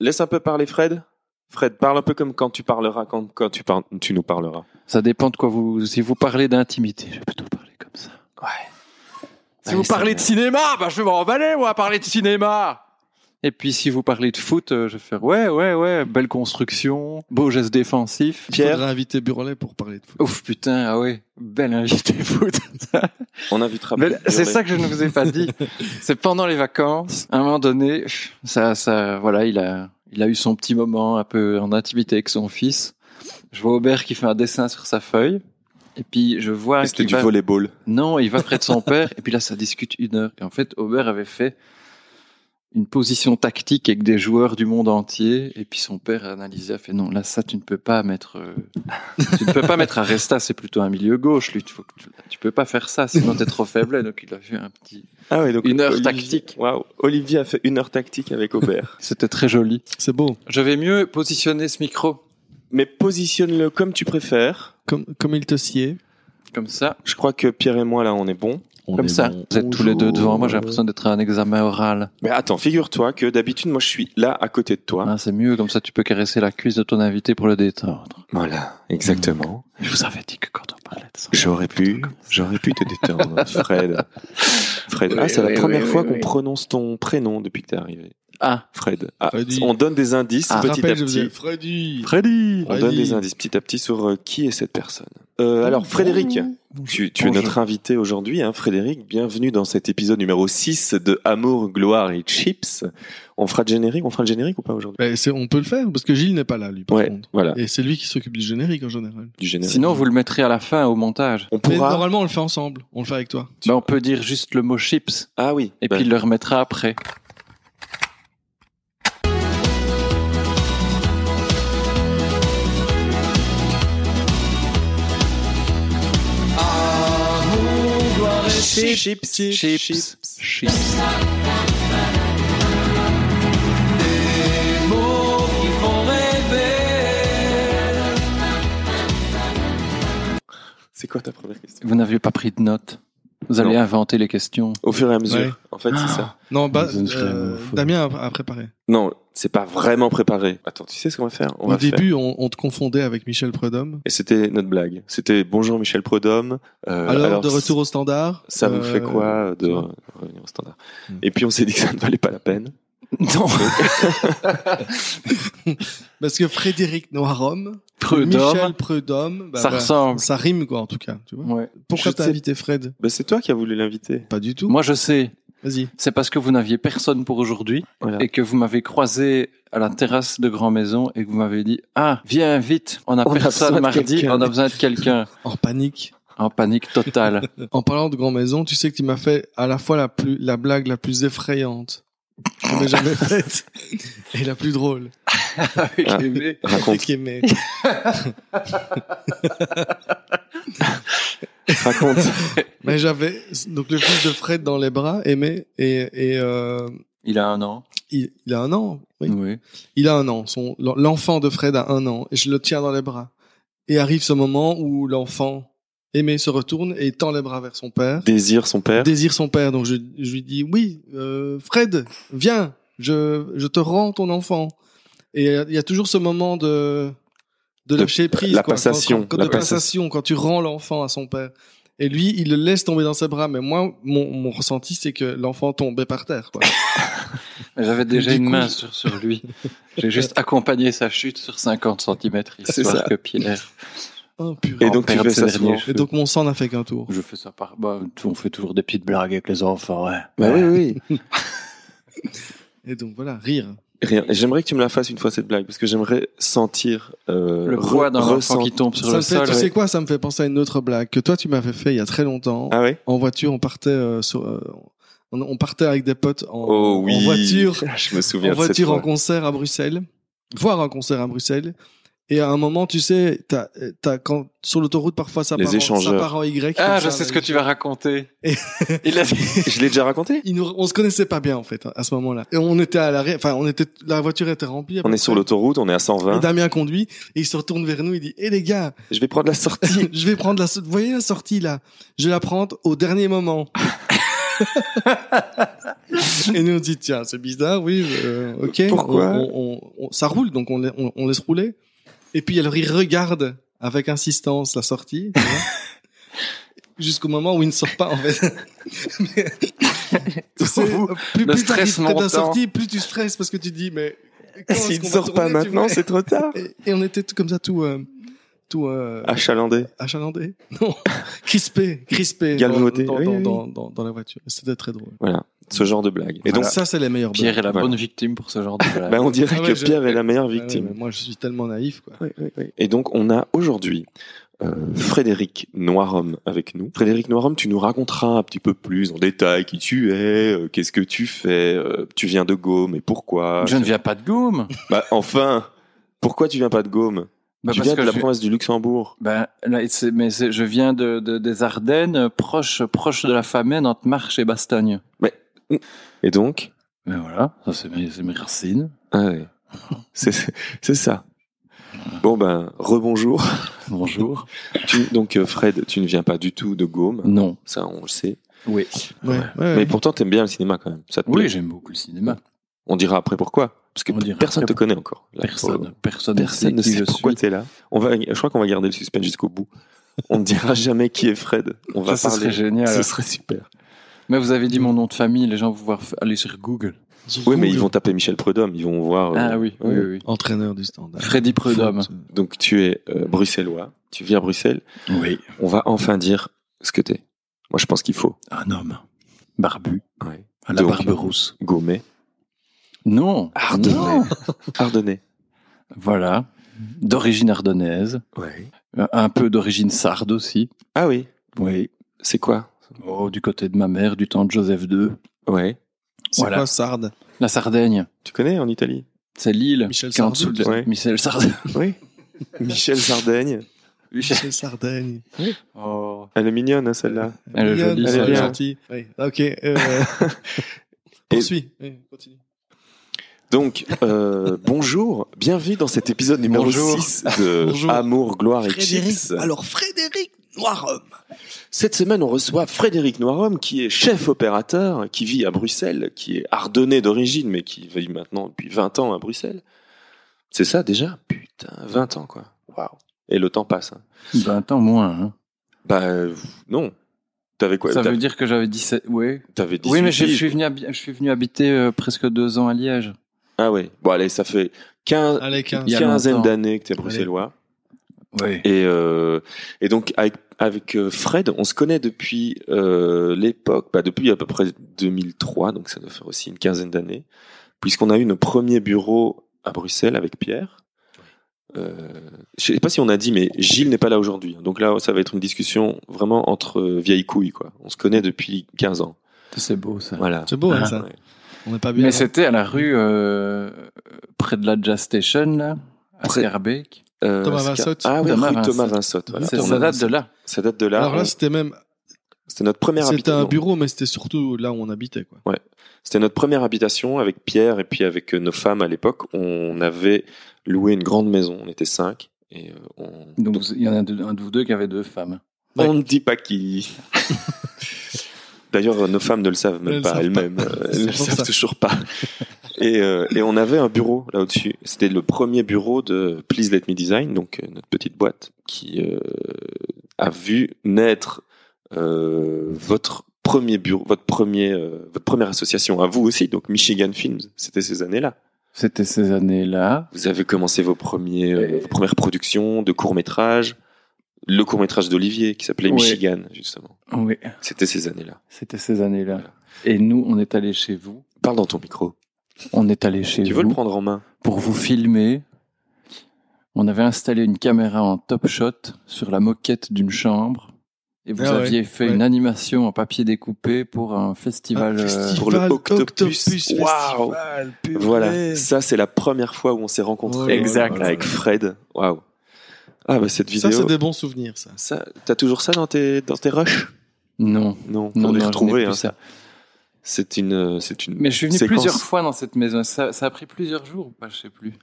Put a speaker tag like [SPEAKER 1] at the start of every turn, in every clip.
[SPEAKER 1] Laisse un peu parler Fred. Fred, parle un peu comme quand tu parleras, quand, quand tu, par- tu nous parleras.
[SPEAKER 2] Ça dépend de quoi vous. Si vous parlez d'intimité, je vais plutôt parler comme ça.
[SPEAKER 3] Si
[SPEAKER 2] Allez,
[SPEAKER 3] vous
[SPEAKER 2] ça
[SPEAKER 3] parlez
[SPEAKER 2] va.
[SPEAKER 3] de cinéma, bah, je vais m'emballer, moi, à parler de cinéma.
[SPEAKER 2] Et puis si vous parlez de foot, euh, je vais faire ouais, ouais, ouais, belle construction, beau geste défensif.
[SPEAKER 1] Pierre.
[SPEAKER 4] Il faudrait inviter Burlet pour parler de foot.
[SPEAKER 2] Ouf putain, ah ouais, belle invité foot.
[SPEAKER 1] On invitera.
[SPEAKER 2] Mais
[SPEAKER 1] plus
[SPEAKER 2] c'est
[SPEAKER 1] Burlet.
[SPEAKER 2] ça que je ne vous ai pas dit. C'est pendant les vacances, à un moment donné, ça, ça, voilà, il a, il a eu son petit moment un peu en intimité avec son fils. Je vois Aubert qui fait un dessin sur sa feuille. Et puis je vois
[SPEAKER 1] C'était
[SPEAKER 2] qu'il
[SPEAKER 1] du
[SPEAKER 2] va-
[SPEAKER 1] volleyball.
[SPEAKER 2] Non, il va près de son père, et puis là, ça discute une heure. Et en fait, Aubert avait fait une position tactique avec des joueurs du monde entier, et puis son père a analysé, a fait non, là, ça, tu ne peux pas mettre, euh, tu ne peux pas mettre Aresta, c'est plutôt un milieu gauche, lui, tu, faut que tu, tu peux pas faire ça, sinon t'es trop faible, donc il a fait un petit.
[SPEAKER 1] Ah oui, donc
[SPEAKER 2] Une heure tactique.
[SPEAKER 1] Waouh, Olivier a fait une heure tactique avec Aubert.
[SPEAKER 2] C'était très joli.
[SPEAKER 4] C'est beau.
[SPEAKER 2] Je vais mieux positionner ce micro,
[SPEAKER 1] Mais positionne-le comme tu préfères.
[SPEAKER 4] Comme, comme il te sied.
[SPEAKER 2] comme ça,
[SPEAKER 1] Je crois que Pierre et moi là, on est bon.
[SPEAKER 4] On
[SPEAKER 2] comme
[SPEAKER 4] est
[SPEAKER 2] ça. Hein
[SPEAKER 4] bon.
[SPEAKER 2] Vous êtes tous les deux
[SPEAKER 4] Bonjour.
[SPEAKER 2] devant moi, j'ai l'impression d'être à un examen oral.
[SPEAKER 1] Mais attends, figure-toi que d'habitude, moi, je suis là à côté de toi.
[SPEAKER 2] Hein, c'est mieux, comme ça, tu peux caresser la cuisse de ton invité pour le détendre.
[SPEAKER 1] Voilà, exactement.
[SPEAKER 2] Je vous avais dit que quand on parlait de ça.
[SPEAKER 1] J'aurais pu, j'aurais pu te détendre, Fred. Fred, ah, c'est la première fois qu'on prononce ton prénom depuis que t'es arrivé.
[SPEAKER 2] Ah.
[SPEAKER 1] Fred. Ah,
[SPEAKER 4] Freddy.
[SPEAKER 1] on donne des indices
[SPEAKER 2] Ah.
[SPEAKER 1] petit à
[SPEAKER 4] Rappel, je
[SPEAKER 1] petit.
[SPEAKER 4] faisais Freddy.
[SPEAKER 2] Freddy
[SPEAKER 1] On
[SPEAKER 4] Freddy.
[SPEAKER 1] donne des indices petit à petit sur euh, qui est cette personne. Euh, alors, Frédéric, tu, tu es
[SPEAKER 2] Bonjour.
[SPEAKER 1] notre invité aujourd'hui. Hein, Frédéric, bienvenue dans cet épisode numéro 6 de Amour, Gloire et Chips. On fera le générique, on fera le générique ou pas aujourd'hui
[SPEAKER 4] Ben, c'est- on peut le faire parce que Gilles n'est pas là, lui, par
[SPEAKER 1] Ouais,
[SPEAKER 4] contre.
[SPEAKER 1] voilà,
[SPEAKER 4] Et c'est lui qui s'occupe du générique en général.
[SPEAKER 1] du générique.
[SPEAKER 2] Sinon, vous le mettrez à la fin au montage.
[SPEAKER 1] on
[SPEAKER 4] Mais
[SPEAKER 1] pourra...
[SPEAKER 4] normalement, on le fait ensemble. On le fait avec toi.
[SPEAKER 2] Bah, on peut dire juste le mot chips
[SPEAKER 1] Ah oui,
[SPEAKER 2] et
[SPEAKER 1] ben,
[SPEAKER 2] puis il le remettra après.
[SPEAKER 1] Chips, chips,
[SPEAKER 2] Chips. Chips.
[SPEAKER 1] C'est quoi ta première question
[SPEAKER 2] Vous n'aviez pas pris de notes. Vous allez
[SPEAKER 1] Non.
[SPEAKER 2] inventer les questions.
[SPEAKER 1] Au fur et à mesure,
[SPEAKER 4] Ouais.
[SPEAKER 1] en fait, c'est ça.
[SPEAKER 4] Non, bah,
[SPEAKER 2] Vous êtes
[SPEAKER 4] euh,
[SPEAKER 2] vraiment fou.
[SPEAKER 4] Damien a, a préparé.
[SPEAKER 1] Non, c'est pas vraiment préparé. Attends, tu sais ce qu'on va faire on
[SPEAKER 4] Au
[SPEAKER 1] va faire-
[SPEAKER 4] début, on, on te confondait avec Michel Prudhomme.
[SPEAKER 1] Et c'était notre blague. C'était bonjour Michel Prodhomme. Euh,
[SPEAKER 4] Alors, de retour au standard.
[SPEAKER 1] Ça vous
[SPEAKER 4] euh,
[SPEAKER 1] fait quoi de
[SPEAKER 4] tu vois.
[SPEAKER 1] revenir au standard
[SPEAKER 4] Hmm.
[SPEAKER 1] Et puis on s'est dit que ça ne valait pas la peine.
[SPEAKER 2] Non,
[SPEAKER 4] Parce que Frédéric Noirhomme,
[SPEAKER 2] Prud'homme,
[SPEAKER 4] Michel Prudhomme, bah,
[SPEAKER 2] ça
[SPEAKER 4] bah,
[SPEAKER 2] ressemble.
[SPEAKER 4] ça rime quoi en tout cas. Tu vois.
[SPEAKER 2] Ouais.
[SPEAKER 4] Pourquoi
[SPEAKER 1] Je
[SPEAKER 4] t'as
[SPEAKER 1] sais-
[SPEAKER 4] invité Fred
[SPEAKER 1] Bah, c'est toi qui as voulu l'inviter.
[SPEAKER 4] Pas du tout.
[SPEAKER 2] Moi, je sais.
[SPEAKER 4] Vas-y.
[SPEAKER 2] C'est parce que vous n'aviez personne pour aujourd'hui
[SPEAKER 1] Voilà.
[SPEAKER 2] et que vous m'avez croisé à la terrasse de Grand Maison et que vous m'avez dit Ah, viens vite, on a
[SPEAKER 1] On a besoin
[SPEAKER 2] personne
[SPEAKER 1] de
[SPEAKER 2] mardi,
[SPEAKER 1] quelqu'un.
[SPEAKER 2] on a besoin de quelqu'un.
[SPEAKER 4] En panique.
[SPEAKER 2] En panique totale.
[SPEAKER 4] En parlant de Grand Maison, tu sais que tu m'as fait à la fois la, plus, la blague la plus effrayante que j'ai jamais faite et la plus drôle.
[SPEAKER 2] Avec
[SPEAKER 1] Ah.
[SPEAKER 2] les mecs.
[SPEAKER 1] Raconte,
[SPEAKER 4] Qui aimait.
[SPEAKER 1] raconte.
[SPEAKER 4] Mais j'avais donc le fils de Fred dans les bras, aimé, et, et euh,
[SPEAKER 2] Il a un an.
[SPEAKER 4] il, il a un an. oui.
[SPEAKER 2] Oui.
[SPEAKER 4] Il a un an. Son l'enfant de Fred a un an et je le tiens dans les bras. Et arrive ce moment où l'enfant aimé se retourne et tend les bras vers son père.
[SPEAKER 1] Désire son père.
[SPEAKER 4] Désire son père. Donc je, je lui dis oui, euh, Fred, viens, je, je te rends ton enfant. Et euh, il y a toujours ce moment de de
[SPEAKER 1] De-
[SPEAKER 4] lâcher prise,
[SPEAKER 1] la
[SPEAKER 4] quoi. Quand-
[SPEAKER 1] passation,
[SPEAKER 4] quand- quand-
[SPEAKER 1] la
[SPEAKER 4] de passation, quand tu rends l'enfant à son père. Et lui, il le laisse tomber dans ses bras. Mais moi, mon, mon ressenti, c'est que l'enfant tombait par terre. Quoi.
[SPEAKER 2] Mais J'avais déjà
[SPEAKER 4] Du
[SPEAKER 2] une
[SPEAKER 4] coup,
[SPEAKER 2] main
[SPEAKER 4] je-
[SPEAKER 2] sur, sur lui. J'ai juste accompagné sa chute sur 50 cm,
[SPEAKER 1] C'est
[SPEAKER 2] histoire
[SPEAKER 1] ça.
[SPEAKER 2] que Pierre.
[SPEAKER 4] Oh, purée.
[SPEAKER 1] Et
[SPEAKER 2] en
[SPEAKER 1] donc, tu
[SPEAKER 2] perde
[SPEAKER 1] fais
[SPEAKER 2] ses
[SPEAKER 1] ça
[SPEAKER 2] derniers
[SPEAKER 1] souvent.
[SPEAKER 2] cheveux.
[SPEAKER 4] Et donc mon sang n'a fait qu'un tour.
[SPEAKER 2] Je fais ça par. bah, tout- on fait toujours des petites blagues avec les enfants, ouais.
[SPEAKER 1] Bah
[SPEAKER 2] Ouais.
[SPEAKER 1] oui, oui.
[SPEAKER 4] Et donc voilà, rire.
[SPEAKER 1] Rien. Et J'aimerais que tu me la fasses une fois cette blague parce que j'aimerais sentir euh,
[SPEAKER 2] Le
[SPEAKER 1] re-
[SPEAKER 2] poids d'un enfant
[SPEAKER 1] ressent-
[SPEAKER 2] qui tombe sur
[SPEAKER 4] Ça
[SPEAKER 2] le
[SPEAKER 4] me fait-
[SPEAKER 2] sol.
[SPEAKER 4] tu
[SPEAKER 2] ouais.
[SPEAKER 4] sais quoi Ça me fait penser à une autre blague que toi tu m'avais fait il y a très longtemps.
[SPEAKER 1] Ah ouais.
[SPEAKER 4] En voiture, on partait euh, sur, euh, on, on partait avec des potes en,
[SPEAKER 1] Oh oui.
[SPEAKER 4] en voiture,
[SPEAKER 1] Je me souviens
[SPEAKER 4] en
[SPEAKER 1] de cette
[SPEAKER 4] voiture en
[SPEAKER 1] fois.
[SPEAKER 4] concert à Bruxelles, voir un concert à Bruxelles. Et à un moment, tu sais, t'as, t'as quand sur l'autoroute parfois ça
[SPEAKER 1] Les
[SPEAKER 4] part, en-
[SPEAKER 1] échangeurs.
[SPEAKER 4] ça part en Y.
[SPEAKER 2] Ah,
[SPEAKER 4] comme
[SPEAKER 2] je
[SPEAKER 4] ça,
[SPEAKER 2] sais ce que
[SPEAKER 4] là.
[SPEAKER 2] tu vas raconter.
[SPEAKER 4] Et-
[SPEAKER 2] Il a dit.
[SPEAKER 1] Je l'ai déjà raconté.
[SPEAKER 4] Ils nous- on se connaissait pas bien en fait hein, à ce moment-là. Et on était à l'arrêt, enfin on était, la voiture était remplie. à peu
[SPEAKER 1] On est
[SPEAKER 4] près.
[SPEAKER 1] sur hein. l'autoroute, on est à
[SPEAKER 4] Et
[SPEAKER 1] 120.
[SPEAKER 4] Damien conduit et il se retourne vers nous, il dit "Eh les gars,
[SPEAKER 1] Je vais prendre la sortie.
[SPEAKER 4] je vais prendre la, so- vous voyez la sortie là, je vais la prendre au dernier moment. Et nous on dit tiens c'est bizarre oui euh, ok
[SPEAKER 1] Pourquoi
[SPEAKER 4] on, on- on- ça roule donc on, la- on- on laisse rouler et puis alors il regarde avec insistance la sortie tu vois. jusqu'au moment où il ne sort pas en fait. Mais, tu sais,
[SPEAKER 2] Vous,
[SPEAKER 4] plus,
[SPEAKER 2] le
[SPEAKER 4] plus t'arrives
[SPEAKER 2] stress
[SPEAKER 4] près de la
[SPEAKER 2] montant.
[SPEAKER 4] sortie plus tu stresses parce que tu dis mais quand est-ce
[SPEAKER 1] S'il
[SPEAKER 4] qu'on
[SPEAKER 1] ne
[SPEAKER 4] va
[SPEAKER 1] sort pas
[SPEAKER 4] tourner, tu vois
[SPEAKER 1] maintenant, c'est Ah, trop tard.
[SPEAKER 4] et, et on était tout comme ça tout euh, tout euh,
[SPEAKER 1] Achalandé.
[SPEAKER 4] achalandé non crispé crispé dans-
[SPEAKER 1] Galvaudé,
[SPEAKER 4] dans,
[SPEAKER 1] oui,
[SPEAKER 4] dans,
[SPEAKER 1] oui.
[SPEAKER 4] dans- dans- dans la voiture c'était très drôle
[SPEAKER 1] Voilà, ce genre de blague. Et
[SPEAKER 4] et donc
[SPEAKER 1] donc,
[SPEAKER 4] ça c'est la meilleure
[SPEAKER 2] Pierre est la
[SPEAKER 1] Voilà.
[SPEAKER 2] bonne victime pour ce genre de blague.
[SPEAKER 1] bah, on dirait
[SPEAKER 4] Ah ouais,
[SPEAKER 1] que
[SPEAKER 4] je-
[SPEAKER 1] Pierre est la meilleure
[SPEAKER 4] blague. Ah ouais,
[SPEAKER 1] victime.
[SPEAKER 4] mais moi je suis tellement naïf quoi
[SPEAKER 1] Oui, oui, oui. Et donc, on a aujourd'hui euh, Frédéric Noirhomme avec nous. Frédéric Noirhomme, tu nous raconteras un petit peu plus en détail qui tu es, euh, qu'est-ce que tu fais, euh, tu viens de Gaume et pourquoi.
[SPEAKER 2] Je ne viens pas de Gaume.
[SPEAKER 1] Bah, enfin, pourquoi tu viens pas de Gaume
[SPEAKER 2] Bah,
[SPEAKER 1] Tu
[SPEAKER 2] parce
[SPEAKER 1] viens
[SPEAKER 2] que
[SPEAKER 1] de la
[SPEAKER 2] je-
[SPEAKER 1] province du Luxembourg.
[SPEAKER 2] Ben, là, c'est- mais c'est- je viens de, de- des Ardennes, euh, proche, proche de la famine entre Marche et Bastogne.
[SPEAKER 1] Et donc
[SPEAKER 2] Mais Ben, voilà, ça c'est mes, c'est mes racines.
[SPEAKER 1] Ah oui. C'est c'est ça. Bon ben, rebonjour.
[SPEAKER 2] Bonjour.
[SPEAKER 1] Tu- donc euh, Fred, tu ne viens pas du tout de Gaume,
[SPEAKER 2] non.
[SPEAKER 1] ça on le sait.
[SPEAKER 2] Oui.
[SPEAKER 4] ouais, ouais, ouais.
[SPEAKER 1] Mais pourtant, t'aimes bien le cinéma quand même. Ça te plaît
[SPEAKER 2] Oui, j'aime beaucoup le cinéma.
[SPEAKER 1] On dira après pourquoi. Parce que
[SPEAKER 2] On dira
[SPEAKER 1] personne ne te
[SPEAKER 2] après
[SPEAKER 1] connaît encore. Là, pour-
[SPEAKER 2] Personne, personne,
[SPEAKER 1] Personne ne
[SPEAKER 2] qui
[SPEAKER 1] sait
[SPEAKER 2] je
[SPEAKER 1] pourquoi
[SPEAKER 2] suis.
[SPEAKER 1] tu es là. On va, je crois qu'on va garder le suspense jusqu'au bout. On ne dira jamais qui est Fred. On va
[SPEAKER 2] Ça, ça
[SPEAKER 1] parler.
[SPEAKER 2] serait génial.
[SPEAKER 1] Ce serait super.
[SPEAKER 2] Mais vous avez dit mon nom de famille, les gens vont pouvoir f- aller sur Google.
[SPEAKER 4] Sur
[SPEAKER 1] Oui, mais
[SPEAKER 4] Google.
[SPEAKER 1] ils vont taper Michel Prudhomme. Ils vont voir. euh,
[SPEAKER 2] Ah oui, oui, oui.
[SPEAKER 4] entraîneur du standard
[SPEAKER 2] Freddy Prudhomme.
[SPEAKER 4] Foot.
[SPEAKER 1] Donc tu es euh, bruxellois. Tu vis à Bruxelles.
[SPEAKER 2] Oui.
[SPEAKER 1] On va enfin dire ce que t'es. Moi, je pense qu'il faut.
[SPEAKER 2] Un homme. Barbu.
[SPEAKER 1] Ouais.
[SPEAKER 2] À la
[SPEAKER 1] Donc,
[SPEAKER 2] barbe rousse.
[SPEAKER 1] Gourmet.
[SPEAKER 2] Non.
[SPEAKER 1] Ardennais.
[SPEAKER 2] Non.
[SPEAKER 1] Ardennais.
[SPEAKER 2] Voilà. D'origine ardennaise. Un- Un peu d'origine sarde aussi.
[SPEAKER 1] Ah oui.
[SPEAKER 2] Oui.
[SPEAKER 1] C'est quoi
[SPEAKER 2] Oh, du côté de ma mère, du temps de Joseph II.
[SPEAKER 1] Ouais.
[SPEAKER 4] c'est
[SPEAKER 2] Voilà.
[SPEAKER 4] quoi Sardes
[SPEAKER 2] La Sardaigne,
[SPEAKER 1] Tu connais en Italie
[SPEAKER 2] c'est l'île
[SPEAKER 4] Michel
[SPEAKER 2] qui est en
[SPEAKER 4] Sardou,
[SPEAKER 2] dessous de
[SPEAKER 1] ça. Ouais.
[SPEAKER 2] Michel Sardou.
[SPEAKER 1] Oui. Michel Sardaigne.
[SPEAKER 4] c'est Sardaigne
[SPEAKER 2] Oh.
[SPEAKER 1] Elle est mignonne, hein, celle-là.
[SPEAKER 2] Elle est jolie,
[SPEAKER 1] elle est
[SPEAKER 4] elle est
[SPEAKER 1] bien.
[SPEAKER 4] gentille oui ok euh... poursuis Oui, continue
[SPEAKER 1] Donc, euh, bonjour, bienvenue dans cet épisode numéro
[SPEAKER 2] Bonjour.
[SPEAKER 1] 6 de
[SPEAKER 4] Bonjour.
[SPEAKER 1] Amour, Gloire et Chips.
[SPEAKER 4] alors Frédéric Noirhomme
[SPEAKER 1] Cette semaine, on reçoit Frédéric Noirhomme, qui est chef opérateur, qui vit à Bruxelles, qui est ardennais d'origine, mais qui vit maintenant depuis 20 ans à Bruxelles. C'est ça déjà Putain, 20 ans quoi. Waouh. Et le temps passe. hein.
[SPEAKER 2] 20 ans moins. hein.
[SPEAKER 1] Bah euh, non. T'avais quoi
[SPEAKER 2] ça
[SPEAKER 1] T'avais
[SPEAKER 2] veut dire que j'avais 17. Oui.
[SPEAKER 1] t'avais 18
[SPEAKER 2] Oui, mais je, je
[SPEAKER 1] piges.
[SPEAKER 2] suis venu, habi- je suis venu habiter euh, presque deux ans à Liège.
[SPEAKER 1] Ah oui. Bon allez, ça fait 15,
[SPEAKER 4] allez 15
[SPEAKER 2] Il y a
[SPEAKER 1] quinzaine
[SPEAKER 2] longtemps.
[SPEAKER 1] d'années que t'es bruxellois.
[SPEAKER 2] Oui.
[SPEAKER 1] Et, euh, et donc avec, avec euh, Fred, on se connaît depuis euh, l'époque, bah depuis à peu près 2003, donc ça doit faire aussi une quinzaine d'années, puisqu'on a eu nos premiers bureaux à Bruxelles avec Pierre. Euh, je sais pas si on a dit, mais Gilles n'est pas là aujourd'hui. hein. Donc là, ça va être une discussion vraiment entre euh, vieilles couilles, quoi. On se connaît depuis 15 ans.
[SPEAKER 2] C'est beau ça.
[SPEAKER 1] Voilà.
[SPEAKER 4] c'est beau hein,
[SPEAKER 2] Ah,
[SPEAKER 4] ça
[SPEAKER 1] Ouais.
[SPEAKER 4] on n'est pas bien hein.
[SPEAKER 2] Mais c'était à la rue euh, près de la Jazz Station, là, à
[SPEAKER 1] Près-
[SPEAKER 2] Scarbeck.
[SPEAKER 1] Euh,
[SPEAKER 4] Thomas
[SPEAKER 1] Scar-
[SPEAKER 4] Vinsotte.
[SPEAKER 1] Ah oui,
[SPEAKER 2] Thomas
[SPEAKER 1] rue
[SPEAKER 2] Vinsotte.
[SPEAKER 1] Thomas Vinsotte. voilà.
[SPEAKER 2] C'est-
[SPEAKER 1] Thomas
[SPEAKER 2] Ça date de
[SPEAKER 1] Vinsotte.
[SPEAKER 2] là.
[SPEAKER 1] Ça date de là.
[SPEAKER 4] alors
[SPEAKER 1] On-
[SPEAKER 4] là c'était même
[SPEAKER 1] C'était notre première
[SPEAKER 4] C'était un
[SPEAKER 1] habitation.
[SPEAKER 4] bureau, mais c'était surtout là où on habitait. Quoi.
[SPEAKER 1] C'était notre première habitation avec Pierre et puis avec euh, nos femmes à l'époque. On avait loué une grande maison, on était cinq. Et euh, on...
[SPEAKER 2] Donc vous- il y en a un de un de vous deux qui avait deux femmes.
[SPEAKER 1] on ne dit pas qui. D'ailleurs, euh, nos femmes ne le savent même
[SPEAKER 4] Elles
[SPEAKER 1] pas
[SPEAKER 4] savent
[SPEAKER 1] elles-mêmes. Euh, Elles ne le
[SPEAKER 4] pour
[SPEAKER 1] savent
[SPEAKER 4] ça.
[SPEAKER 1] toujours pas. Et, euh, et on avait un bureau là au-dessus. C'était le premier bureau de Please Let Me Design, donc euh, notre petite boîte qui euh, a vu naître euh, votre premier bureau, votre premier, euh, votre première association à vous aussi, donc Michigan Films. C'était ces années-là.
[SPEAKER 2] C'était ces années-là.
[SPEAKER 1] Vous avez commencé vos, premiers, euh,
[SPEAKER 2] Euh,
[SPEAKER 1] vos premières productions de courts-métrages. Le court-métrage d'Olivier qui s'appelait
[SPEAKER 2] Ouais.
[SPEAKER 1] Michigan, justement.
[SPEAKER 2] Oui.
[SPEAKER 1] C'était ces années-là.
[SPEAKER 2] C'était ces années-là. Et nous, on est allés chez vous.
[SPEAKER 1] Parle dans ton micro.
[SPEAKER 2] On est allés chez
[SPEAKER 1] tu
[SPEAKER 2] vous.
[SPEAKER 1] veux le prendre en main
[SPEAKER 2] pour vous filmer. On avait installé une caméra en top shot sur la moquette d'une chambre. Et vous
[SPEAKER 4] Ah ouais,
[SPEAKER 2] aviez fait
[SPEAKER 4] ouais.
[SPEAKER 2] une animation en papier découpé pour un festival. euh,
[SPEAKER 4] Un festival
[SPEAKER 1] pour le Octopus. Waouh.
[SPEAKER 4] Festival, purée.
[SPEAKER 1] Voilà. Ça, c'est la première fois où on s'est rencontrés.
[SPEAKER 4] Oh là
[SPEAKER 2] Exact.
[SPEAKER 4] là.
[SPEAKER 1] Avec Fred. Waouh. Ah, bah, cette
[SPEAKER 4] Ça, c'est
[SPEAKER 1] vidéo.
[SPEAKER 4] des bons souvenirs, ça.
[SPEAKER 1] Ça, t'as toujours ça dans tes, dans tes rushs
[SPEAKER 2] Non.
[SPEAKER 1] Non, pour
[SPEAKER 2] Non,
[SPEAKER 1] les
[SPEAKER 2] non, je n'ai
[SPEAKER 1] retrouver.
[SPEAKER 2] plus
[SPEAKER 1] hein.
[SPEAKER 2] ça.
[SPEAKER 1] C'est une, euh, c'est une.
[SPEAKER 2] Mais je suis venu
[SPEAKER 1] séquence.
[SPEAKER 2] plusieurs fois dans cette maison. Ça, ça a pris plusieurs jours ou pas, je sais plus.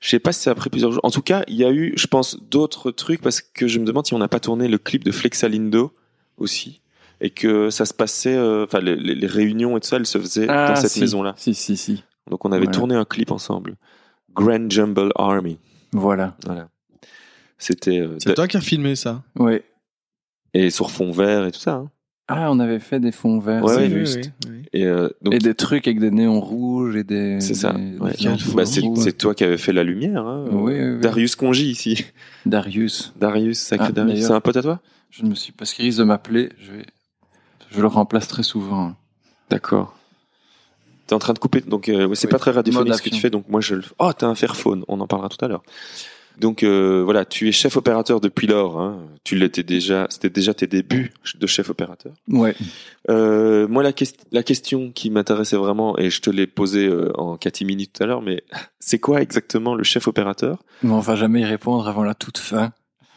[SPEAKER 1] Je sais pas si ça a pris plusieurs jours. En tout cas, il y a eu, je pense, d'autres trucs parce que je me demande si on n'a pas tourné le clip de Flexalindo aussi. et que ça se passait, euh, enfin les, les- les réunions et tout ça, elles se faisaient dans cette
[SPEAKER 2] Ah, si.
[SPEAKER 1] maison-là.
[SPEAKER 2] Si, si, si.
[SPEAKER 1] Donc on avait
[SPEAKER 2] Ouais.
[SPEAKER 1] tourné un clip ensemble, Grand Jumble Army.
[SPEAKER 2] Voilà.
[SPEAKER 1] Voilà. C'était euh,
[SPEAKER 4] C'est toi qui as filmé ça.
[SPEAKER 2] Ouais.
[SPEAKER 1] et sur fond vert et tout ça. hein.
[SPEAKER 2] Ah, on avait fait des fonds verts,
[SPEAKER 1] Ouais,
[SPEAKER 2] c'est
[SPEAKER 1] ouais,
[SPEAKER 2] juste.
[SPEAKER 4] oui.
[SPEAKER 1] Et euh, donc
[SPEAKER 2] Et des trucs avec des néons rouges et des.
[SPEAKER 1] C'est ça,
[SPEAKER 2] des-
[SPEAKER 1] ouais.
[SPEAKER 2] des lampes
[SPEAKER 1] bah, c'est,
[SPEAKER 2] rouges.
[SPEAKER 1] c'est toi qui avais fait la lumière. hein.
[SPEAKER 2] Oui, oui, oui.
[SPEAKER 1] Darius Conji ici.
[SPEAKER 2] Darius.
[SPEAKER 1] Darius, sacré
[SPEAKER 2] Ah,
[SPEAKER 1] Darius.
[SPEAKER 2] d'ailleurs.
[SPEAKER 1] C'est un pote à toi
[SPEAKER 2] Je ne me suis pas. Parce qu'il risque de m'appeler. Je, vais... je le remplace très souvent.
[SPEAKER 1] D'accord. T'es en train de couper, donc euh, ouais, c'est
[SPEAKER 2] Oui.
[SPEAKER 1] pas très radiophonique
[SPEAKER 2] Mode
[SPEAKER 1] ce que tu
[SPEAKER 2] action.
[SPEAKER 1] fais, donc moi je le. Oh, t'as un Fairphone, on en parlera tout à l'heure. Donc euh, voilà, tu es chef opérateur depuis lors, hein. tu l'étais déjà, c'était déjà tes débuts de chef opérateur.
[SPEAKER 2] Ouais.
[SPEAKER 1] Euh, moi, la, ques- la question qui m'intéressait vraiment, et je te l'ai posée euh, en catimini tout à l'heure, mais c'est quoi exactement le chef opérateur
[SPEAKER 2] Mais on va jamais y répondre avant la toute fin.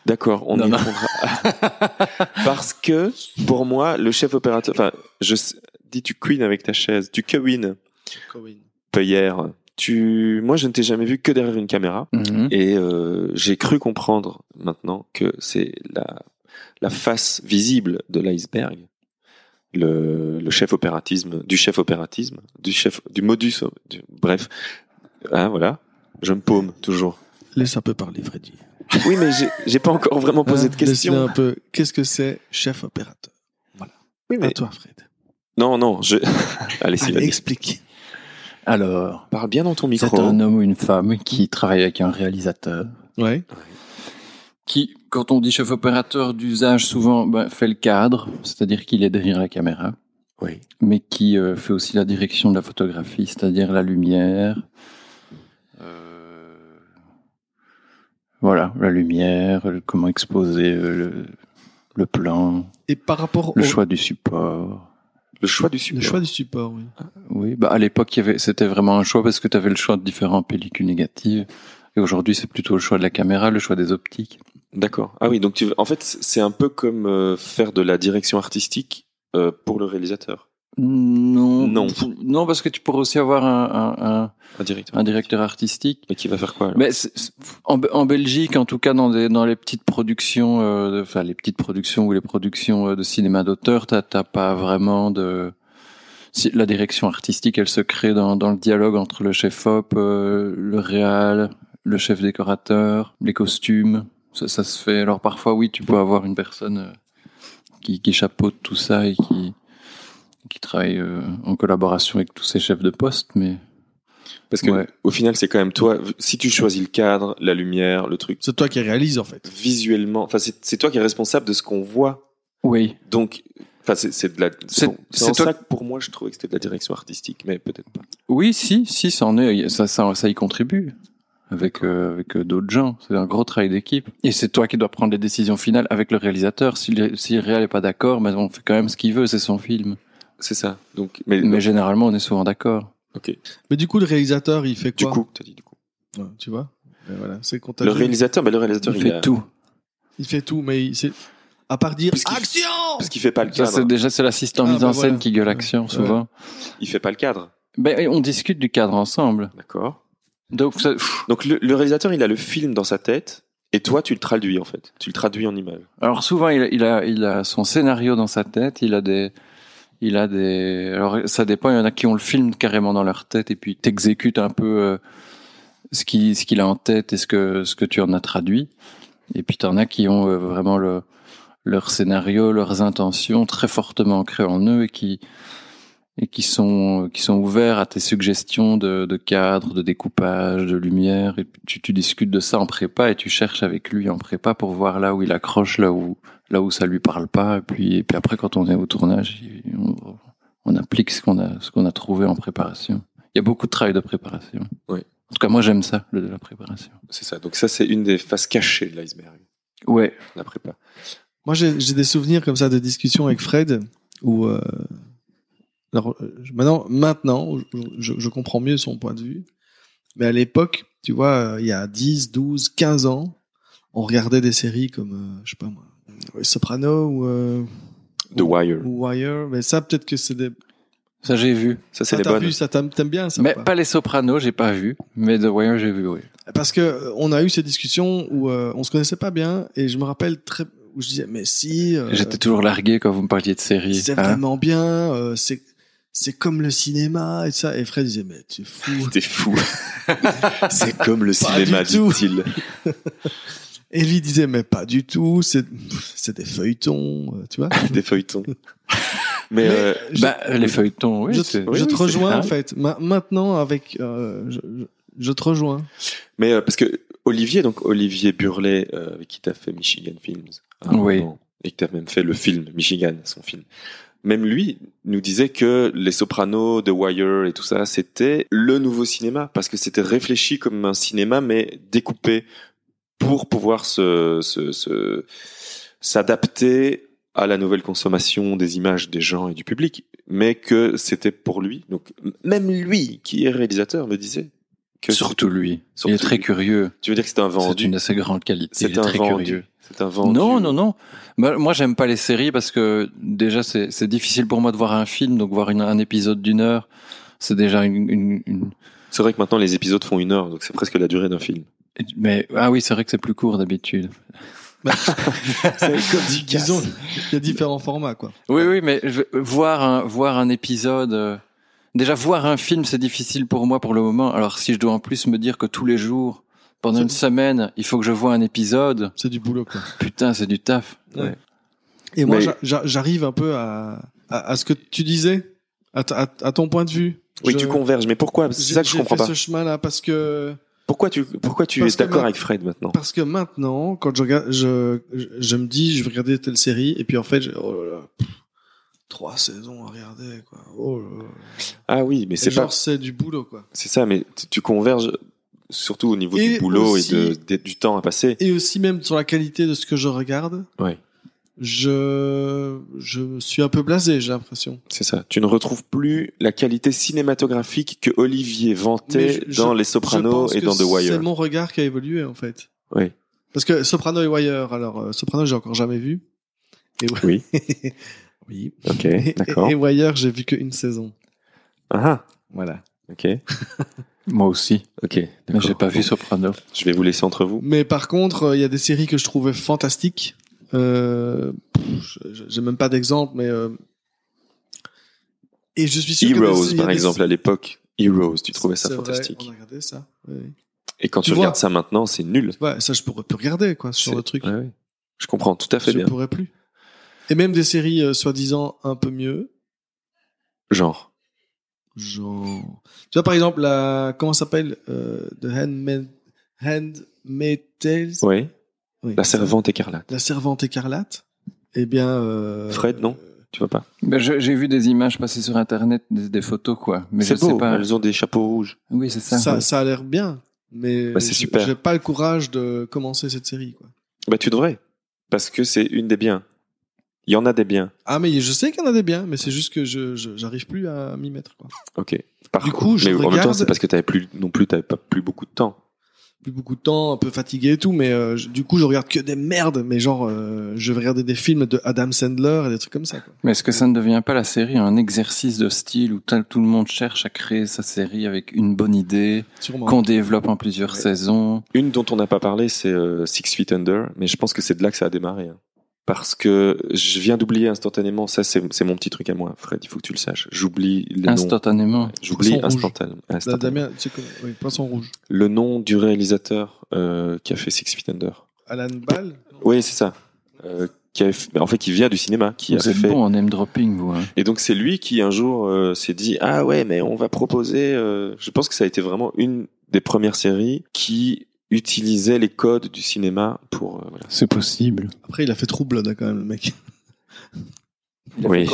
[SPEAKER 1] D'accord, on
[SPEAKER 2] Non,
[SPEAKER 1] y
[SPEAKER 2] non.
[SPEAKER 1] répondra. Parce que pour moi, le chef opérateur, enfin, je sais- dis tu queen avec ta chaise, tu queen. Payère, tu, moi, je ne t'ai jamais vu que derrière une caméra.
[SPEAKER 2] Mhm.
[SPEAKER 1] Et euh, j'ai cru comprendre maintenant que c'est la, la face visible de l'iceberg, le, le chef opératisme, du chef opératisme, du chef, du modus, du- bref, Hein, voilà. Je me paume toujours.
[SPEAKER 4] Laisse un peu parler, Freddy.
[SPEAKER 1] Oui, mais j'ai- j'ai pas encore vraiment posé de
[SPEAKER 4] Hein, laisse-le
[SPEAKER 1] questions.
[SPEAKER 4] un peu. Qu'est-ce que c'est chef opérateur
[SPEAKER 1] Oui,
[SPEAKER 4] À
[SPEAKER 1] mais
[SPEAKER 4] toi, Fred.
[SPEAKER 1] non, non. Je... Allez,
[SPEAKER 4] Allez,
[SPEAKER 1] Sylvain,
[SPEAKER 4] explique.
[SPEAKER 2] Alors.
[SPEAKER 1] parle bien dans ton
[SPEAKER 2] C'est
[SPEAKER 1] micro.
[SPEAKER 2] un homme ou une femme qui travaille avec un réalisateur.
[SPEAKER 4] Ouais.
[SPEAKER 2] qui, quand on dit chef opérateur d'usage, souvent ben, fait le cadre, c'est-à-dire qu'il est derrière la caméra,
[SPEAKER 1] Oui.
[SPEAKER 2] mais qui euh, fait aussi la direction de la photographie, c'est-à-dire la lumière. euh, Voilà, la lumière, le- comment exposer euh, le, le plan,
[SPEAKER 4] Et par rapport
[SPEAKER 2] le
[SPEAKER 4] au
[SPEAKER 2] choix du support.
[SPEAKER 1] Le choix du support.
[SPEAKER 4] le choix du support, oui.
[SPEAKER 2] Oui, bah à l'époque, il y avait- c'était vraiment un choix parce que tu avais le choix de différentes pellicules négatives. Et aujourd'hui, c'est plutôt le choix de la caméra, le choix des optiques.
[SPEAKER 1] D'accord. Ah oui, donc tu... en fait, c'est un peu comme euh, faire de la direction artistique euh, pour le réalisateur,
[SPEAKER 2] Non.
[SPEAKER 1] Non.
[SPEAKER 2] Non, parce que tu pourrais aussi avoir un, un- un-
[SPEAKER 1] un directeur.
[SPEAKER 2] un directeur artistique.
[SPEAKER 1] Mais qui va faire quoi alors
[SPEAKER 2] Mais c'est- c'est- en, Be- en Belgique, en tout cas dans, des- dans les petites productions, euh, de- enfin les petites productions ou les productions euh, de cinéma d'auteur, t'as t'as pas vraiment de si- la direction artistique, elle se crée dans, dans le dialogue entre le chef op, euh, le réal, le chef décorateur, les costumes. Ça, ça se fait. Alors parfois, oui, tu peux avoir une personne euh, qui, qui chapeaute tout ça et qui qui travaille euh, en collaboration avec tous ces chefs de poste, mais
[SPEAKER 1] Parce que
[SPEAKER 2] ouais.
[SPEAKER 1] au final, c'est quand même toi. Si tu choisis le cadre, la lumière, le truc
[SPEAKER 4] C'est toi qui réalise, en fait.
[SPEAKER 1] visuellement, enfin, c'est c'est toi qui es responsable de ce qu'on voit.
[SPEAKER 2] oui.
[SPEAKER 1] Donc, enfin, c'est c'est de la. C'est
[SPEAKER 2] C'est-
[SPEAKER 1] bon. C'est
[SPEAKER 2] c'est
[SPEAKER 1] en
[SPEAKER 2] toi-
[SPEAKER 1] ça que pour moi, je trouvais que c'était de la direction artistique, mais peut-être pas.
[SPEAKER 2] Oui, si, si, ça en est, ça, ça, ça y contribue avec euh, avec euh, d'autres gens. C'est un gros travail d'équipe. Et c'est toi qui dois prendre les décisions finales avec le réalisateur. Si le, si le réal est pas d'accord, mais on fait quand même ce qu'il veut, c'est son film.
[SPEAKER 1] C'est ça. Donc, mais,
[SPEAKER 2] Mais généralement, on est souvent d'accord.
[SPEAKER 4] Mais du coup, le réalisateur, il fait
[SPEAKER 1] du
[SPEAKER 4] quoi
[SPEAKER 1] coup, t'as dit du coup.
[SPEAKER 4] Ouais, Tu vois Ben voilà, c'est
[SPEAKER 1] Le
[SPEAKER 4] contagieux.
[SPEAKER 1] réalisateur, bah, le
[SPEAKER 2] Il
[SPEAKER 1] réalisateur, il,
[SPEAKER 2] fait
[SPEAKER 1] a-
[SPEAKER 2] tout.
[SPEAKER 4] Il fait tout, mais il- c'est à part dire
[SPEAKER 1] Parce qu'il-
[SPEAKER 4] action.
[SPEAKER 1] parce qu'il fait pas le
[SPEAKER 2] Ça, c'est
[SPEAKER 1] cadre.
[SPEAKER 2] déjà c'est l'assistant
[SPEAKER 4] Ah,
[SPEAKER 2] mise
[SPEAKER 4] bah
[SPEAKER 2] en scène
[SPEAKER 4] voilà.
[SPEAKER 2] qui gueule action souvent.
[SPEAKER 1] Il fait pas le cadre.
[SPEAKER 2] Ben, et on discute du cadre ensemble.
[SPEAKER 1] D'accord.
[SPEAKER 2] Donc ça, pff.
[SPEAKER 1] Donc le, le réalisateur, il a le film dans sa tête, et toi, tu le traduis en fait. Tu le traduis en image.
[SPEAKER 2] alors souvent il, a- il a il a son scénario dans sa tête. Il a des il a des. Alors, ça dépend. Il y en a qui ont le film carrément dans leur tête et puis t'exécutes un peu euh, ce qui ce qu'il a en tête et ce que ce que tu en as traduit. Et puis t'en as qui ont euh, vraiment le leur scénario, leurs intentions très fortement ancrées en eux et qui et qui sont qui sont ouverts à tes suggestions de, de cadre, de découpage, de lumière. Et puis tu, tu discutes de ça en prépa et tu cherches avec lui en prépa pour voir là où il accroche, là où là où ça lui parle pas. Et puis, et puis après, quand on est au tournage, on, on applique ce qu'on a, ce qu'on a trouvé en préparation. Il y a beaucoup de travail de préparation.
[SPEAKER 1] Oui.
[SPEAKER 2] En tout cas, moi, j'aime ça, le de la préparation.
[SPEAKER 1] C'est ça. Donc ça, c'est une des faces cachées de l'iceberg,
[SPEAKER 2] Ouais.
[SPEAKER 1] la prépa.
[SPEAKER 4] Moi, j'ai j'ai des souvenirs comme ça de discussions avec Fred où. euh, alors, euh, je- maintenant, maintenant je, je- je comprends mieux son point de vue. Mais à l'époque, tu vois, euh, il y a 10, 12, 15 ans, on regardait des séries comme, euh, je sais pas moi, euh, Soprano ou, euh,
[SPEAKER 1] The Wire.
[SPEAKER 4] ou Wire. Mais ça, peut-être que c'est des.
[SPEAKER 2] Ça, j'ai vu.
[SPEAKER 1] Ça, c'est
[SPEAKER 4] Ça,
[SPEAKER 1] les
[SPEAKER 4] Ah, t'as
[SPEAKER 1] bonnes.
[SPEAKER 4] vu, ça t'aimes t'aimes bien, ça ou
[SPEAKER 2] Mais
[SPEAKER 4] pas
[SPEAKER 2] pas les Sopranos, j'ai pas vu. Mais The Wire, j'ai vu, oui.
[SPEAKER 4] Parce que euh, on a eu ces discussions où euh, on se connaissait pas bien et je me rappelle très où je disais, mais si, euh,
[SPEAKER 2] J'étais toujours largué quand vous me parliez de séries.
[SPEAKER 4] c'est
[SPEAKER 1] Ah.
[SPEAKER 2] hein.
[SPEAKER 4] vraiment bien, euh, c'est, c'est comme le cinéma et tout ça. Et Fred disait, mais tu es fou.
[SPEAKER 1] T'es fou. c'est comme le
[SPEAKER 4] Pas
[SPEAKER 1] cinéma,
[SPEAKER 4] du tout.
[SPEAKER 1] dit-il.
[SPEAKER 4] Ellie disait, mais pas du tout, c'est, c'est des feuilletons, euh, tu vois.
[SPEAKER 1] Des feuilletons. Mais, euh,
[SPEAKER 4] je-
[SPEAKER 2] Bah, les feuilletons, oui.
[SPEAKER 4] je,
[SPEAKER 2] c'est-
[SPEAKER 4] je
[SPEAKER 1] oui,
[SPEAKER 4] te
[SPEAKER 1] c'est-
[SPEAKER 4] rejoins
[SPEAKER 2] ah
[SPEAKER 4] en
[SPEAKER 2] oui.
[SPEAKER 4] fait. Ma- maintenant avec, euh, je, je- je te rejoins.
[SPEAKER 1] mais euh, parce que Olivier, donc Olivier Burlet, euh, avec qui t'as fait Michigan Films, à un
[SPEAKER 2] Oui.
[SPEAKER 1] moment, et que t'as même fait le film Michigan, son film. Même lui nous disait que Les Sopranos, The Wire et tout ça, c'était le nouveau cinéma parce que c'était réfléchi comme un cinéma mais découpé pour pouvoir se se- se- s'adapter à la nouvelle consommation des images des gens et du public, mais que c'était pour lui. Donc même lui qui est réalisateur me disait que
[SPEAKER 2] Surtout lui.
[SPEAKER 1] Surtout
[SPEAKER 2] il est très
[SPEAKER 1] lui.
[SPEAKER 2] curieux.
[SPEAKER 1] Tu veux dire que c'était un
[SPEAKER 2] C'est
[SPEAKER 1] vendu
[SPEAKER 2] une assez grande qualité. Il
[SPEAKER 1] C'est
[SPEAKER 2] est
[SPEAKER 1] un
[SPEAKER 2] très
[SPEAKER 1] vendu.
[SPEAKER 2] curieux.
[SPEAKER 1] C'est un vendu.
[SPEAKER 2] Non, non, non. Bah, moi, j'aime pas les séries parce que déjà, c'est c'est difficile pour moi de voir un film, donc voir une- un épisode d'une heure, c'est déjà une, une- une-
[SPEAKER 1] C'est vrai que maintenant les épisodes font une heure, donc c'est presque la durée d'un film.
[SPEAKER 2] Mais ah oui, c'est vrai que c'est plus court d'habitude.
[SPEAKER 4] Disons, il y a différents formats quoi.
[SPEAKER 2] Oui, oui, mais je- voir un voir un épisode. euh, Déjà, voir un film, c'est difficile pour moi pour le moment. Alors, si je dois en plus me dire que tous les jours, pendant
[SPEAKER 4] C'est-
[SPEAKER 2] une semaine, il faut que je vois un épisode,
[SPEAKER 4] C'est du boulot quoi.
[SPEAKER 2] putain, c'est du taf.
[SPEAKER 4] Ouais. Et moi,
[SPEAKER 1] Mais-
[SPEAKER 4] j'a- j'a- j'arrive un peu à, à, à ce que tu disais, à, ta- à- à ton point de vue.
[SPEAKER 1] Oui,
[SPEAKER 4] Je-
[SPEAKER 1] tu converges, mais pourquoi C'est
[SPEAKER 4] j'ai-
[SPEAKER 1] ça que je
[SPEAKER 4] j'ai
[SPEAKER 1] comprends
[SPEAKER 4] fait
[SPEAKER 1] pas.
[SPEAKER 4] ce chemin-là parce que
[SPEAKER 1] Pourquoi tu, pourquoi tu es
[SPEAKER 4] Parce que
[SPEAKER 1] d'accord
[SPEAKER 4] ma-
[SPEAKER 1] avec Fred maintenant
[SPEAKER 4] parce que maintenant, quand je regarde, je, je, je me dis, je vais regarder telle série, et puis en fait, je- oh là là, pff, trois saisons à regarder quoi. Oh là là.
[SPEAKER 1] Ah oui, mais
[SPEAKER 4] Et
[SPEAKER 1] c'est
[SPEAKER 4] Genre,
[SPEAKER 1] pas,
[SPEAKER 4] c'est du boulot quoi.
[SPEAKER 1] c'est ça, mais tu, tu converges surtout au niveau
[SPEAKER 4] Et
[SPEAKER 1] du boulot
[SPEAKER 4] aussi-
[SPEAKER 1] et de, des- du temps à passer.
[SPEAKER 4] Et aussi même sur la qualité de ce que je regarde.
[SPEAKER 1] Ouais.
[SPEAKER 4] Je, je suis un peu blasé, j'ai l'impression.
[SPEAKER 1] C'est ça. Tu ne retrouves plus la qualité cinématographique que Olivier vantait
[SPEAKER 4] Mais je-
[SPEAKER 1] dans Les
[SPEAKER 4] Je
[SPEAKER 1] Sopranos
[SPEAKER 4] pense
[SPEAKER 1] et
[SPEAKER 4] que
[SPEAKER 1] dans The Wire.
[SPEAKER 4] C'est mon regard qui a évolué en fait.
[SPEAKER 1] Oui.
[SPEAKER 4] Parce que Soprano et Wire, alors euh, Soprano, j'ai encore jamais vu. Et...
[SPEAKER 1] Oui.
[SPEAKER 4] oui. Et,
[SPEAKER 1] Ok, d'accord.
[SPEAKER 4] et Wire, j'ai vu qu'une saison.
[SPEAKER 1] Ah,
[SPEAKER 4] Voilà.
[SPEAKER 1] ah, ok,
[SPEAKER 2] Moi aussi,
[SPEAKER 1] ok.
[SPEAKER 2] mais
[SPEAKER 1] d'accord.
[SPEAKER 2] j'ai pas vu Soprano.
[SPEAKER 1] Je vais vous laisser entre vous.
[SPEAKER 4] Mais par contre, euh, il y a des séries que je trouvais fantastiques. Euh, pff, je- je- j'ai même pas d'exemple, mais. euh, Et je suis sûr que. des-
[SPEAKER 1] Heroes,
[SPEAKER 4] il y a
[SPEAKER 1] par
[SPEAKER 4] des-
[SPEAKER 1] exemple, à l'époque. Heroes, tu trouvais ça
[SPEAKER 4] C'est vrai,
[SPEAKER 1] fantastique.
[SPEAKER 4] On a regardé ça. oui.
[SPEAKER 1] Et quand
[SPEAKER 4] Tu
[SPEAKER 1] tu
[SPEAKER 4] vois.
[SPEAKER 1] regardes ça maintenant, c'est nul.
[SPEAKER 4] Ouais, ça, je pourrais plus regarder, quoi, ce genre
[SPEAKER 1] C'est-
[SPEAKER 4] de truc.
[SPEAKER 1] Ouais, ouais. Je comprends tout à fait
[SPEAKER 4] je
[SPEAKER 1] bien.
[SPEAKER 4] pourrais plus. Et même des séries euh, soi-disant un peu mieux.
[SPEAKER 1] Genre.
[SPEAKER 4] Genre. Tu vois, par exemple, la. Comment ça s'appelle euh, The Handmaid... Handmaid Tales.
[SPEAKER 1] Oui.
[SPEAKER 4] Oui,
[SPEAKER 1] La
[SPEAKER 4] ça.
[SPEAKER 1] servante écarlate.
[SPEAKER 4] La servante écarlate. Eh bien. euh,
[SPEAKER 1] Fred, non
[SPEAKER 4] euh,
[SPEAKER 1] Tu vois pas
[SPEAKER 2] Ben, je- j'ai vu des images passer sur internet, des, des photos quoi, mais je
[SPEAKER 1] C'est beau.
[SPEAKER 2] sais pas.
[SPEAKER 1] Elles ont des chapeaux rouges.
[SPEAKER 2] Oui, c'est ça.
[SPEAKER 4] Ça, ça a l'air bien. Mais
[SPEAKER 1] Bah, c'est
[SPEAKER 4] je-
[SPEAKER 1] super.
[SPEAKER 4] j'ai pas le courage de commencer cette série. Quoi.
[SPEAKER 1] Bah, tu devrais. Parce que c'est une des biens. Il y en a des biens.
[SPEAKER 4] Ah, mais je sais qu'il y en a des biens, mais c'est juste que je, je- j'arrive plus à m'y mettre. Quoi.
[SPEAKER 1] Ok. Par
[SPEAKER 4] Du
[SPEAKER 1] contre-
[SPEAKER 4] coup, je
[SPEAKER 1] mais en même temps,
[SPEAKER 4] regarde-
[SPEAKER 1] c'est parce que t'avais plus non plus, t'avais pas plus beaucoup de temps.
[SPEAKER 4] Plus beaucoup de temps, un peu fatigué et tout, mais euh, je- du coup, je regarde que des merdes. Mais genre, euh, je vais regarder des films de Adam Sandler et des trucs comme ça. Quoi.
[SPEAKER 2] Mais est-ce que ça ne devient pas la série un exercice de style où tel- tout le monde cherche à créer sa série avec une bonne idée
[SPEAKER 4] Sûrement.
[SPEAKER 2] qu'on développe en plusieurs
[SPEAKER 4] Ouais.
[SPEAKER 2] saisons
[SPEAKER 1] Une dont on n'a pas parlé, c'est euh, Six Feet Under, mais je pense que c'est de là que ça a démarré. hein. Parce que je viens d'oublier instantanément, ça c'est c'est mon petit truc à moi, Fred, il faut que tu le saches. J'oublie les noms.
[SPEAKER 2] instantanément
[SPEAKER 1] J'oublie
[SPEAKER 4] Poisson rouge.
[SPEAKER 1] instantanément.
[SPEAKER 2] Bah,
[SPEAKER 4] La
[SPEAKER 1] instantanément.
[SPEAKER 4] Bah, Damien, c'est comme- oui, Poisson Rouge.
[SPEAKER 1] Le nom du réalisateur euh, qui a fait Six Feet Under.
[SPEAKER 4] Alan Ball
[SPEAKER 1] Oui, c'est ça. Euh, qui avait fait- en fait, qui vient du cinéma, qui a
[SPEAKER 2] Vous
[SPEAKER 1] fait.
[SPEAKER 2] êtes bon en name dropping vous. hein.
[SPEAKER 1] Et donc c'est lui qui un jour euh, s'est dit ah ouais mais on va proposer. euh, Je pense que ça a été vraiment une des premières séries qui utilisait les codes du cinéma pour. euh, voilà.
[SPEAKER 2] C'est possible.
[SPEAKER 4] Après, il a fait True Blood, hein, quand même, le mec.
[SPEAKER 1] Oui.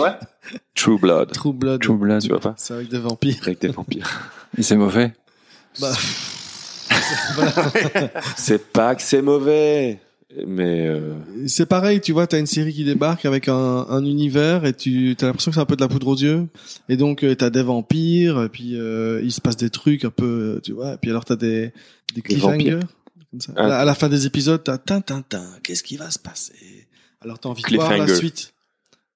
[SPEAKER 1] True Blood.
[SPEAKER 4] True Blood,
[SPEAKER 2] True Blood.
[SPEAKER 1] Tu vois pas
[SPEAKER 4] c'est avec des vampires.
[SPEAKER 1] Avec des vampires.
[SPEAKER 2] Et c'est mauvais.
[SPEAKER 4] Bah,
[SPEAKER 1] c'est pas que c'est mauvais, mais euh,
[SPEAKER 4] c'est pareil, tu vois, t'as une série qui débarque avec un, un univers et tu t'as l'impression que c'est un peu de la poudre aux yeux. Et donc, euh, t'as des vampires, et puis euh, il se passe des trucs un peu, euh, tu vois. Et puis alors, t'as des, des cliffhangers. Comme ça.
[SPEAKER 1] Ah.
[SPEAKER 4] À, la, à la fin des épisodes, t'as Tintintin, qu'est-ce qui va se passer Alors, t'as envie de voir la
[SPEAKER 1] Cliffhanger.
[SPEAKER 4] suite.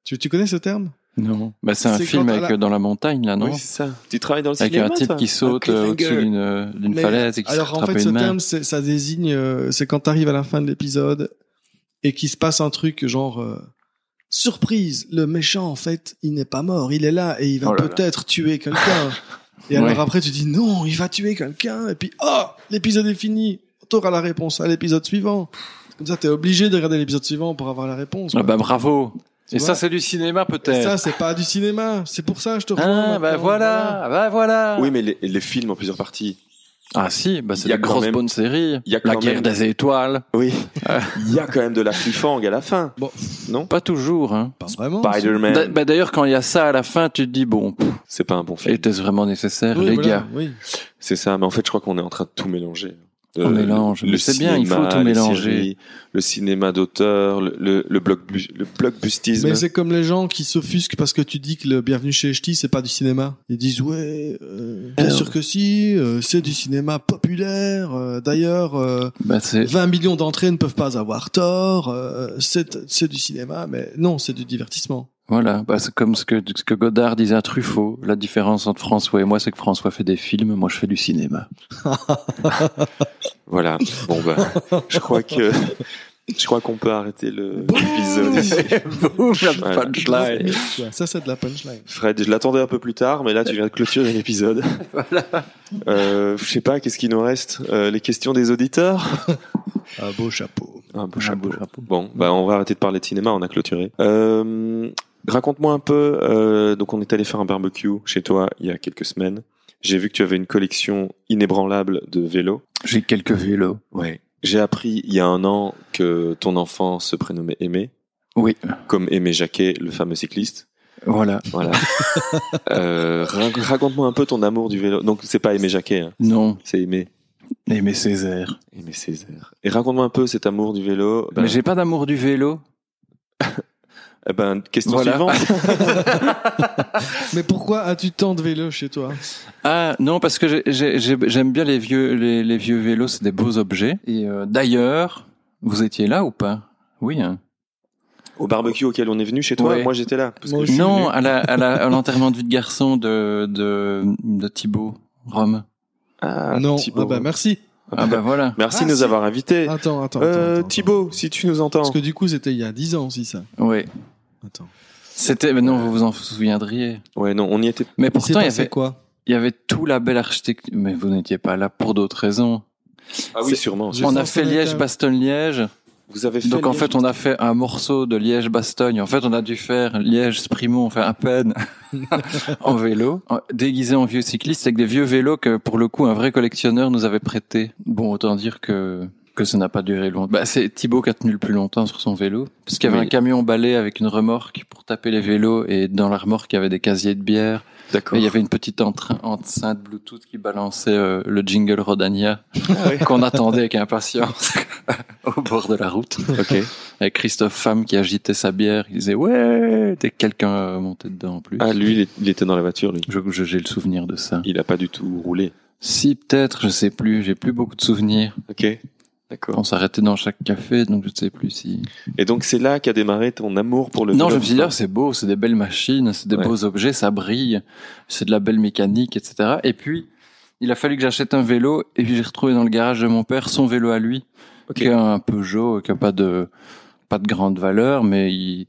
[SPEAKER 4] Tu, tu connais ce terme
[SPEAKER 2] Non. Bah, c'est un
[SPEAKER 4] C'est
[SPEAKER 2] film
[SPEAKER 4] quand
[SPEAKER 2] avec
[SPEAKER 4] à la-
[SPEAKER 2] euh, dans la montagne là non
[SPEAKER 1] oui c'est ça. Tu travailles dans le
[SPEAKER 2] Avec
[SPEAKER 1] cinéma
[SPEAKER 2] un type
[SPEAKER 1] toi
[SPEAKER 2] qui saute euh, au-dessus d'une euh, d'une
[SPEAKER 4] Mais-
[SPEAKER 2] falaise et qui se
[SPEAKER 4] Alors en
[SPEAKER 2] rattrape à
[SPEAKER 4] fait, ce
[SPEAKER 2] une main.
[SPEAKER 4] terme, c'est- ça désigne, euh, c'est quand t'arrives à la fin de l'épisode et qu'il se passe un truc genre euh, surprise, le méchant en fait, il n'est pas mort, il est là et il va
[SPEAKER 2] Oh là là.
[SPEAKER 4] peut-être tuer quelqu'un. et alors
[SPEAKER 2] Ouais.
[SPEAKER 4] après tu dis non, il va tuer quelqu'un et puis oh, l'épisode est fini, t'auras la réponse à l'épisode suivant. Comme ça, t'es obligé de regarder l'épisode suivant pour avoir la réponse.
[SPEAKER 2] Ah
[SPEAKER 4] quoi.
[SPEAKER 2] bah bravo. Et
[SPEAKER 4] Tu vois
[SPEAKER 2] ça, c'est du cinéma
[SPEAKER 4] Et
[SPEAKER 2] peut-être.
[SPEAKER 4] ça, c'est pas du cinéma. C'est pour ça, je te rejoins
[SPEAKER 2] Ah bah
[SPEAKER 4] maintenant.
[SPEAKER 2] voilà, bah voilà.
[SPEAKER 1] Oui, mais les, les films en plusieurs parties.
[SPEAKER 2] Ah si, bah c'est
[SPEAKER 1] Il y a
[SPEAKER 2] des
[SPEAKER 1] quand
[SPEAKER 2] grosses
[SPEAKER 1] même-
[SPEAKER 2] bonnes séries.
[SPEAKER 1] il y a quand
[SPEAKER 2] La guerre
[SPEAKER 1] même-
[SPEAKER 2] des étoiles.
[SPEAKER 1] Oui.
[SPEAKER 2] Ah.
[SPEAKER 1] Il y a quand même de la cliffhang à la fin.
[SPEAKER 4] Bon.
[SPEAKER 1] Non
[SPEAKER 2] Pas toujours. Hein.
[SPEAKER 4] Pas vraiment.
[SPEAKER 2] D'a-
[SPEAKER 1] Spider-Man.
[SPEAKER 2] bah, D'ailleurs, quand il y a ça à la fin, tu te dis, bon, pff,
[SPEAKER 1] C'est pas un bon film.
[SPEAKER 2] était-ce vraiment nécessaire,
[SPEAKER 4] Oui,
[SPEAKER 2] les
[SPEAKER 4] voilà,
[SPEAKER 2] gars
[SPEAKER 4] oui.
[SPEAKER 1] C'est ça, mais en fait, je crois qu'on est en train de tout mélanger. Euh,
[SPEAKER 2] On mélange, mais c'est bien, il faut tout
[SPEAKER 1] les
[SPEAKER 2] mélanger.
[SPEAKER 1] séries, le cinéma d'auteur, le, le, le, blockbu- le blockbustisme.
[SPEAKER 4] Mais c'est comme les gens qui s'offusquent parce que tu dis que le Bienvenue chez Ch'ti, c'est pas du cinéma. Ils disent, ouais, euh, bien sûr que si, euh, c'est du cinéma populaire. euh, D'ailleurs, euh,
[SPEAKER 2] bah, c'est-
[SPEAKER 4] 20 millions d'entrées ne peuvent pas avoir tort. euh, c'est c'est du cinéma, mais non, c'est du divertissement.
[SPEAKER 2] Voilà, bah, c'est comme ce que, ce que Godard disait à Truffaut. La différence entre François et moi, c'est que François fait des films, moi je fais du cinéma.
[SPEAKER 1] Voilà. Bon, bah, je crois que, je crois qu'on peut arrêter le- l'épisode ici.
[SPEAKER 2] Boum, la
[SPEAKER 1] Ouais.
[SPEAKER 2] punchline.
[SPEAKER 4] Ouais, ça, c'est de la punchline.
[SPEAKER 1] Fred, je l'attendais un peu plus tard, mais là, tu viens de clôturer l'épisode. Euh, je sais pas, qu'est-ce qu'il nous reste? Euh, les questions des auditeurs?
[SPEAKER 4] Un beau chapeau.
[SPEAKER 1] Un beau
[SPEAKER 2] Un beau
[SPEAKER 1] chapeau.
[SPEAKER 2] chapeau.
[SPEAKER 1] Bon, bah, on va arrêter de parler de cinéma, on a clôturé. Euh, Raconte-moi un peu, euh, donc on est allé faire un barbecue chez toi il y a quelques semaines. J'ai vu que tu avais une collection inébranlable de vélos.
[SPEAKER 2] J'ai quelques vélos.
[SPEAKER 1] Ouais. J'ai appris il y a un an que ton enfant se prénommait Aimé,
[SPEAKER 2] Oui,
[SPEAKER 1] comme Aimé Jacquet, le fameux cycliste.
[SPEAKER 2] voilà.
[SPEAKER 1] Voilà. Euh, rac- Raconte-moi un peu ton amour du vélo. Donc c'est pas Aimé Jacquet, hein,
[SPEAKER 2] Non,
[SPEAKER 1] c'est Aimé.
[SPEAKER 2] Aimé Césaire.
[SPEAKER 1] Aimé Césaire. Et raconte-moi un peu cet amour du vélo. Ben,
[SPEAKER 2] Mais j'ai pas d'amour du vélo.
[SPEAKER 1] eh ben, question
[SPEAKER 2] Voilà.
[SPEAKER 1] suivante.
[SPEAKER 4] Mais pourquoi as-tu tant de vélos chez toi
[SPEAKER 2] Ah non, parce que j'ai- j'ai- j'ai- j'aime bien les vieux, les, les vieux vélos, c'est des beaux objets. Et euh, d'ailleurs, vous étiez là ou pas Oui. Hein.
[SPEAKER 1] Au barbecue auquel on est venu chez toi,
[SPEAKER 2] Ouais.
[SPEAKER 1] moi j'étais là. Parce que-
[SPEAKER 4] Moi aussi.
[SPEAKER 2] Non, à la- à la- à l'enterrement de vie de garçon de, de, de Thibaut Rome.
[SPEAKER 1] Ah,
[SPEAKER 4] Non.
[SPEAKER 1] Thibaut.
[SPEAKER 4] Ah bah merci.
[SPEAKER 2] Ah bah voilà.
[SPEAKER 1] Merci
[SPEAKER 4] Ah,
[SPEAKER 1] de nous
[SPEAKER 4] si.
[SPEAKER 1] avoir invités.
[SPEAKER 4] Attends, attends.
[SPEAKER 1] Euh,
[SPEAKER 4] attends, attends,
[SPEAKER 1] Thibaut,
[SPEAKER 4] attends.
[SPEAKER 1] si tu nous entends.
[SPEAKER 4] Parce que du coup, c'était il y a 10 ans aussi, ça.
[SPEAKER 2] Oui.
[SPEAKER 4] Attends.
[SPEAKER 2] C'était. mais Non, vous vous en souviendriez.
[SPEAKER 1] Ouais, non, on y était.
[SPEAKER 2] Mais
[SPEAKER 4] Il s'est
[SPEAKER 2] pourtant, il y
[SPEAKER 4] passé
[SPEAKER 2] avait,
[SPEAKER 4] quoi
[SPEAKER 2] il y avait tout la belle architecture. Mais vous n'étiez pas là pour d'autres raisons.
[SPEAKER 1] Ah oui,
[SPEAKER 2] C'est-
[SPEAKER 1] sûrement.
[SPEAKER 4] Je
[SPEAKER 2] on a
[SPEAKER 4] sens
[SPEAKER 2] fait
[SPEAKER 4] que ça va être un-
[SPEAKER 2] Liège-Bastogne-Liège.
[SPEAKER 1] Vous avez fait.
[SPEAKER 2] Donc en
[SPEAKER 1] les-
[SPEAKER 2] fait, on a fait un morceau de Liège-Bastogne. En fait, on a dû faire Liège-Sprimont, enfin à peine, en vélo, en- déguisé en vieux cycliste avec des vieux vélos que pour le coup un vrai collectionneur nous avait prêté. Bon, autant dire que que ça n'a pas duré longtemps. Bah, c'est Thibaut qui a tenu le plus longtemps sur son vélo, parce qu'il y avait
[SPEAKER 1] Oui.
[SPEAKER 2] un camion balai avec une remorque pour taper les vélos, et dans la remorque, il y avait des casiers de bière, et
[SPEAKER 1] D'accord.
[SPEAKER 2] il y avait une petite entra- enceinte Bluetooth qui balançait euh, le jingle Rodania,
[SPEAKER 1] ouais.
[SPEAKER 2] qu'on attendait avec impatience au bord de la route
[SPEAKER 1] Ok.
[SPEAKER 2] avec Christophe Femme qui agitait sa bière, il disait ouais, dès que quelqu'un euh, montait dedans en plus.
[SPEAKER 1] Ah, lui, il est- il était dans la voiture, lui.
[SPEAKER 2] Je- je- j'ai le souvenir de ça.
[SPEAKER 1] Il a pas du tout roulé.
[SPEAKER 2] Si peut-être, je sais plus, j'ai plus beaucoup de souvenirs.
[SPEAKER 1] Ok. D'accord.
[SPEAKER 2] On s'arrêtait dans chaque café, donc je ne sais plus si.
[SPEAKER 1] Et donc, c'est là qu'a démarré ton amour pour le
[SPEAKER 2] non,
[SPEAKER 1] vélo.
[SPEAKER 2] je me suis dit, ah, c'est beau, c'est des belles machines, c'est des
[SPEAKER 1] Ouais.
[SPEAKER 2] beaux objets, ça brille, c'est de la belle mécanique, etc. Et puis, il a fallu que j'achète un vélo, et puis j'ai retrouvé dans le garage de mon père son vélo à lui,
[SPEAKER 1] Ok.
[SPEAKER 2] qui est un Peugeot, qui a pas de, pas de grande valeur, mais il,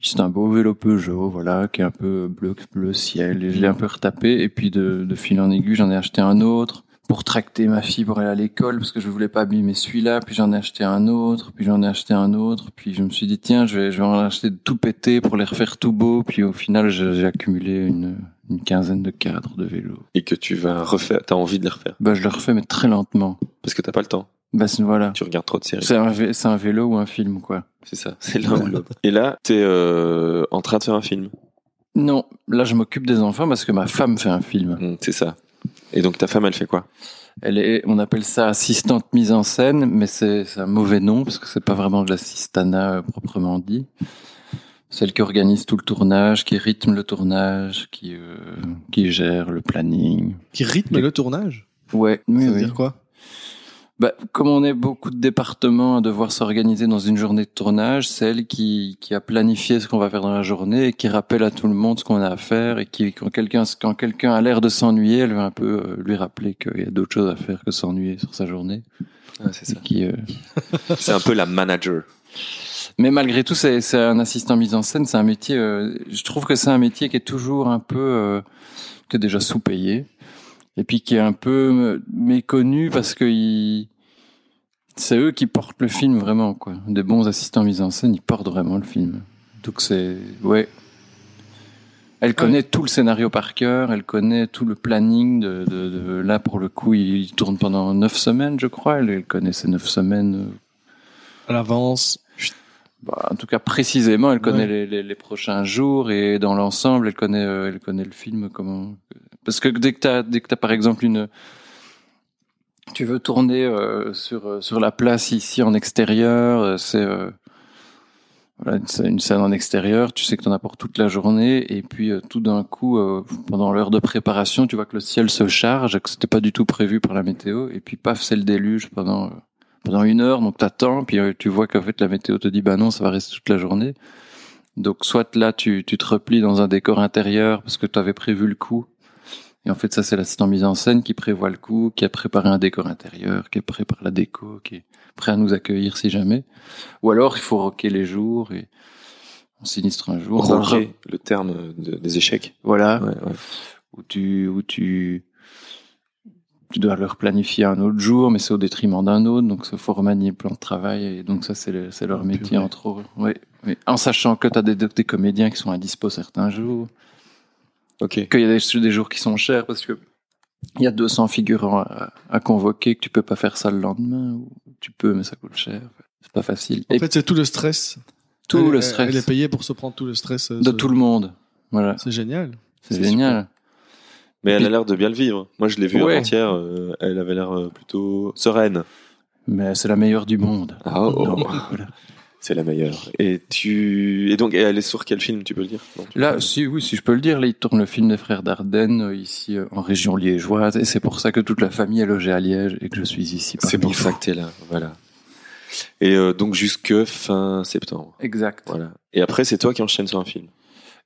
[SPEAKER 2] c'est un beau vélo Peugeot, voilà, qui est un peu bleu, bleu ciel, et je l'ai un peu retapé, et puis de, de fil en aiguille, j'en ai acheté un autre, pour tracter ma fille pour aller à l'école, parce que je voulais pas abîmer celui-là, puis j'en ai acheté un autre, puis j'en ai acheté un autre, puis je me suis dit, tiens, je vais, je vais en acheter tout pété pour les refaire tout beau, puis au final, je- j'ai accumulé une, une quinzaine de cadres de vélo.
[SPEAKER 1] Et que tu vas refaire. T'as envie de le refaire.
[SPEAKER 2] Bah, je le refais, mais très lentement.
[SPEAKER 1] Parce que t'as pas le temps.
[SPEAKER 2] Bah, c'est- voilà.
[SPEAKER 1] Tu regardes trop de séries.
[SPEAKER 2] C'est un, vé- c'est un vélo ou un film, quoi.
[SPEAKER 1] C'est ça. C'est l'un ou l'autre. Et là, t'es euh, en train de faire un film.
[SPEAKER 2] Non, là je m'occupe des enfants parce que ma femme fait un film.
[SPEAKER 1] Mm, c'est ça. Et donc, ta femme, elle fait quoi
[SPEAKER 2] Elle est, on appelle ça assistante mise en scène, mais c'est c'est un mauvais nom parce que c'est pas vraiment de l'assistana euh, proprement dit. Celle qui organise tout le tournage, qui rythme le tournage, qui euh, qui gère le planning.
[SPEAKER 4] Qui rythme le tournage
[SPEAKER 2] Ouais,
[SPEAKER 4] Ça
[SPEAKER 2] oui,
[SPEAKER 4] veut
[SPEAKER 2] oui.
[SPEAKER 4] dire quoi
[SPEAKER 2] Bah, comme on est beaucoup de départements à devoir s'organiser dans une journée de tournage, c'est elle qui, qui a planifié ce qu'on va faire dans la journée et qui rappelle à tout le monde ce qu'on a à faire et qui, quand quelqu'un, quand quelqu'un a l'air de s'ennuyer, elle va un peu euh, lui rappeler qu'il y a d'autres choses à faire que s'ennuyer sur sa journée.
[SPEAKER 1] ah, C'est
[SPEAKER 2] Et qui, euh,
[SPEAKER 1] C'est un peu la manager.
[SPEAKER 2] Mais malgré tout, c'est c'est un assistant mise en scène, c'est un métier. euh, je trouve que c'est un métier qui est toujours un peu, euh, qui est déjà sous-payé, et puis qui est un peu euh, méconnu parce que ils- c'est eux qui portent le film vraiment, quoi. Des bons assistants mise en scène, ils portent vraiment le film. Donc c'est, ouais. Elle connaît tout le scénario par cœur, elle connaît tout le planning de, de- de- là pour le coup, il tourne pendant neuf semaines, je crois. Elle, elle connaît ces neuf semaines. euh,
[SPEAKER 4] À l'avance.
[SPEAKER 2] bah, en tout cas, précisément, elle connaît les,
[SPEAKER 4] Ouais.
[SPEAKER 2] les- les prochains jours et dans l'ensemble, elle connaît, euh, elle connaît le film. Comment Parce que dès que t'as, dès que t'as par exemple une, tu veux tourner euh, sur euh, sur la place ici en extérieur, euh, c'est euh, voilà, c'est une scène en extérieur. Tu sais que t'en as pour toute la journée et puis euh, tout d'un coup, euh, pendant l'heure de préparation, tu vois que le ciel se charge, que c'était pas du tout prévu par la météo et puis paf, c'est le déluge pendant. euh, pendant une heure, donc t'attends, puis euh, tu vois qu'en fait la météo te dit bah non, ça va rester toute la journée. Donc soit là tu, tu te replies dans un décor intérieur parce que tu avais prévu le coup. Et en fait ça c'est l'assistant mise en scène qui prévoit le coup, qui a préparé un décor intérieur, qui est prêt par la déco, qui est prêt à nous accueillir si jamais. Ou alors il faut roquer les jours et on sinistre un jour. On
[SPEAKER 1] Roger, le terme de- des échecs.
[SPEAKER 2] Voilà
[SPEAKER 1] Ouais, ouais.
[SPEAKER 2] où tu où tu tu dois leur planifier un autre jour, mais c'est au détriment d'un autre, donc il faut remanier le plan de travail, et donc ça, c'est le- c'est leur métier, entre autres. Ouais, ouais. En sachant que tu as des, des comédiens qui sont indispo certains jours,
[SPEAKER 1] Ok.
[SPEAKER 2] qu'il y a des, des jours qui sont chers, parce que il y a 200 figurants à, à convoquer, que tu peux pas faire ça le lendemain, ou tu peux, mais ça coûte cher, c'est pas facile.
[SPEAKER 4] En
[SPEAKER 2] et
[SPEAKER 4] fait, c'est tout le stress.
[SPEAKER 2] tout
[SPEAKER 4] Elle-
[SPEAKER 2] le
[SPEAKER 4] elle- Elle est
[SPEAKER 2] stress
[SPEAKER 4] payée pour se prendre tout le stress. euh,
[SPEAKER 2] de
[SPEAKER 4] ce-
[SPEAKER 2] tout le monde, voilà,
[SPEAKER 4] C'est génial.
[SPEAKER 2] c'est
[SPEAKER 1] c'est
[SPEAKER 2] génial.
[SPEAKER 1] Mais elle a l'air de bien le vivre. Moi, je l'ai vue
[SPEAKER 2] Ouais.
[SPEAKER 1] avant-hier. euh, elle avait l'air euh, plutôt sereine.
[SPEAKER 2] Mais c'est la meilleure du monde.
[SPEAKER 1] Ah, oh, oh.
[SPEAKER 2] Donc, voilà.
[SPEAKER 1] C'est la meilleure. Et tu et donc et elle est sur quel film Tu peux le dire Non, tu-
[SPEAKER 2] Là, si, oui, si je peux le dire, là, il tourne le film des frères Dardenne euh, ici euh, en région liégeoise, et c'est pour ça que toute la famille est logée à Liège et que je suis ici. parmi
[SPEAKER 1] c'est pour
[SPEAKER 2] vous.
[SPEAKER 1] ça que t'es là. Voilà. Et euh, donc jusque fin septembre.
[SPEAKER 2] Exact.
[SPEAKER 1] Voilà. Et après, c'est toi qui enchaînes sur un film.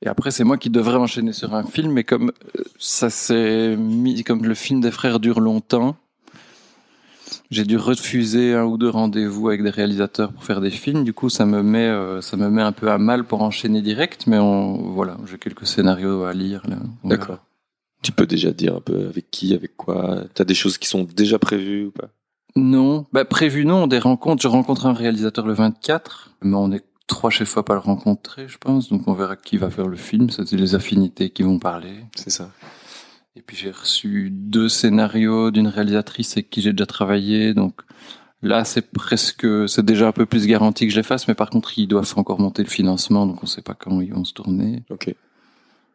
[SPEAKER 2] Et après, c'est moi qui devrais enchaîner sur un film, mais comme euh, ça s'est mis, comme le film des frères dure longtemps, j'ai dû refuser un ou deux rendez-vous avec des réalisateurs pour faire des films. Du coup, ça me met, euh, ça me met un peu à mal pour enchaîner direct, mais on, voilà, j'ai quelques scénarios à lire. là. On verra.
[SPEAKER 1] D'accord. Tu peux déjà dire un peu avec qui, avec quoi. T'as des choses qui sont déjà prévues ou pas
[SPEAKER 2] Non, bah prévu non, des rencontres. Je rencontre un réalisateur le 24, mais on est trois chefs à pas le rencontrer, je pense. Donc on verra qui va faire le film. Ça, C'est les affinités qui vont parler.
[SPEAKER 1] C'est ça.
[SPEAKER 2] Et puis j'ai reçu deux scénarios d'une réalisatrice avec qui j'ai déjà travaillé. Donc là, c'est presque, c'est déjà un peu plus garanti que je les fasse. Mais par contre, ils doivent encore monter le financement, donc on sait pas quand ils vont se tourner.
[SPEAKER 1] Ok.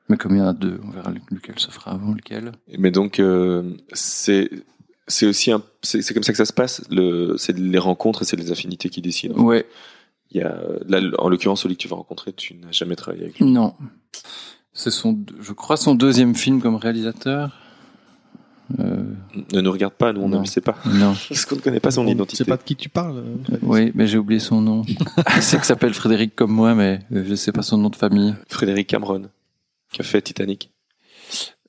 [SPEAKER 2] Mais comme il y en a deux, on verra lequel se fera avant lequel.
[SPEAKER 1] Mais donc euh, c'est c'est aussi un c'est c'est comme ça que ça se passe. Le c'est les rencontres et c'est les affinités qui décident.
[SPEAKER 2] Ouais.
[SPEAKER 1] Il y a euh, là en l'occurrence celui que tu vas rencontrer, tu n'as jamais travaillé avec lui.
[SPEAKER 2] Non. C'est son, je crois, son deuxième film comme réalisateur. Euh,
[SPEAKER 1] Ne nous regarde pas, nous on ne
[SPEAKER 2] Non.
[SPEAKER 1] le sait pas.
[SPEAKER 2] non.
[SPEAKER 1] Parce qu'on ne connaît pas son
[SPEAKER 4] On-
[SPEAKER 1] identité.
[SPEAKER 4] Je sais pas de qui tu parles. euh,
[SPEAKER 2] Oui, mais j'ai oublié son nom. Je sais que s'appelle Frédéric comme moi, mais euh, je sais pas son nom de famille.
[SPEAKER 1] Frédéric Cameron, qui a fait Titanic.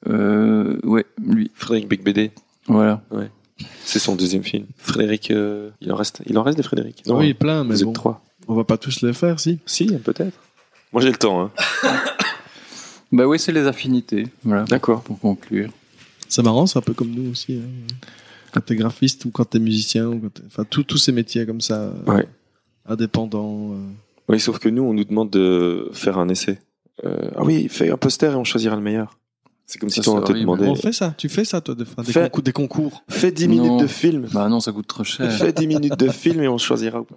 [SPEAKER 2] Euh, ouais, lui.
[SPEAKER 1] Frédéric Big BD,
[SPEAKER 2] Voilà.
[SPEAKER 1] c'est son deuxième film. Frédéric, euh, il en reste, il en reste des Frédéric. Non,
[SPEAKER 4] Ah oui, plein, mais
[SPEAKER 1] vous
[SPEAKER 4] bon,
[SPEAKER 1] êtes trois.
[SPEAKER 4] on va pas tous les faire, si.
[SPEAKER 1] Si, peut-être. Moi j'ai le temps. Hein.
[SPEAKER 2] Bah oui, c'est les affinités. Voilà.
[SPEAKER 1] D'accord.
[SPEAKER 2] Pour conclure.
[SPEAKER 4] C'est marrant, c'est un peu comme nous aussi. hein. Quand t'es graphiste ou quand t'es musicien, ou quand t'es- enfin tous tous ces métiers comme ça, euh,
[SPEAKER 1] Ouais.
[SPEAKER 4] indépendants. euh.
[SPEAKER 1] Oui, sauf que nous on nous demande de faire un essai. Euh, ah oui, fais un poster et on choisira le meilleur. C'est comme
[SPEAKER 2] Ça,
[SPEAKER 1] si on
[SPEAKER 2] c'est
[SPEAKER 1] te
[SPEAKER 2] horrible.
[SPEAKER 1] demandait.
[SPEAKER 4] On fait ça, tu fais ça toi, des, fois, des,
[SPEAKER 1] Fais-
[SPEAKER 4] concours, des concours.
[SPEAKER 1] Fais 10
[SPEAKER 2] Non.
[SPEAKER 1] minutes de film.
[SPEAKER 2] Bah non, ça coûte trop cher.
[SPEAKER 1] Fais 10 minutes de film et on choisira. ou pas.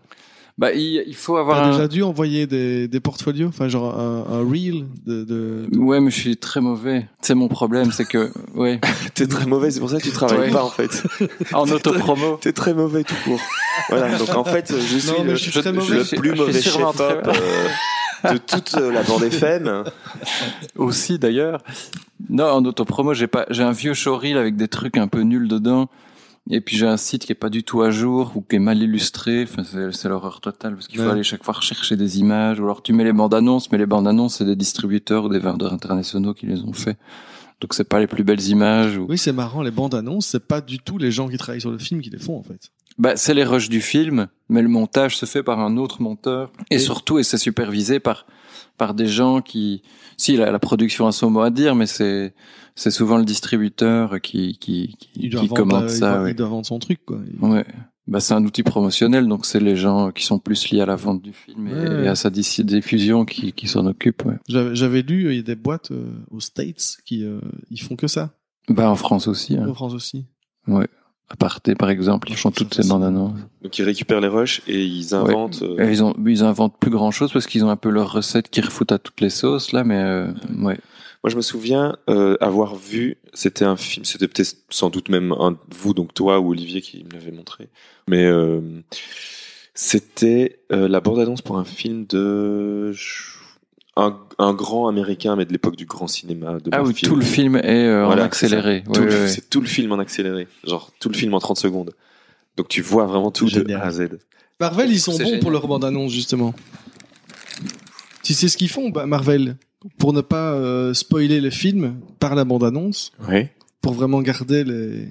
[SPEAKER 2] Bah il, il faut
[SPEAKER 4] T'as
[SPEAKER 2] avoir. un-
[SPEAKER 4] déjà dû envoyer des, des portfolios, enfin genre un, un reel de, de-
[SPEAKER 2] Ouais, mais je suis très mauvais. C'est mon problème, c'est que ouais,
[SPEAKER 1] T'es très mauvais, c'est pour ça que tu travailles
[SPEAKER 2] Ouais.
[SPEAKER 1] pas en fait.
[SPEAKER 2] en autopromo.
[SPEAKER 1] T'es très mauvais tout court. voilà, donc en fait, je suis,
[SPEAKER 4] Non, mais
[SPEAKER 1] le,
[SPEAKER 4] je suis très
[SPEAKER 1] le
[SPEAKER 4] mauvais.
[SPEAKER 2] Je suis-
[SPEAKER 1] plus
[SPEAKER 2] je suis
[SPEAKER 1] mauvais chef
[SPEAKER 2] sûrement très
[SPEAKER 1] hop euh, de toute euh, la bande FM.
[SPEAKER 2] aussi d'ailleurs. Non, en autopromo, j'ai pas, j'ai un vieux showreel avec des trucs un peu nuls dedans. Et puis j'ai un site qui est pas du tout à jour ou qui est mal illustré. Enfin, c'est, c'est l'horreur totale parce qu'il faut
[SPEAKER 4] Ouais.
[SPEAKER 2] aller chaque fois rechercher des images. Ou alors tu mets les bandes annonces, mais les bandes annonces c'est des distributeurs ou des vendeurs internationaux qui les ont fait. Donc c'est pas les plus belles images. Ou...
[SPEAKER 4] Oui, c'est marrant, les bandes annonces, c'est pas du tout les gens qui travaillent sur le film qui les font en fait.
[SPEAKER 2] Bah c'est les rushs du film. mais le montage se fait par un autre monteur et,
[SPEAKER 4] Et-
[SPEAKER 2] surtout et c'est supervisé par par des gens qui si la, la production a son mot à dire mais c'est c'est souvent le distributeur qui qui qui,
[SPEAKER 4] Il doit
[SPEAKER 2] qui
[SPEAKER 4] vendre,
[SPEAKER 2] commande
[SPEAKER 4] euh, il
[SPEAKER 2] ça
[SPEAKER 4] doit-
[SPEAKER 2] ouais.
[SPEAKER 4] il doit vendre son truc, quoi.
[SPEAKER 2] Ouais. Bah, c'est un outil promotionnel, donc c'est les gens qui sont plus liés à la vente du film et,
[SPEAKER 4] Ouais.
[SPEAKER 2] et à sa dis- diffusion qui, qui s'en occupent. ouais.
[SPEAKER 4] J'avais j'avais lu, euh, il y a des boîtes euh, aux States qui euh, ils font que ça.
[SPEAKER 2] Bah, en France aussi. Hein.
[SPEAKER 4] En France aussi.
[SPEAKER 2] Aparté, par exemple, ils font toutes ces bandes annonces.
[SPEAKER 1] Donc ils récupèrent les rushs et ils inventent. euh,
[SPEAKER 2] Et ils, ont, ils inventent plus grand chose parce qu'ils ont un peu leur recette qui refoutent à toutes les sauces, là, mais euh, ouais.
[SPEAKER 1] Moi, je me souviens euh, avoir vu, c'était un film, c'était peut-être sans doute même un, de vous, donc toi ou Olivier qui me l'avait montré, mais euh, c'était euh, la bande-annonce pour un film de un, un grand américain, mais de l'époque du grand cinéma. De
[SPEAKER 2] Ah oui,
[SPEAKER 1] Barfield.
[SPEAKER 2] tout le film est euh,
[SPEAKER 1] Voilà,
[SPEAKER 2] en accéléré.
[SPEAKER 1] Tout
[SPEAKER 2] Ouais,
[SPEAKER 1] le-
[SPEAKER 2] ouais, ouais.
[SPEAKER 1] C'est tout le film en accéléré, genre tout le film en 30 secondes. Donc tu vois vraiment tout de
[SPEAKER 4] Génial.
[SPEAKER 1] A à Z.
[SPEAKER 4] Marvel, ils sont bons
[SPEAKER 2] C'est génial.
[SPEAKER 4] pour leur bande-annonce, justement. Tu sais ce qu'ils font, bah, Marvel Pour ne pas euh, spoiler le film par la bande-annonce,
[SPEAKER 1] Ouais.
[SPEAKER 4] pour vraiment garder les...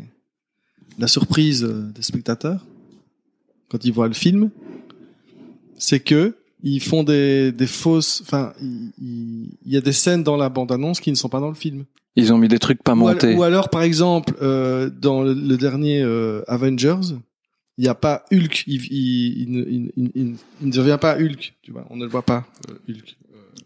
[SPEAKER 4] la surprise euh, des spectateurs quand ils voient le film, c'est que ils font des, des fausses... Enfin, il- il il y a des scènes dans la bande-annonce qui ne sont pas dans le film.
[SPEAKER 2] Ils ont mis des trucs pas
[SPEAKER 4] Ou al-
[SPEAKER 2] montés.
[SPEAKER 4] Ou, alors, par exemple, euh, dans le, le dernier euh, Avengers, il n'y a pas Hulk. Il, il, il ne- il- il- il- il ne devient pas Hulk. Tu vois, on ne le voit pas, euh, Hulk.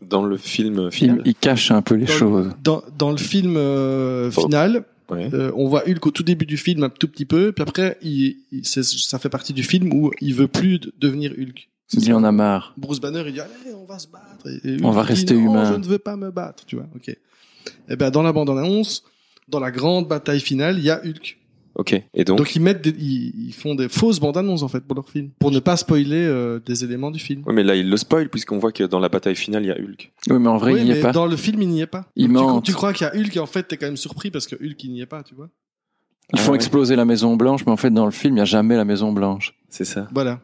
[SPEAKER 1] Dans le film
[SPEAKER 2] Ils,
[SPEAKER 1] final.
[SPEAKER 2] ils cachent un peu les
[SPEAKER 4] euh, Dans le-
[SPEAKER 2] choses.
[SPEAKER 4] Dans, dans le film euh,
[SPEAKER 1] Oh.
[SPEAKER 4] final,
[SPEAKER 1] Ouais.
[SPEAKER 4] euh, on voit Hulk au tout début du film, un tout petit peu. Puis après, il, il- c'est- ça fait partie du film où il veut plus de- devenir Hulk. C'est
[SPEAKER 2] Il
[SPEAKER 4] ça.
[SPEAKER 2] en a marre.
[SPEAKER 4] Bruce Banner, il dit allez, on va se battre. Et- et
[SPEAKER 2] On
[SPEAKER 4] Hulk
[SPEAKER 2] va
[SPEAKER 4] dit,
[SPEAKER 2] rester
[SPEAKER 4] Non,
[SPEAKER 2] humain.
[SPEAKER 4] Je ne veux pas me battre, tu vois. Ok. Et ben dans la bande annonce, dans la grande bataille finale, il y a Hulk.
[SPEAKER 1] Ok. Et donc,
[SPEAKER 4] Donc, ils mettent, des- ils, ils font des fausses bandes annonces en fait pour leur film, pour ne pas spoiler euh, des éléments du film.
[SPEAKER 1] Ouais, mais là, il le spoil, puisqu'on voit que dans la bataille finale, il y a Hulk.
[SPEAKER 2] Oui, mais en vrai,
[SPEAKER 4] Oui,
[SPEAKER 2] il n'y
[SPEAKER 4] mais
[SPEAKER 2] est pas.
[SPEAKER 4] dans le film, il n'y est pas.
[SPEAKER 2] Il
[SPEAKER 4] tu,
[SPEAKER 2] ment.
[SPEAKER 4] tu crois qu'il y a Hulk et en fait, t'es quand même surpris parce que Hulk, il n'y est pas, tu vois.
[SPEAKER 1] Ah
[SPEAKER 2] Ils font
[SPEAKER 1] ouais.
[SPEAKER 2] exploser la Maison Blanche, mais en fait, dans le film, il n'y a jamais la Maison Blanche.
[SPEAKER 1] C'est ça.
[SPEAKER 4] Voilà.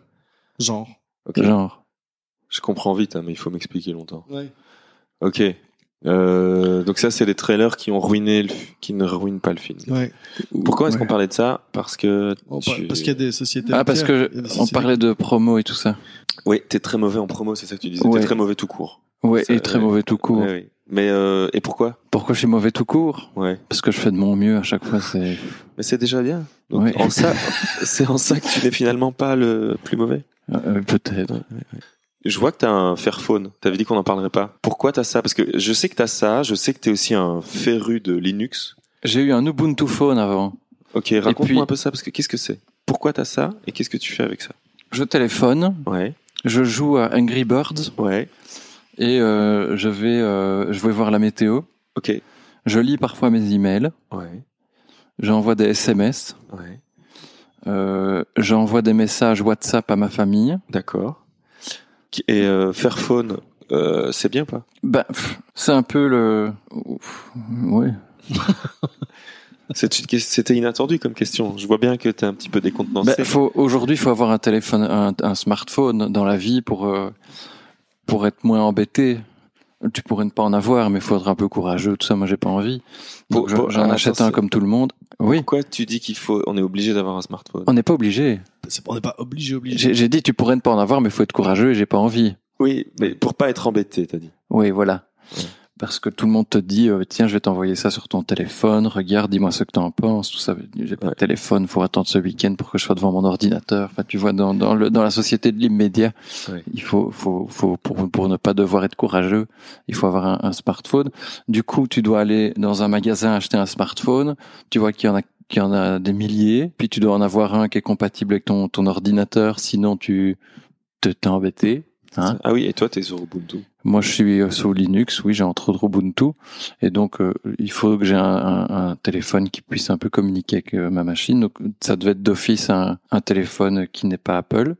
[SPEAKER 4] Genre.
[SPEAKER 1] Ok.
[SPEAKER 2] Genre.
[SPEAKER 1] Je comprends vite, hein, mais il faut m'expliquer longtemps.
[SPEAKER 4] Ouais.
[SPEAKER 1] Ok. Euh, donc ça, c'est les trailers qui ont ruiné, le f- qui ne ruinent pas le film.
[SPEAKER 4] Ouais.
[SPEAKER 1] Pourquoi est-ce
[SPEAKER 2] Ouais.
[SPEAKER 1] qu'on parlait de ça Parce que
[SPEAKER 4] On
[SPEAKER 1] tu-
[SPEAKER 4] par- Parce qu'il y a des sociétés.
[SPEAKER 2] Ah, parce
[SPEAKER 4] entières,
[SPEAKER 2] que
[SPEAKER 4] il y a des
[SPEAKER 2] on
[SPEAKER 4] sociétés-
[SPEAKER 2] parlait de promo et tout ça.
[SPEAKER 1] oui, t'es très mauvais en promo, c'est ça que tu disais.
[SPEAKER 2] Ouais.
[SPEAKER 1] T'es très mauvais tout court.
[SPEAKER 2] Ouais,
[SPEAKER 1] Ça,
[SPEAKER 2] et très
[SPEAKER 1] ouais.
[SPEAKER 2] mauvais tout court.
[SPEAKER 1] Ouais, oui. Mais euh, et pourquoi
[SPEAKER 2] Pourquoi je suis mauvais tout court
[SPEAKER 1] Ouais.
[SPEAKER 2] Parce que je fais de mon mieux à chaque fois. C'est
[SPEAKER 1] Mais c'est déjà bien. Donc,
[SPEAKER 2] Ouais.
[SPEAKER 1] En ça, c'est en ça que tu n'es finalement pas le plus mauvais.
[SPEAKER 2] Euh, peut-être.
[SPEAKER 1] Je vois que t'as un Fairphone. T'avais dit qu'on n'en parlerait pas. Pourquoi t'as ça Parce que je sais que t'as ça. Je sais que t'es aussi un féru de Linux.
[SPEAKER 2] J'ai eu un Ubuntu phone avant.
[SPEAKER 1] Ok, raconte-moi
[SPEAKER 2] puis-
[SPEAKER 1] un peu ça, parce que qu'est-ce que c'est Pourquoi t'as ça et qu'est-ce que tu fais avec ça
[SPEAKER 2] Je téléphone,
[SPEAKER 1] Ouais,
[SPEAKER 2] je joue à Angry Birds
[SPEAKER 1] ouais,
[SPEAKER 2] et euh, je vais euh, je vais voir la météo.
[SPEAKER 1] ok,
[SPEAKER 2] Je lis parfois mes emails,
[SPEAKER 1] ouais,
[SPEAKER 2] j'envoie des SMS,
[SPEAKER 1] ouais,
[SPEAKER 2] euh, j'envoie des messages WhatsApp à ma famille.
[SPEAKER 1] d'accord. Qui- Et euh, Fairphone, euh, c'est bien ou pas
[SPEAKER 2] Bah, pff, c'est un peu le Ouf, ouais.
[SPEAKER 1] C'est une que- C'était inattendu comme question. Je vois bien que t'es un petit peu décontenancé.
[SPEAKER 2] Bah, faut, aujourd'hui, il faut avoir un téléphone, un, un smartphone dans la vie pour, euh, pour être moins embêté. Tu pourrais ne pas en avoir, mais il faut être un peu courageux, tout ça. Moi, j'ai pas envie.
[SPEAKER 1] Bon,
[SPEAKER 2] Donc, je-
[SPEAKER 1] bon,
[SPEAKER 2] j'en
[SPEAKER 1] attends,
[SPEAKER 2] achète un
[SPEAKER 1] c'est-
[SPEAKER 2] comme tout le monde. Oui,
[SPEAKER 1] Pourquoi tu dis qu'il faut On est obligé d'avoir un smartphone.
[SPEAKER 2] on n'est pas obligé.
[SPEAKER 4] C'est- On n'est pas obligé, obligé.
[SPEAKER 2] J'ai j'ai dit, tu pourrais ne pas en avoir, mais il faut être courageux et j'ai pas envie.
[SPEAKER 1] Oui, mais pour pas être embêté, t'as dit.
[SPEAKER 2] Oui, voilà.
[SPEAKER 1] Ouais.
[SPEAKER 2] Parce que tout le monde te dit, euh, tiens, je vais t'envoyer ça sur ton téléphone, regarde, dis-moi ce que t'en penses, tout ça. J'ai pas
[SPEAKER 1] Ouais.
[SPEAKER 2] de téléphone, faut attendre ce week-end pour que je sois devant mon ordinateur. Enfin, tu vois, dans, dans, le, dans la société de l'immédiat,
[SPEAKER 1] Ouais.
[SPEAKER 2] il faut, faut, faut pour, pour ne pas devoir être courageux, il faut avoir un, un smartphone. Du coup, tu dois aller dans un magasin acheter un smartphone, tu vois qu'il y en a qu'il y en a des milliers, puis tu dois en avoir un qui est compatible avec ton, ton ordinateur, sinon tu te t'es embêté. Hein
[SPEAKER 1] ah oui, et toi, t'es sur Ubuntu.
[SPEAKER 2] moi, je suis euh, sous Linux, oui, j'ai entre autres Ubuntu, et donc euh, il faut que j'ai un, un- un téléphone qui puisse un peu communiquer avec euh, ma machine. Donc ça devait être d'office un, un téléphone qui n'est pas Apple.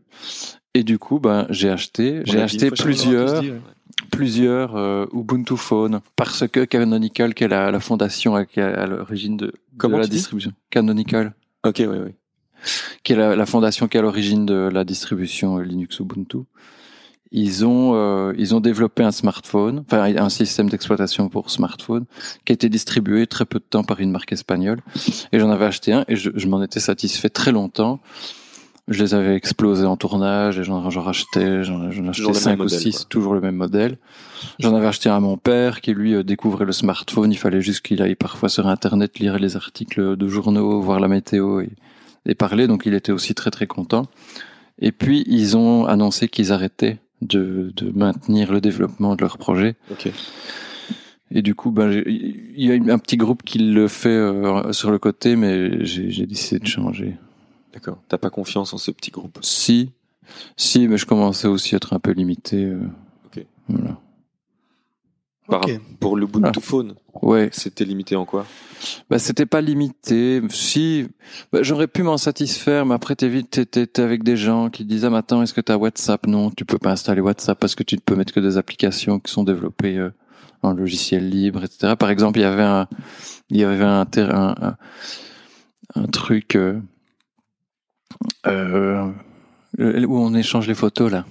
[SPEAKER 2] Et du coup, ben j'ai acheté,
[SPEAKER 1] a
[SPEAKER 2] j'ai
[SPEAKER 1] dit une
[SPEAKER 2] acheté
[SPEAKER 1] fois,
[SPEAKER 4] On
[SPEAKER 2] plusieurs,
[SPEAKER 4] leur a tous dit, ouais.
[SPEAKER 2] plusieurs euh, Ubuntu Phone parce que Canonical, qui est la, la fondation euh, qui est à l'origine de, de
[SPEAKER 1] Comment
[SPEAKER 2] la
[SPEAKER 1] tu dis
[SPEAKER 2] distribution, Canonical,
[SPEAKER 1] Ok, oui, oui.
[SPEAKER 2] qui est la, la fondation qui est à l'origine de la distribution euh, Linux Ubuntu. Ils ont euh, ils ont développé un smartphone, enfin un système d'exploitation pour smartphone qui a été distribué très peu de temps par une marque espagnole. Et j'en avais acheté un et je, je m'en étais satisfait très longtemps Je les avais explosés en tournage et j'en j'en rachetais, j'en j'en
[SPEAKER 1] Toujours
[SPEAKER 2] achetais
[SPEAKER 1] le
[SPEAKER 2] 5
[SPEAKER 1] même
[SPEAKER 2] ou
[SPEAKER 1] modèle,
[SPEAKER 2] 6,
[SPEAKER 1] quoi.
[SPEAKER 2] toujours le même modèle. J'en avais acheté un à mon père qui lui euh, découvrait le smartphone, il fallait juste qu'il aille parfois sur internet lire les articles de journaux, voir la météo et, et parler, donc il était aussi très très content. Et puis ils ont annoncé qu'ils arrêtaient de, de maintenir le développement de leur projet.
[SPEAKER 1] Ok.
[SPEAKER 2] Et du coup, ben, j'ai- il y a une- un petit groupe qui le fait euh, sur le côté, mais j'ai j'ai décidé de changer.
[SPEAKER 1] D'accord. T'as pas confiance en ce petit groupe.
[SPEAKER 2] Si, si, mais je commençais aussi à être un peu limité. euh,
[SPEAKER 1] Ok.
[SPEAKER 2] Voilà.
[SPEAKER 1] Par-
[SPEAKER 4] Ok.
[SPEAKER 1] Pour le
[SPEAKER 2] Ah.
[SPEAKER 1] Ubuntu Phone,
[SPEAKER 2] Ouais,
[SPEAKER 1] c'était limité en quoi
[SPEAKER 2] bah c'était pas limité. Si, bah, j'aurais pu m'en satisfaire, mais après t'es vite, t'es- t'es t'es avec des gens qui disent ah mais attends, est-ce que t'as WhatsApp Non, tu peux pas installer WhatsApp parce que tu ne peux mettre que des applications qui sont développées euh, en logiciel libre, etc. Par exemple, il y avait un, il y avait un ter- un, un- un truc euh, euh, le- où on échange les photos là.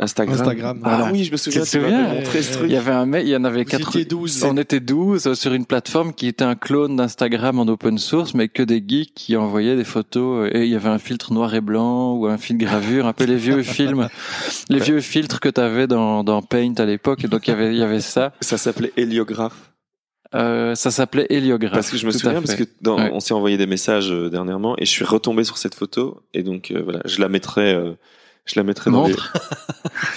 [SPEAKER 1] Instagram.
[SPEAKER 4] Instagram.
[SPEAKER 1] Ah
[SPEAKER 2] Voilà.
[SPEAKER 1] oui, je me souviens.
[SPEAKER 2] Tu te
[SPEAKER 1] tu m'avais
[SPEAKER 2] souviens
[SPEAKER 1] montré ce
[SPEAKER 4] Ouais,
[SPEAKER 1] truc.
[SPEAKER 2] Il y avait un mec, il y en avait
[SPEAKER 4] Vous
[SPEAKER 2] quatre.
[SPEAKER 4] étiez 12.
[SPEAKER 2] On était 12 sur une plateforme qui était un clone d'Instagram en open source, mais que des geeks qui envoyaient des photos. euh, Et il y avait un filtre noir et blanc ou un filtre gravure, un peu les vieux films, les vieux filtres que t'avais dans, dans Paint à l'époque. Et donc il y avait, il y avait ça.
[SPEAKER 1] Ça s'appelait Héliographe.
[SPEAKER 2] Euh, ça s'appelait Heliograph.
[SPEAKER 1] Parce que je me
[SPEAKER 2] tout à
[SPEAKER 1] souviens, parce
[SPEAKER 2] fait.
[SPEAKER 1] que dans-
[SPEAKER 2] Ouais.
[SPEAKER 1] on s'est envoyé des messages euh, dernièrement et je suis retombé sur cette photo et donc euh, voilà, je la mettrai, euh, je la mettrai dans
[SPEAKER 2] Montre.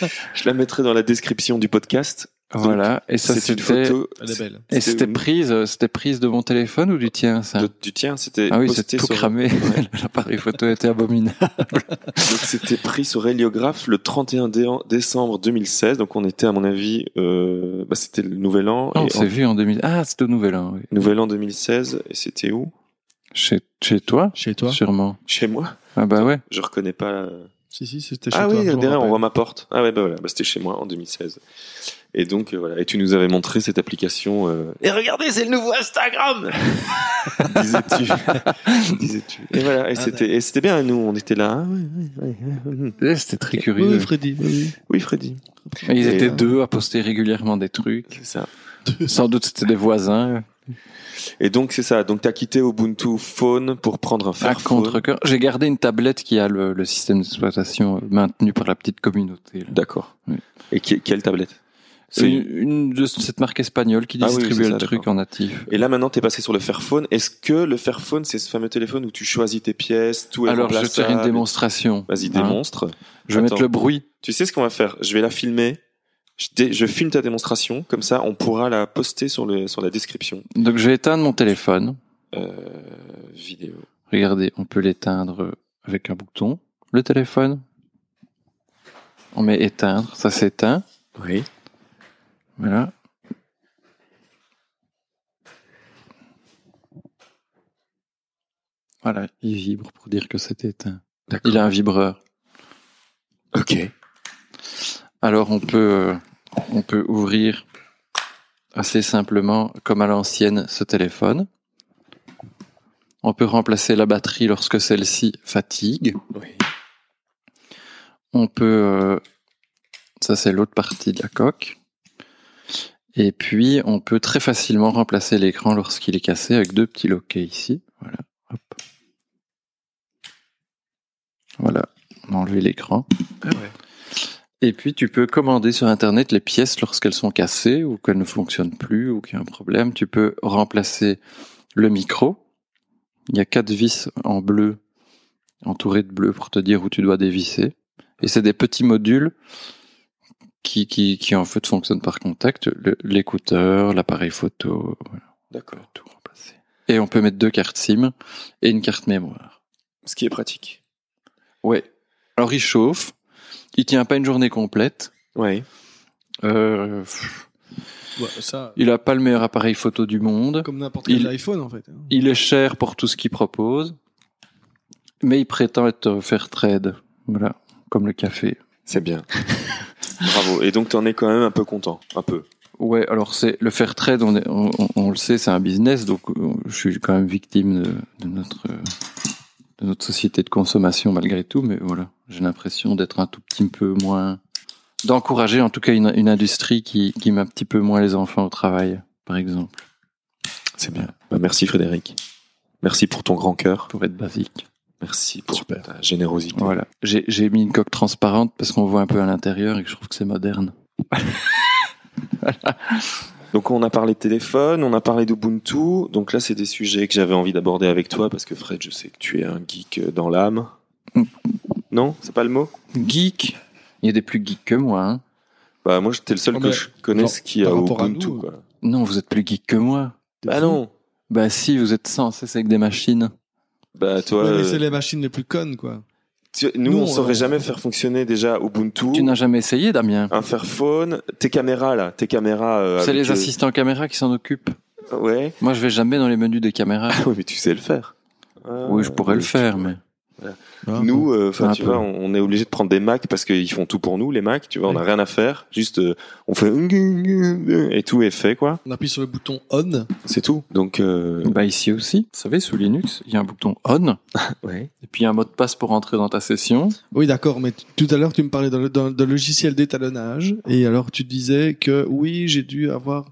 [SPEAKER 1] les- je la mettrai dans la description du podcast.
[SPEAKER 2] voilà. Et ça
[SPEAKER 1] C'est une
[SPEAKER 2] c'était.
[SPEAKER 1] photo.
[SPEAKER 4] Elle est belle.
[SPEAKER 2] Et
[SPEAKER 1] c'était-
[SPEAKER 2] c'était prise, euh, c'était prise de mon téléphone ou du tien ça
[SPEAKER 1] de- du tien, c'était
[SPEAKER 2] Ah oui, c'est
[SPEAKER 1] posté
[SPEAKER 2] tout
[SPEAKER 1] sur. euh,
[SPEAKER 2] cramé. L'appareil photo était abominable.
[SPEAKER 1] Donc c'était pris sur Heliographe le 31 dé- décembre 2016. Donc on était à mon avis, euh, bah, c'était le Nouvel An.
[SPEAKER 2] Ah, On
[SPEAKER 1] et en-
[SPEAKER 2] s'est vu en 2000. Ah, c'était au Nouvel An. Oui.
[SPEAKER 1] Nouvel An 2016 et c'était où
[SPEAKER 2] Chez, chez toi,
[SPEAKER 4] Chez toi
[SPEAKER 2] sûrement.
[SPEAKER 1] Chez moi.
[SPEAKER 2] Ah bah ouais.
[SPEAKER 1] Je reconnais pas. euh,
[SPEAKER 4] Si, si, c'était chez
[SPEAKER 1] Ah
[SPEAKER 4] toi.
[SPEAKER 1] oui,
[SPEAKER 4] je me
[SPEAKER 1] derrière, on
[SPEAKER 4] rappelle.
[SPEAKER 1] voit ma porte. Ah ouais, bah voilà, bah, c'était chez moi en 2016. Et donc, euh, voilà. Et tu nous avais montré cette application. euh, Et regardez, c'est le nouveau Instagram Disais-tu. Disais-tu. Et voilà, et
[SPEAKER 4] Ah,
[SPEAKER 1] c'était et c'était bien, nous, on était là. Ah ouais, ouais, ouais, ouais.
[SPEAKER 2] C'était très
[SPEAKER 4] Oui,
[SPEAKER 2] curieux.
[SPEAKER 4] oui, Freddy. oui,
[SPEAKER 1] Oui, Freddy,
[SPEAKER 2] Et ils
[SPEAKER 1] Et,
[SPEAKER 2] étaient
[SPEAKER 1] euh,
[SPEAKER 2] deux à poster régulièrement des trucs.
[SPEAKER 1] c'est ça.
[SPEAKER 2] Sans doute c'était des voisins.
[SPEAKER 1] Et donc, c'est ça. Donc, t'as quitté Ubuntu Phone pour prendre un
[SPEAKER 2] À
[SPEAKER 1] Fairphone.
[SPEAKER 2] contre cœur. J'ai gardé une tablette qui a le, le système d'exploitation euh, maintenu par la petite communauté. là.
[SPEAKER 1] D'accord.
[SPEAKER 2] Oui.
[SPEAKER 1] Et que- quelle tablette
[SPEAKER 2] C'est
[SPEAKER 1] C'est-
[SPEAKER 2] une, une de cette marque espagnole qui
[SPEAKER 1] Ah oui,
[SPEAKER 2] distribuait
[SPEAKER 1] c'est ça,
[SPEAKER 2] le truc
[SPEAKER 1] d'accord.
[SPEAKER 2] en natif.
[SPEAKER 1] Et là, maintenant, t'es passé sur le Fairphone. Est-ce que le Fairphone, c'est ce fameux téléphone où tu choisis tes pièces, tout est
[SPEAKER 2] Alors je vais te faire une
[SPEAKER 1] remplaçable
[SPEAKER 2] démonstration.
[SPEAKER 1] Vas-y,
[SPEAKER 2] Hein.
[SPEAKER 1] démonstre.
[SPEAKER 2] Je vais mettre
[SPEAKER 1] Attends.
[SPEAKER 2] le bruit.
[SPEAKER 1] Tu sais ce qu'on va faire Je vais la filmer. Je, dé- je filme ta démonstration, comme ça on pourra la poster sur, le, sur la description.
[SPEAKER 2] Donc je vais éteindre mon téléphone.
[SPEAKER 1] Euh, vidéo.
[SPEAKER 2] Regardez, on peut l'éteindre euh, avec un bouton. Le téléphone. On met éteindre, ça s'éteint.
[SPEAKER 1] Oui.
[SPEAKER 2] Voilà. Voilà, il vibre pour dire que c'est éteint.
[SPEAKER 1] D'accord.
[SPEAKER 2] Il a un vibreur.
[SPEAKER 1] Ok.
[SPEAKER 2] Alors on peut, euh, on peut ouvrir assez simplement, comme à l'ancienne, ce téléphone. On peut remplacer la batterie lorsque celle-ci fatigue.
[SPEAKER 1] Oui.
[SPEAKER 2] On peut. euh, ça, c'est l'autre partie de la coque. Et puis, on peut très facilement remplacer l'écran lorsqu'il est cassé avec deux petits loquets ici. Voilà. Hop. Voilà. On a enlevé l'écran. Et puis, tu peux commander sur Internet les pièces lorsqu'elles sont cassées ou qu'elles ne fonctionnent plus ou qu'il y a un problème. Tu peux remplacer le micro. Il y a quatre vis en bleu, entourées de bleu pour te dire où tu dois dévisser. Et c'est des petits modules qui, qui, qui en fait fonctionnent par contact. Le- L'écouteur, l'appareil photo, voilà, on peut
[SPEAKER 1] D'accord.
[SPEAKER 2] tout remplacer. Et on peut mettre deux cartes SIM et une carte mémoire.
[SPEAKER 1] Ce qui est pratique.
[SPEAKER 2] Ouais. Alors il chauffe, il tient pas une journée complète.
[SPEAKER 1] Oui.
[SPEAKER 2] Euh, pff,
[SPEAKER 4] Ouais, ça,
[SPEAKER 2] il a pas le meilleur appareil photo du monde.
[SPEAKER 4] comme n'importe
[SPEAKER 2] il-
[SPEAKER 4] quel iPhone, en fait. hein.
[SPEAKER 2] Il est cher pour tout ce qu'il propose, mais il prétend être fair trade. Voilà, comme le café.
[SPEAKER 1] C'est bien. Bravo. Et donc t'en es quand même un peu content. Un peu.
[SPEAKER 2] Ouais, alors c'est le fair trade, on, est- on, on- on le sait, c'est un business, donc euh, je suis quand même victime de, de notre euh, de notre société de consommation malgré tout, mais voilà, j'ai l'impression d'être un tout petit peu moins d'encourager en tout cas une, une industrie qui qui met un petit peu moins les enfants au travail, par exemple,
[SPEAKER 1] C'est bien. Bah, merci Frédéric. Merci pour ton grand cœur.
[SPEAKER 2] pour être basique.
[SPEAKER 1] Merci pour
[SPEAKER 4] Super.
[SPEAKER 1] ta générosité.
[SPEAKER 2] Voilà. J'ai j'ai mis une coque transparente parce qu'on voit un peu à l'intérieur et que je trouve que c'est moderne.
[SPEAKER 1] Donc on a parlé de téléphone, on a parlé d'Ubuntu. Donc là, c'est des sujets que j'avais envie d'aborder avec toi parce que Fred, je sais que tu es un geek euh, dans l'âme. Non, c'est pas le mot.
[SPEAKER 2] Geek Il y a des plus geeks que moi. hein.
[SPEAKER 1] Bah moi, t'es le seul
[SPEAKER 4] Oh,
[SPEAKER 1] que
[SPEAKER 4] mais
[SPEAKER 1] je connaisse
[SPEAKER 4] par-
[SPEAKER 1] qui a
[SPEAKER 4] par rapport à
[SPEAKER 1] Ubuntu.
[SPEAKER 4] nous,
[SPEAKER 1] quoi.
[SPEAKER 2] Non, vous êtes plus geek que moi.
[SPEAKER 1] Bah non.
[SPEAKER 2] Bah si, vous êtes sans cesse avec des machines.
[SPEAKER 1] Bah toi,
[SPEAKER 4] Ouais, mais
[SPEAKER 1] euh,
[SPEAKER 4] c'est les machines les plus connes, quoi.
[SPEAKER 1] tu- nous,
[SPEAKER 4] nous,
[SPEAKER 1] on
[SPEAKER 4] on-
[SPEAKER 1] saurait jamais faire fonctionner déjà
[SPEAKER 2] Tu
[SPEAKER 1] Ubuntu,
[SPEAKER 2] n'as jamais essayé, Damien
[SPEAKER 1] un Fairphone, tes caméras là, tes caméras.
[SPEAKER 4] Bah,
[SPEAKER 1] euh,
[SPEAKER 2] C'est
[SPEAKER 1] avec,
[SPEAKER 2] les
[SPEAKER 1] euh,
[SPEAKER 2] assistants caméra qui s'en occupent.
[SPEAKER 1] Ouais.
[SPEAKER 2] Moi, je vais jamais dans les menus des caméras.
[SPEAKER 1] Oui, mais tu sais le faire. Ah,
[SPEAKER 2] Oui, je pourrais le
[SPEAKER 1] tu-
[SPEAKER 2] faire, mais...
[SPEAKER 4] Ah,
[SPEAKER 2] Hein,
[SPEAKER 1] Nous, euh, 'fin,
[SPEAKER 2] Un
[SPEAKER 1] tu
[SPEAKER 2] peu.
[SPEAKER 1] vois, on on est obligé de prendre des Macs parce qu'ils font tout pour nous, les Macs. Tu vois, on n'a rien à faire. Juste, euh, on fait et tout est fait, quoi.
[SPEAKER 4] On appuie sur le bouton on.
[SPEAKER 1] C'est tout. Donc, euh,
[SPEAKER 2] Bah ici aussi, vous savez, sous Linux, il y a un bouton on,
[SPEAKER 1] ouais.
[SPEAKER 2] et puis il y a un mot de passe pour entrer dans ta session.
[SPEAKER 4] Oui, d'accord, mais t- tout à l'heure, tu me parlais d'un d'un- d'un logiciel d'étalonnage, et alors tu disais que oui, j'ai dû avoir.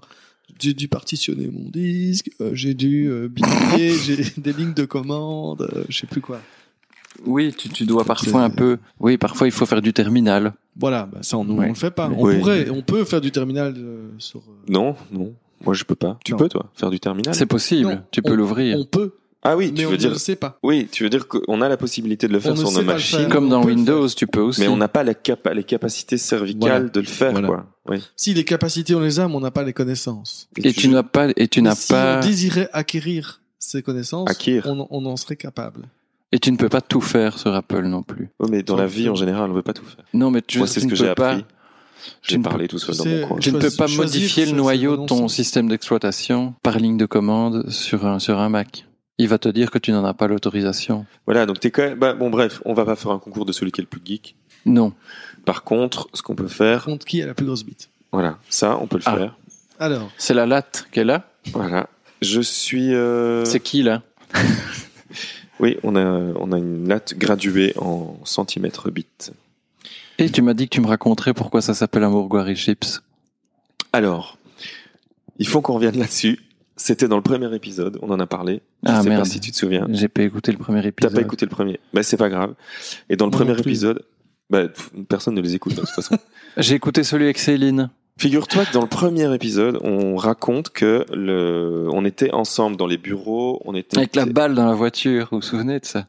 [SPEAKER 4] J'ai dû partitionner mon disque, euh, j'ai dû euh, bidouiller, j'ai des lignes de commande, euh, je sais plus quoi.
[SPEAKER 2] Oui, tu, tu dois
[SPEAKER 4] C'est-
[SPEAKER 2] parfois un peu... Oui, parfois il faut faire du terminal.
[SPEAKER 4] Voilà, bah ça, on ne
[SPEAKER 2] Ouais.
[SPEAKER 4] le fait pas. On
[SPEAKER 1] Ouais.
[SPEAKER 4] pourrait, on peut faire du terminal euh, sur. euh,
[SPEAKER 1] Non, non. Moi, je peux pas. Tu
[SPEAKER 4] Non.
[SPEAKER 1] peux, toi, faire du terminal.
[SPEAKER 2] C'est possible,
[SPEAKER 4] Ah, Non,
[SPEAKER 2] tu peux
[SPEAKER 4] on-
[SPEAKER 2] l'ouvrir.
[SPEAKER 4] On peut,
[SPEAKER 1] Ah oui,
[SPEAKER 4] mais
[SPEAKER 1] tu
[SPEAKER 4] on
[SPEAKER 1] veux dire.
[SPEAKER 4] ne le sait pas.
[SPEAKER 1] Oui, tu veux dire qu'on a la possibilité de le faire
[SPEAKER 4] ne
[SPEAKER 1] sur
[SPEAKER 4] sait
[SPEAKER 1] nos
[SPEAKER 4] pas le
[SPEAKER 1] machines,
[SPEAKER 4] faire.
[SPEAKER 2] Comme
[SPEAKER 4] on
[SPEAKER 2] dans
[SPEAKER 4] peut le
[SPEAKER 2] Windows, tu peux aussi.
[SPEAKER 1] mais on n'a pas la capa- les capacités cervicales
[SPEAKER 4] Voilà.
[SPEAKER 1] de le faire,
[SPEAKER 4] Voilà.
[SPEAKER 1] quoi. Oui.
[SPEAKER 4] Si les capacités, on les a, mais on n'a pas les connaissances.
[SPEAKER 2] Et tu n'as pas... Et tu
[SPEAKER 4] Mais
[SPEAKER 2] n'as
[SPEAKER 4] si
[SPEAKER 2] pas...
[SPEAKER 4] on désirait acquérir ces connaissances,
[SPEAKER 1] Acquérir.
[SPEAKER 4] On, on en serait capable.
[SPEAKER 2] Et tu ne peux pas tout faire sur Apple non plus.
[SPEAKER 1] Oh, mais dans
[SPEAKER 4] Sans-
[SPEAKER 1] la vie, en général, on ne veut pas tout faire.
[SPEAKER 2] Non, mais tu,
[SPEAKER 1] Moi,
[SPEAKER 2] tu
[SPEAKER 1] c'est ce
[SPEAKER 2] ne
[SPEAKER 1] que
[SPEAKER 2] peux
[SPEAKER 1] j'ai
[SPEAKER 2] pas-
[SPEAKER 1] appris.
[SPEAKER 2] tu
[SPEAKER 1] J'ai
[SPEAKER 2] ne
[SPEAKER 1] parlé tout seul dans
[SPEAKER 4] tu sais,
[SPEAKER 1] mon coin.
[SPEAKER 2] Tu ne peux
[SPEAKER 4] Choisir-
[SPEAKER 2] pas
[SPEAKER 4] choisir,
[SPEAKER 2] modifier
[SPEAKER 4] c'est-
[SPEAKER 2] le
[SPEAKER 4] c'est
[SPEAKER 2] noyau de ton
[SPEAKER 4] renoncer.
[SPEAKER 2] système d'exploitation par ligne de commande sur un, sur un Mac. Il va te dire que tu n'en as pas l'autorisation.
[SPEAKER 1] Voilà, donc t'es quand même. bah, bon, bref, on va pas faire un concours de celui qui est le plus geek.
[SPEAKER 2] Non.
[SPEAKER 1] Par contre, ce qu'on peut
[SPEAKER 4] Par
[SPEAKER 1] faire,
[SPEAKER 4] contre, qui a la plus grosse bite
[SPEAKER 1] voilà, ça, on peut le
[SPEAKER 2] Ah.
[SPEAKER 1] faire.
[SPEAKER 4] Alors,
[SPEAKER 2] C'est la latte qu'elle a.
[SPEAKER 1] Voilà. Je suis. euh,
[SPEAKER 2] C'est qui là
[SPEAKER 1] Oui, on a, on a une latte graduée en centimètres bits.
[SPEAKER 2] Et tu m'as dit que tu me raconterais pourquoi ça s'appelle un Mourgoiri Chips.
[SPEAKER 1] Alors, il faut qu'on revienne là-dessus. C'était dans le premier épisode, on en a parlé. Je
[SPEAKER 2] Ah,
[SPEAKER 1] sais
[SPEAKER 2] merde.
[SPEAKER 1] pas si tu te souviens.
[SPEAKER 2] J'ai pas écouté le premier
[SPEAKER 1] T'as
[SPEAKER 2] épisode.
[SPEAKER 1] pas écouté le premier. Bah, c'est pas grave. Et dans le
[SPEAKER 4] Moi
[SPEAKER 1] premier
[SPEAKER 4] non plus.
[SPEAKER 1] épisode, bah, pff, personne ne les écoute, hein, de toute façon.
[SPEAKER 2] J'ai écouté celui avec Céline.
[SPEAKER 1] Figure-toi que dans le premier épisode, on raconte que le, on était ensemble dans les bureaux, on était
[SPEAKER 2] Avec la balle dans la voiture. Vous vous souvenez de ça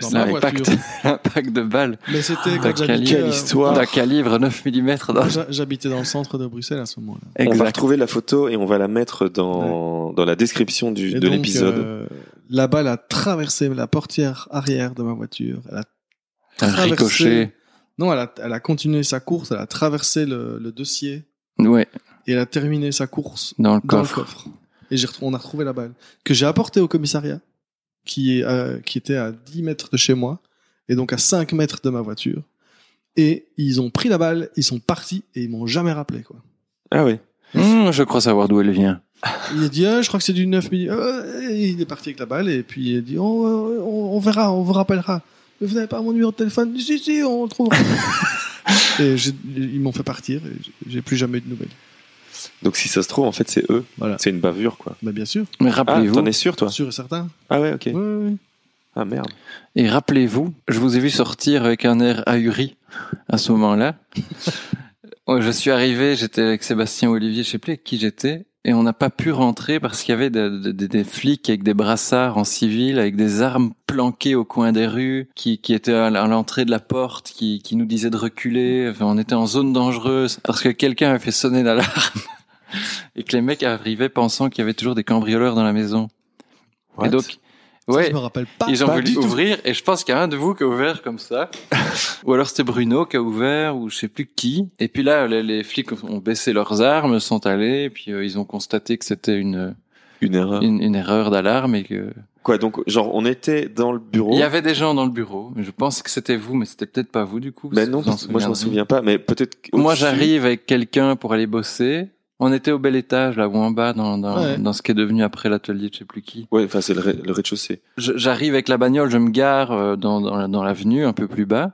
[SPEAKER 4] Dans
[SPEAKER 2] C'est
[SPEAKER 4] ma
[SPEAKER 2] L'impact
[SPEAKER 4] voiture.
[SPEAKER 2] l'impact de balle.
[SPEAKER 4] mais
[SPEAKER 2] D'un
[SPEAKER 4] c'était quand j'habitais.
[SPEAKER 1] quelle
[SPEAKER 4] euh,
[SPEAKER 1] histoire
[SPEAKER 2] D'un calibre 9 mm. Dans...
[SPEAKER 4] moi, j'a- J'habitais dans le centre de Bruxelles à ce moment-là.
[SPEAKER 1] On va
[SPEAKER 2] Exact.
[SPEAKER 1] retrouver la photo et on va la mettre dans, dans la description du,
[SPEAKER 4] Et
[SPEAKER 1] de
[SPEAKER 4] donc,
[SPEAKER 1] l'épisode.
[SPEAKER 4] euh, la balle a traversé la portière arrière de ma voiture. Elle a,
[SPEAKER 2] Un
[SPEAKER 4] traversé-
[SPEAKER 2] ricochet.
[SPEAKER 4] non, elle a, elle a continué sa course, elle a traversé le, le dossier
[SPEAKER 2] Ouais,
[SPEAKER 4] et elle a terminé sa course
[SPEAKER 2] dans le
[SPEAKER 4] dans
[SPEAKER 2] coffre.
[SPEAKER 4] le coffre. Et j'ai retrouvé- on a retrouvé la balle que j'ai apportée au commissariat, qui, est, euh, qui était à 10 mètres de chez moi, et donc à 5 mètres de ma voiture. Et ils ont pris la balle, ils sont partis, et ils m'ont jamais rappelé. Quoi.
[SPEAKER 1] Ah oui.
[SPEAKER 2] Hum, je crois savoir d'où elle vient.
[SPEAKER 4] Il a dit, Ah, je crois que c'est du 9 mm. Euh, et il est parti avec la balle, et puis il a dit, on, euh, on- on verra, on vous rappellera. Mais vous n'avez pas mon numéro de téléphone Si, si, on le trouvera. et j'ai- ils m'ont fait partir, et j'ai- j'ai plus jamais eu de nouvelles.
[SPEAKER 1] Donc si ça se trouve, en fait, c'est eux.
[SPEAKER 4] Voilà.
[SPEAKER 1] C'est une bavure, quoi.
[SPEAKER 4] Bah, bien sûr,
[SPEAKER 2] Mais
[SPEAKER 1] Ah,
[SPEAKER 2] rappelez-vous.
[SPEAKER 1] t'en es sûr, toi
[SPEAKER 4] sûr et certain.
[SPEAKER 1] Ah ouais, ok.
[SPEAKER 4] Oui, oui, oui.
[SPEAKER 1] Ah merde.
[SPEAKER 2] Et rappelez-vous, je vous ai vu sortir avec un air ahuri à ce moment-là. Oh, je suis arrivé, j'étais avec Sébastien Olivier, je sais plus avec qui j'étais, et on n'a pas pu rentrer parce qu'il y avait de- de- de- des flics avec des brassards en civil, avec des armes planquées au coin des rues, qui, qui étaient à l- à l'entrée de la porte, qui, qui nous disaient de reculer. Enfin, on était en zone dangereuse parce que quelqu'un avait fait sonner l'alarme et que les mecs arrivaient pensant qu'il y avait toujours des cambrioleurs dans la maison.
[SPEAKER 1] What
[SPEAKER 2] et donc,
[SPEAKER 4] Ça,
[SPEAKER 2] ouais,
[SPEAKER 4] je me rappelle pas.
[SPEAKER 2] ils ont
[SPEAKER 4] pas
[SPEAKER 2] voulu
[SPEAKER 4] du tout.
[SPEAKER 2] ouvrir et je pense qu'il y a un de vous qui a ouvert comme ça. ou alors c'était Bruno qui a ouvert ou je sais plus qui. Et puis là, les, les flics ont baissé leurs armes, sont allés, et puis euh, ils ont constaté que c'était une,
[SPEAKER 1] Une erreur.
[SPEAKER 2] une, une erreur d'alarme et que...
[SPEAKER 1] Quoi, donc, genre, on était dans le
[SPEAKER 4] Oh.
[SPEAKER 1] bureau.
[SPEAKER 2] Il y avait des gens dans le bureau, mais je pense que c'était vous, mais c'était peut-être pas vous du coup.
[SPEAKER 1] Mais
[SPEAKER 2] si
[SPEAKER 1] Ben non,
[SPEAKER 2] vous en
[SPEAKER 1] parce que moi, je m'en
[SPEAKER 2] souviendrez.
[SPEAKER 1] souviens pas, mais peut-être. que-
[SPEAKER 2] Moi
[SPEAKER 1] au-dessus-
[SPEAKER 2] j'arrive avec quelqu'un pour aller bosser. On était au bel étage, là, ou en bas, dans, dans,
[SPEAKER 4] Ouais.
[SPEAKER 2] dans ce qui est devenu après l'atelier, de je sais plus qui.
[SPEAKER 1] Ouais, enfin, c'est le, ré- le rez-de-chaussée.
[SPEAKER 2] Je- J'arrive avec la bagnole, je me gare euh, dans, dans, la- dans l'avenue, un peu plus bas.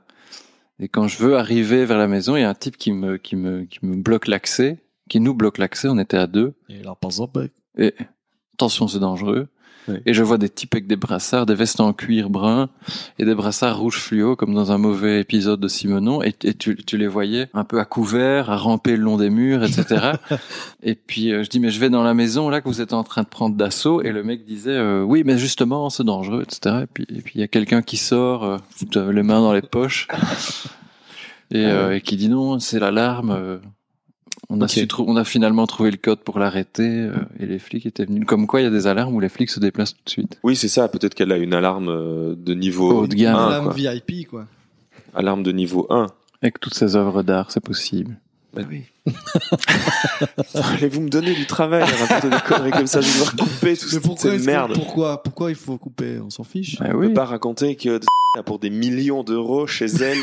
[SPEAKER 2] Et quand je veux arriver vers la maison, il y a un type qui me, qui me, qui me bloque l'accès, qui nous bloque l'accès, on était à deux.
[SPEAKER 4] Et là, pas en bec.
[SPEAKER 2] Attention, c'est dangereux.
[SPEAKER 1] Ouais.
[SPEAKER 2] Et je vois des types avec des brassards, des vestes en cuir brun et des brassards rouge fluo, comme dans un mauvais épisode de Simonon. Et, et tu, tu les voyais un peu à couvert, à ramper le long des murs, etc. et puis euh, je dis, mais je vais dans la maison là que vous êtes en train de prendre d'assaut. Et le mec disait, euh, oui, mais justement, c'est dangereux, etc. Et puis et puis, il y a quelqu'un qui sort, euh, toutes, euh, les mains dans les poches, et, euh, et qui dit, non, c'est l'alarme. euh, on a,
[SPEAKER 4] Ok.
[SPEAKER 2] su trou- on a finalement trouvé le code pour l'arrêter euh, et les flics étaient venus. Comme quoi, il y a des alarmes où les flics se déplacent tout de suite.
[SPEAKER 1] Oui, c'est ça. Peut-être qu'elle a une alarme euh, de niveau
[SPEAKER 2] Haut de gamme.
[SPEAKER 1] un,
[SPEAKER 4] Madame
[SPEAKER 1] quoi.
[SPEAKER 4] VIP, quoi.
[SPEAKER 1] Alarme de niveau 1.
[SPEAKER 2] Avec toutes ces œuvres d'art, c'est possible.
[SPEAKER 1] Allez-vous me donner du travail à raconter des conneries comme ça Je vais devoir couper tout
[SPEAKER 4] Mais
[SPEAKER 1] cette
[SPEAKER 4] pourquoi, est-ce que-
[SPEAKER 1] merde.
[SPEAKER 4] pourquoi, pourquoi il faut couper On s'en fiche.
[SPEAKER 2] Ah
[SPEAKER 1] On
[SPEAKER 2] oui.
[SPEAKER 1] peut pas raconter que a pour des millions d'euros chez elle,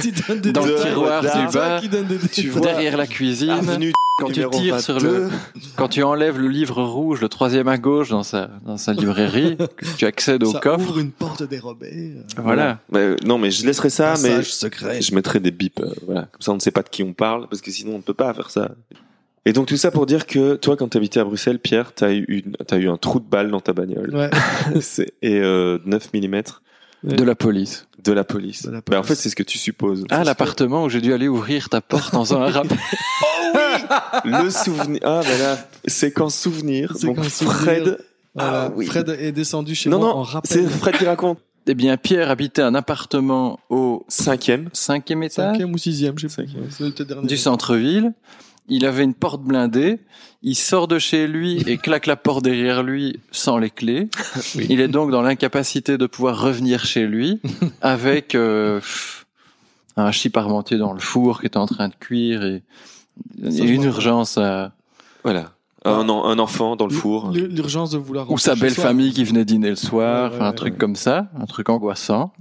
[SPEAKER 4] Tu donnes des
[SPEAKER 2] Dans le
[SPEAKER 1] Deux
[SPEAKER 4] détails.
[SPEAKER 2] tiroir
[SPEAKER 1] œuvres d'art.
[SPEAKER 2] du bas,
[SPEAKER 4] Qui donne des
[SPEAKER 1] tu
[SPEAKER 4] détails.
[SPEAKER 1] vois,
[SPEAKER 2] derrière la cuisine,
[SPEAKER 1] avenue
[SPEAKER 2] quand tu
[SPEAKER 1] numéro
[SPEAKER 2] tires sur le,
[SPEAKER 1] 22.
[SPEAKER 2] quand tu enlèves le livre rouge, le troisième à gauche dans sa dans sa librairie, que tu accèdes au
[SPEAKER 4] Ça
[SPEAKER 2] coffre.
[SPEAKER 4] ouvre une porte dérobée. euh,
[SPEAKER 2] Voilà.
[SPEAKER 1] Mais, euh, non, mais je laisserai ça,
[SPEAKER 2] Ah,
[SPEAKER 1] mais
[SPEAKER 4] Passage secret.
[SPEAKER 1] je mettrai des bips. euh, voilà, comme ça on ne sait pas de qui on parle, parce que sinon on ne peut pas faire ça. Et donc tout ça pour dire que toi, quand t'habitais à Bruxelles, Pierre, t'as eu une, t'as eu un trou de balle dans ta bagnole
[SPEAKER 4] Ouais.
[SPEAKER 1] C'est- et euh, 9 mm
[SPEAKER 2] De la police.
[SPEAKER 1] de la police.
[SPEAKER 4] De la
[SPEAKER 1] Mais en
[SPEAKER 4] police.
[SPEAKER 1] fait, c'est ce que tu supposes.
[SPEAKER 2] Ah, l'appartement où j'ai dû aller ouvrir ta porte en faisant un rappel.
[SPEAKER 1] Le souvenir. Ah, voilà. Séquence souvenir. Donc
[SPEAKER 4] Séquence souvenir.
[SPEAKER 1] Fred.
[SPEAKER 4] Voilà.
[SPEAKER 1] Ah oui.
[SPEAKER 4] Fred est descendu chez
[SPEAKER 1] Non,
[SPEAKER 4] moi en
[SPEAKER 1] non, c'est
[SPEAKER 4] rappel.
[SPEAKER 1] Fred qui raconte.
[SPEAKER 2] Eh bien, Pierre habitait un appartement au
[SPEAKER 1] Cinquième.
[SPEAKER 2] cinquième étage
[SPEAKER 4] Cinquième ou sixième, je sais pas.
[SPEAKER 1] Cinquième.
[SPEAKER 4] C'est le dernier.
[SPEAKER 2] du centre-ville. Il avait une porte blindée. Il sort de chez lui et claque la porte derrière lui sans les clés. Il est donc dans l'incapacité de pouvoir revenir chez lui avec euh, pff, un hachis parmentier dans le four qui était en train de cuire et,
[SPEAKER 4] Ça,
[SPEAKER 2] et
[SPEAKER 4] je
[SPEAKER 2] une
[SPEAKER 4] vois.
[SPEAKER 2] urgence à-
[SPEAKER 1] Voilà. Un, en- un enfant dans le
[SPEAKER 4] L-
[SPEAKER 1] four.
[SPEAKER 4] l- L'urgence de vouloir.
[SPEAKER 2] ou
[SPEAKER 4] rentrer
[SPEAKER 2] sa
[SPEAKER 4] chez
[SPEAKER 2] belle
[SPEAKER 4] soi.
[SPEAKER 2] famille qui venait dîner le soir,
[SPEAKER 4] Ouais, ouais,
[SPEAKER 2] enfin, un
[SPEAKER 4] ouais,
[SPEAKER 2] truc comme ça, un truc angoissant.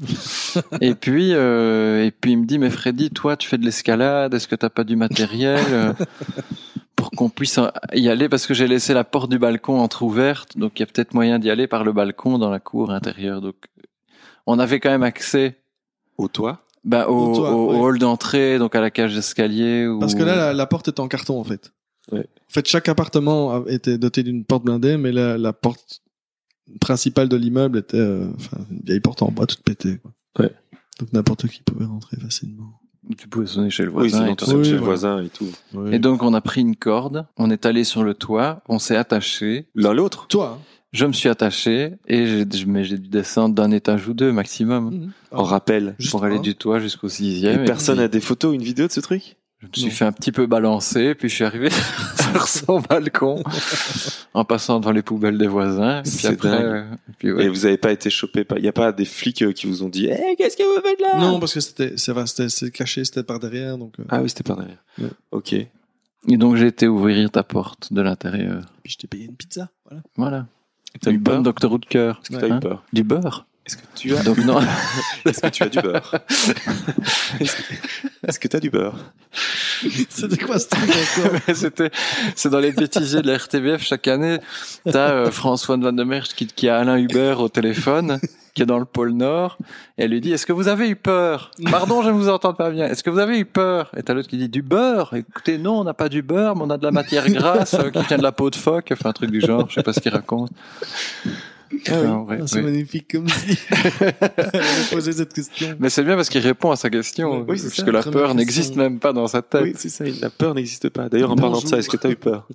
[SPEAKER 2] et puis euh, et puis il me dit mais Freddy, toi tu fais de l'escalade, est-ce que t'as pas du matériel euh, pour qu'on puisse y aller parce que j'ai laissé la porte du balcon entrouverte, donc il y a peut-être moyen d'y aller par le balcon dans la cour intérieure. Donc on avait quand même accès
[SPEAKER 1] Au toit.
[SPEAKER 2] bah, au,
[SPEAKER 4] Au toit,
[SPEAKER 2] au-
[SPEAKER 4] ouais.
[SPEAKER 2] au hall d'entrée, donc à la cage d'escalier. Ou...
[SPEAKER 4] Parce que là, la, la porte est en carton, en fait.
[SPEAKER 1] Ouais.
[SPEAKER 4] En fait, chaque appartement a- était doté d'une porte blindée, mais la, la porte principale de l'immeuble était euh, enfin, une vieille porte en bois toute pétée. Quoi.
[SPEAKER 1] Ouais.
[SPEAKER 4] Donc n'importe qui pouvait rentrer facilement.
[SPEAKER 2] tu pouvais sonner chez le
[SPEAKER 1] Oui,
[SPEAKER 2] voisin.
[SPEAKER 1] sinon
[SPEAKER 2] et
[SPEAKER 1] tu
[SPEAKER 2] tout ça.
[SPEAKER 1] sonnes
[SPEAKER 4] Oui,
[SPEAKER 1] chez le
[SPEAKER 4] voilà.
[SPEAKER 1] voisin et tout.
[SPEAKER 2] Et donc on a pris une corde, on est allé sur le toit, on s'est attaché.
[SPEAKER 1] L'un l'autre.
[SPEAKER 4] Toi, hein,
[SPEAKER 2] Je me suis attaché et j'ai, je- mais j'ai dû descendre d'un étage ou deux maximum
[SPEAKER 1] En rappel.
[SPEAKER 4] juste
[SPEAKER 2] pour aller
[SPEAKER 4] un.
[SPEAKER 2] du toit jusqu'au
[SPEAKER 1] Et
[SPEAKER 2] sixième. et
[SPEAKER 1] personne
[SPEAKER 2] puis,
[SPEAKER 1] n'a des photos, une vidéo de ce truc
[SPEAKER 2] Je me suis fait un petit peu balancer, puis je suis arrivé sur son balcon en passant devant les poubelles des voisins. Et puis
[SPEAKER 1] C'est
[SPEAKER 2] après,
[SPEAKER 1] dingue.
[SPEAKER 2] euh, et puis ouais.
[SPEAKER 1] Et vous n'avez pas été chopé. Il n'y a pas des flics euh, qui vous ont dit Eh, qu'est-ce que vous faites là
[SPEAKER 4] Non, parce que c'était c'est vrai, c'était- c'est caché, c'était par derrière. Donc, euh,
[SPEAKER 1] Ah oui, c'était par derrière.
[SPEAKER 4] Ouais.
[SPEAKER 1] Ok. Et
[SPEAKER 2] Et donc j'ai été ouvrir ta porte de l'intérieur.
[SPEAKER 4] puis je t'ai payé une pizza. Voilà.
[SPEAKER 2] Voilà.
[SPEAKER 1] T'as
[SPEAKER 2] Une
[SPEAKER 1] eu peur
[SPEAKER 2] bonne Dr. Woodker.
[SPEAKER 1] Est-ce que t'as
[SPEAKER 2] Hein
[SPEAKER 1] eu peur
[SPEAKER 2] Du beurre.
[SPEAKER 1] Est-ce que tu as,
[SPEAKER 2] Donc non.
[SPEAKER 1] est-ce que tu as du beurre Est-ce que- Est-ce que t'as du beurre
[SPEAKER 4] c'était quoi ce truc encore
[SPEAKER 2] Ouais, c'était c'est dans les bêtisiers de la RTBF chaque année t'as euh, François de Van de Merch qui, qui a Alain Hubert au téléphone qui est dans le pôle Nord et elle lui dit est-ce que vous avez eu peur pardon je ne vous entends pas bien est-ce que vous avez eu peur et t'as l'autre qui dit du beurre écoutez non on n'a pas du beurre mais on a de la matière grasse euh, qui tient de la peau de phoque enfin un truc du genre je sais pas ce qu'il raconte Enfin, ouais,
[SPEAKER 4] Ah, C'est
[SPEAKER 2] ouais.
[SPEAKER 4] magnifique comme si. J'avais posé cette question.
[SPEAKER 2] mais c'est bien parce qu'il répond à sa question
[SPEAKER 1] Oui, c'est
[SPEAKER 2] parce
[SPEAKER 1] ça,
[SPEAKER 2] que la
[SPEAKER 4] première
[SPEAKER 2] peur
[SPEAKER 4] question.
[SPEAKER 2] n'existe même pas dans sa tête
[SPEAKER 1] Oui, c'est ça. La peur n'existe pas. D'ailleurs, en
[SPEAKER 4] Non,
[SPEAKER 1] parlant de ça,
[SPEAKER 4] je-
[SPEAKER 1] est-ce que t'as eu peur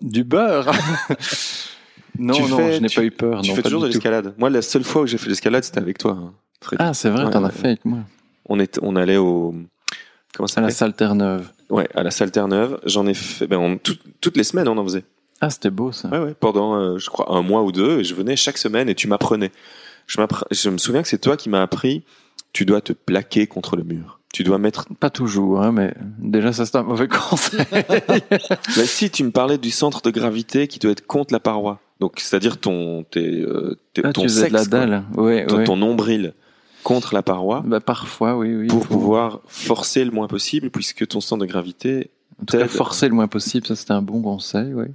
[SPEAKER 2] du beurre non
[SPEAKER 1] Tu
[SPEAKER 2] non
[SPEAKER 1] fais-
[SPEAKER 2] je n'ai
[SPEAKER 1] tu-
[SPEAKER 2] pas eu peur
[SPEAKER 1] Tu
[SPEAKER 2] Ah non,
[SPEAKER 1] fais
[SPEAKER 2] pas
[SPEAKER 1] toujours de
[SPEAKER 2] du tout.
[SPEAKER 1] l'escalade. Moi, la seule fois où j'ai fait l'escalade, c'était avec toi. hein, Fred.
[SPEAKER 2] ah c'est vrai
[SPEAKER 1] Ouais,
[SPEAKER 2] t'en as
[SPEAKER 1] ouais.
[SPEAKER 2] fait avec moi
[SPEAKER 1] On, est, on allait au. Comment ça
[SPEAKER 2] à la
[SPEAKER 1] s'appelle
[SPEAKER 2] salle Terre-Neuve.
[SPEAKER 1] Ouais, à la salle Terre-Neuve. J'en ai fait. Ben, on- tout- toutes les semaines, on en faisait.
[SPEAKER 2] Ah, c'était beau ça.
[SPEAKER 1] Ouais, ouais, pendant, euh, je crois, un mois ou deux, et je venais chaque semaine et tu m'apprenais. Je, m'appre- je me souviens que c'est toi qui m'as appris, tu dois te plaquer contre le mur. Tu dois mettre.
[SPEAKER 2] Pas toujours, hein, mais déjà ça c'est un mauvais conseil.
[SPEAKER 1] Là, si tu me parlais du centre de gravité qui doit être contre la paroi, donc c'est-à-dire ton, tes, euh, tes-
[SPEAKER 2] Ah,
[SPEAKER 1] ton
[SPEAKER 2] tu faisais
[SPEAKER 1] sexe,
[SPEAKER 2] de la
[SPEAKER 1] quoi.
[SPEAKER 2] dalle. Ouais,
[SPEAKER 1] ton,
[SPEAKER 2] ouais.
[SPEAKER 1] ton nombril contre la paroi
[SPEAKER 2] Bah, parfois, oui, oui.
[SPEAKER 1] pour
[SPEAKER 2] faut-
[SPEAKER 1] pouvoir forcer le moins possible, puisque ton centre de gravité.
[SPEAKER 2] en tout cas,
[SPEAKER 1] t'aide.
[SPEAKER 2] forcer le moins possible, ça c'était un bon conseil, oui.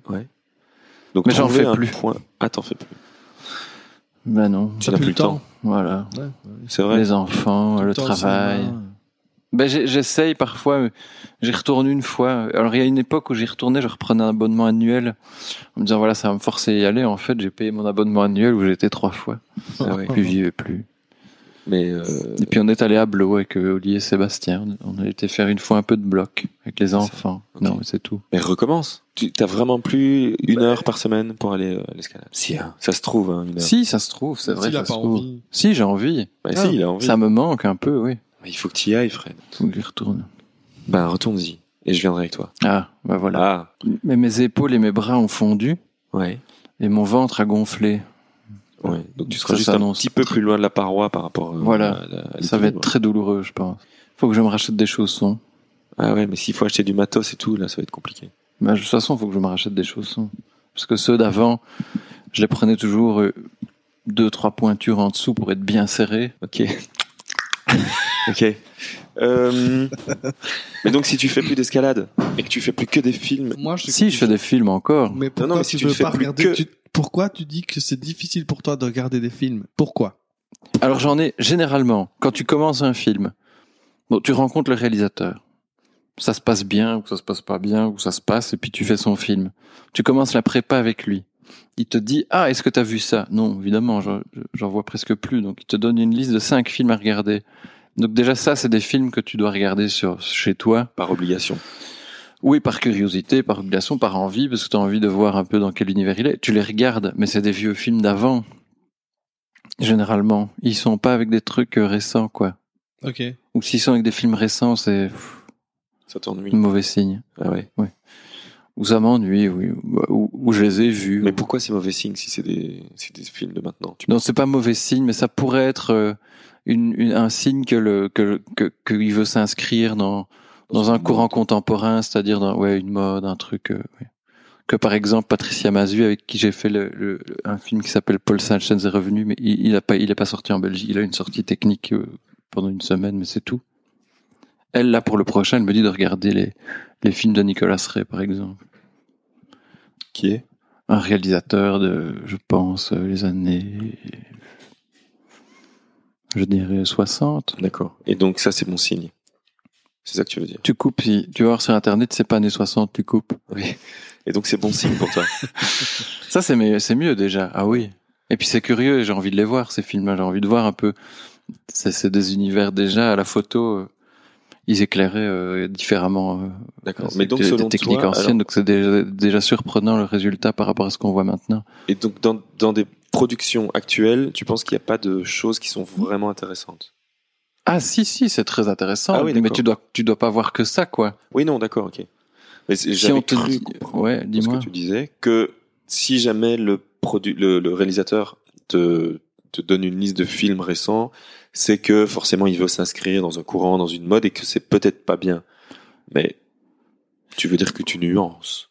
[SPEAKER 1] Donc
[SPEAKER 2] Mais j'en
[SPEAKER 1] trouver
[SPEAKER 2] fais
[SPEAKER 1] un
[SPEAKER 2] plus.
[SPEAKER 1] Point... Ah, t'en fais plus.
[SPEAKER 2] Bah non,
[SPEAKER 1] Tu n'as plus le temps.
[SPEAKER 2] voilà.
[SPEAKER 4] Ouais.
[SPEAKER 1] C'est vrai.
[SPEAKER 2] Les enfants, le,
[SPEAKER 4] Tout le temps,
[SPEAKER 2] travail.
[SPEAKER 4] cinéma.
[SPEAKER 2] Ben, j'ai- j'essaye parfois. mais J'y retourne une fois. Alors, il y a une époque où j'y retournais, je reprenais un abonnement annuel en me disant, voilà, ça va me forcer à y aller. En fait, j'ai payé mon abonnement annuel où j'étais trois fois.
[SPEAKER 1] Ah ouais.
[SPEAKER 2] Puis, j'y vais plus.
[SPEAKER 1] Mais euh,
[SPEAKER 2] Et puis, on est allé à Blo avec euh, Oli et Sébastien. On a été faire une fois un peu de bloc avec les enfants.
[SPEAKER 1] Ok.
[SPEAKER 2] Non, mais c'est tout.
[SPEAKER 1] mais recommence. Tu t'as vraiment plus
[SPEAKER 2] Bah,
[SPEAKER 1] une heure par semaine pour aller euh, à l'escalade. Si, hein, ça se trouve, hein, une heure.
[SPEAKER 2] Si, ça se trouve, c'est vrai.
[SPEAKER 4] S'il a
[SPEAKER 2] ça se
[SPEAKER 4] pas
[SPEAKER 2] trouve.
[SPEAKER 4] envie.
[SPEAKER 2] Si, j'ai envie.
[SPEAKER 1] Bah,
[SPEAKER 4] Ah,
[SPEAKER 1] si, il a envie.
[SPEAKER 2] Ça me manque un peu, oui.
[SPEAKER 1] Mais il faut que tu y ailles, Fred.
[SPEAKER 2] Faut que j'y retourne.
[SPEAKER 1] Ben retourne-y et je viendrai avec toi.
[SPEAKER 2] Ah, bah voilà.
[SPEAKER 1] Là,
[SPEAKER 2] Mais mes épaules et mes bras ont fondu
[SPEAKER 1] ouais.
[SPEAKER 2] et mon ventre a gonflé.
[SPEAKER 1] Ouais, donc tu
[SPEAKER 2] Ça
[SPEAKER 1] seras juste un
[SPEAKER 2] s'annonce.
[SPEAKER 1] petit peu plus loin de la paroi par rapport. euh,
[SPEAKER 2] Voilà.
[SPEAKER 1] à la- à
[SPEAKER 2] Ça va être
[SPEAKER 1] l'équilibre.
[SPEAKER 2] très douloureux, je pense. Faut que je me rachète des chaussons.
[SPEAKER 1] Ah ouais, mais s'il faut acheter du matos et tout, là, ça va être compliqué.
[SPEAKER 2] Bah, de toute façon, faut que je me rachète des chaussons. Parce que ceux d'avant, je les prenais toujours euh, deux, trois pointures en dessous pour être bien serré.
[SPEAKER 1] Ok. ok. Euh... mais donc, si tu fais plus d'escalade et que tu fais plus que des films,
[SPEAKER 4] Moi, je
[SPEAKER 2] Si, je fais des films encore.
[SPEAKER 4] Mais pourquoi
[SPEAKER 1] non, mais
[SPEAKER 4] tu
[SPEAKER 1] si tu
[SPEAKER 4] veux
[SPEAKER 1] le fais
[SPEAKER 4] pas
[SPEAKER 1] plus
[SPEAKER 4] regarder
[SPEAKER 1] que-
[SPEAKER 4] tu- Pourquoi tu dis que c'est difficile pour toi de regarder des films Pourquoi
[SPEAKER 2] Alors j'en ai généralement, quand tu commences un film, bon, tu rencontres le réalisateur. Ça se passe bien, ou ça se passe pas bien, ou ça se passe, et puis tu fais son film. Tu commences la prépa avec lui. Il te dit, ah, est-ce que t'as vu ça Non, évidemment, j'en j'en vois presque plus. Donc il te donne une liste de cinq films à regarder. Donc déjà ça, c'est des films que tu dois regarder sur, chez toi.
[SPEAKER 1] par obligation.
[SPEAKER 2] Oui, par curiosité, par obligation, par envie, parce que tu as envie de voir un peu dans quel univers il est. Tu les regardes, mais c'est des vieux films d'avant. Généralement, ils sont pas avec des trucs euh, récents, quoi.
[SPEAKER 4] Ok.
[SPEAKER 2] Ou s'ils sont avec des films récents, c'est pff,
[SPEAKER 1] Ça t'ennuie.
[SPEAKER 2] un mauvais signe.
[SPEAKER 1] Ah ouais.
[SPEAKER 2] Ou ça m'ennuie, oui. Bah, Ou, ou je les ai vus.
[SPEAKER 1] Mais pourquoi c'est mauvais signe si c'est des, si des films de maintenant tu...
[SPEAKER 2] Non, c'est pas mauvais signe, mais ça pourrait être euh, une, une- un signe que le que le- que qu'il veut s'inscrire dans dans un courant contemporain, c'est-à-dire dans ouais une mode, un truc. euh, ouais. Que par exemple Patricia Mazu, avec qui j'ai fait le, le- le- un film qui s'appelle Paul Sanchez est revenu, mais il, il a pas il est pas sorti en Belgique. Il a une sortie technique euh, pendant une semaine, mais c'est tout. Elle là pour le prochain, elle me dit de regarder les les films de Nicolas Ray par exemple
[SPEAKER 1] Qui est
[SPEAKER 2] un réalisateur de, je pense, euh, les années, je dirais 60.
[SPEAKER 1] D'accord. Et donc, ça, c'est bon signe. C'est ça que tu veux dire.
[SPEAKER 2] Tu coupes, si tu vas voir sur Internet, c'est pas années 60, tu coupes.
[SPEAKER 1] Oui. Et donc, c'est bon signe pour toi.
[SPEAKER 2] Ça, c'est mieux, c'est mieux déjà. Ah oui. Et puis c'est curieux, j'ai envie de les voir, ces films-là. J'ai envie de voir un peu. C'est c'est des univers déjà à la photo. euh, Ils éclairaient euh, différemment. euh,
[SPEAKER 1] D'accord.
[SPEAKER 2] c'est
[SPEAKER 1] Mais donc,
[SPEAKER 2] des,
[SPEAKER 1] selon
[SPEAKER 2] des techniques
[SPEAKER 1] toi,
[SPEAKER 2] anciennes,
[SPEAKER 1] alors-
[SPEAKER 2] donc c'est déjà, déjà surprenant le résultat par rapport à ce qu'on voit maintenant.
[SPEAKER 1] Et donc, dans, dans des productions actuelles, tu penses qu'il n'y a pas de choses qui sont vraiment intéressantes
[SPEAKER 2] Ah si si, c'est très intéressant.
[SPEAKER 1] Ah oui,
[SPEAKER 2] mais
[SPEAKER 1] d'accord.
[SPEAKER 2] tu dois tu dois pas voir que ça quoi.
[SPEAKER 1] Oui, non, d'accord, ok. Mais c'est-
[SPEAKER 2] si
[SPEAKER 1] j'avais
[SPEAKER 2] on te
[SPEAKER 1] cru
[SPEAKER 2] dit,
[SPEAKER 1] comprendre
[SPEAKER 2] ouais,
[SPEAKER 1] ce
[SPEAKER 2] Euh, dis-moi.
[SPEAKER 1] que tu disais, que si jamais le, produ- le, le réalisateur te, te donne une liste de films récents, c'est que forcément il veut s'inscrire dans un courant, dans une mode, et que c'est peut-être pas bien. Mais tu veux dire que tu nuances,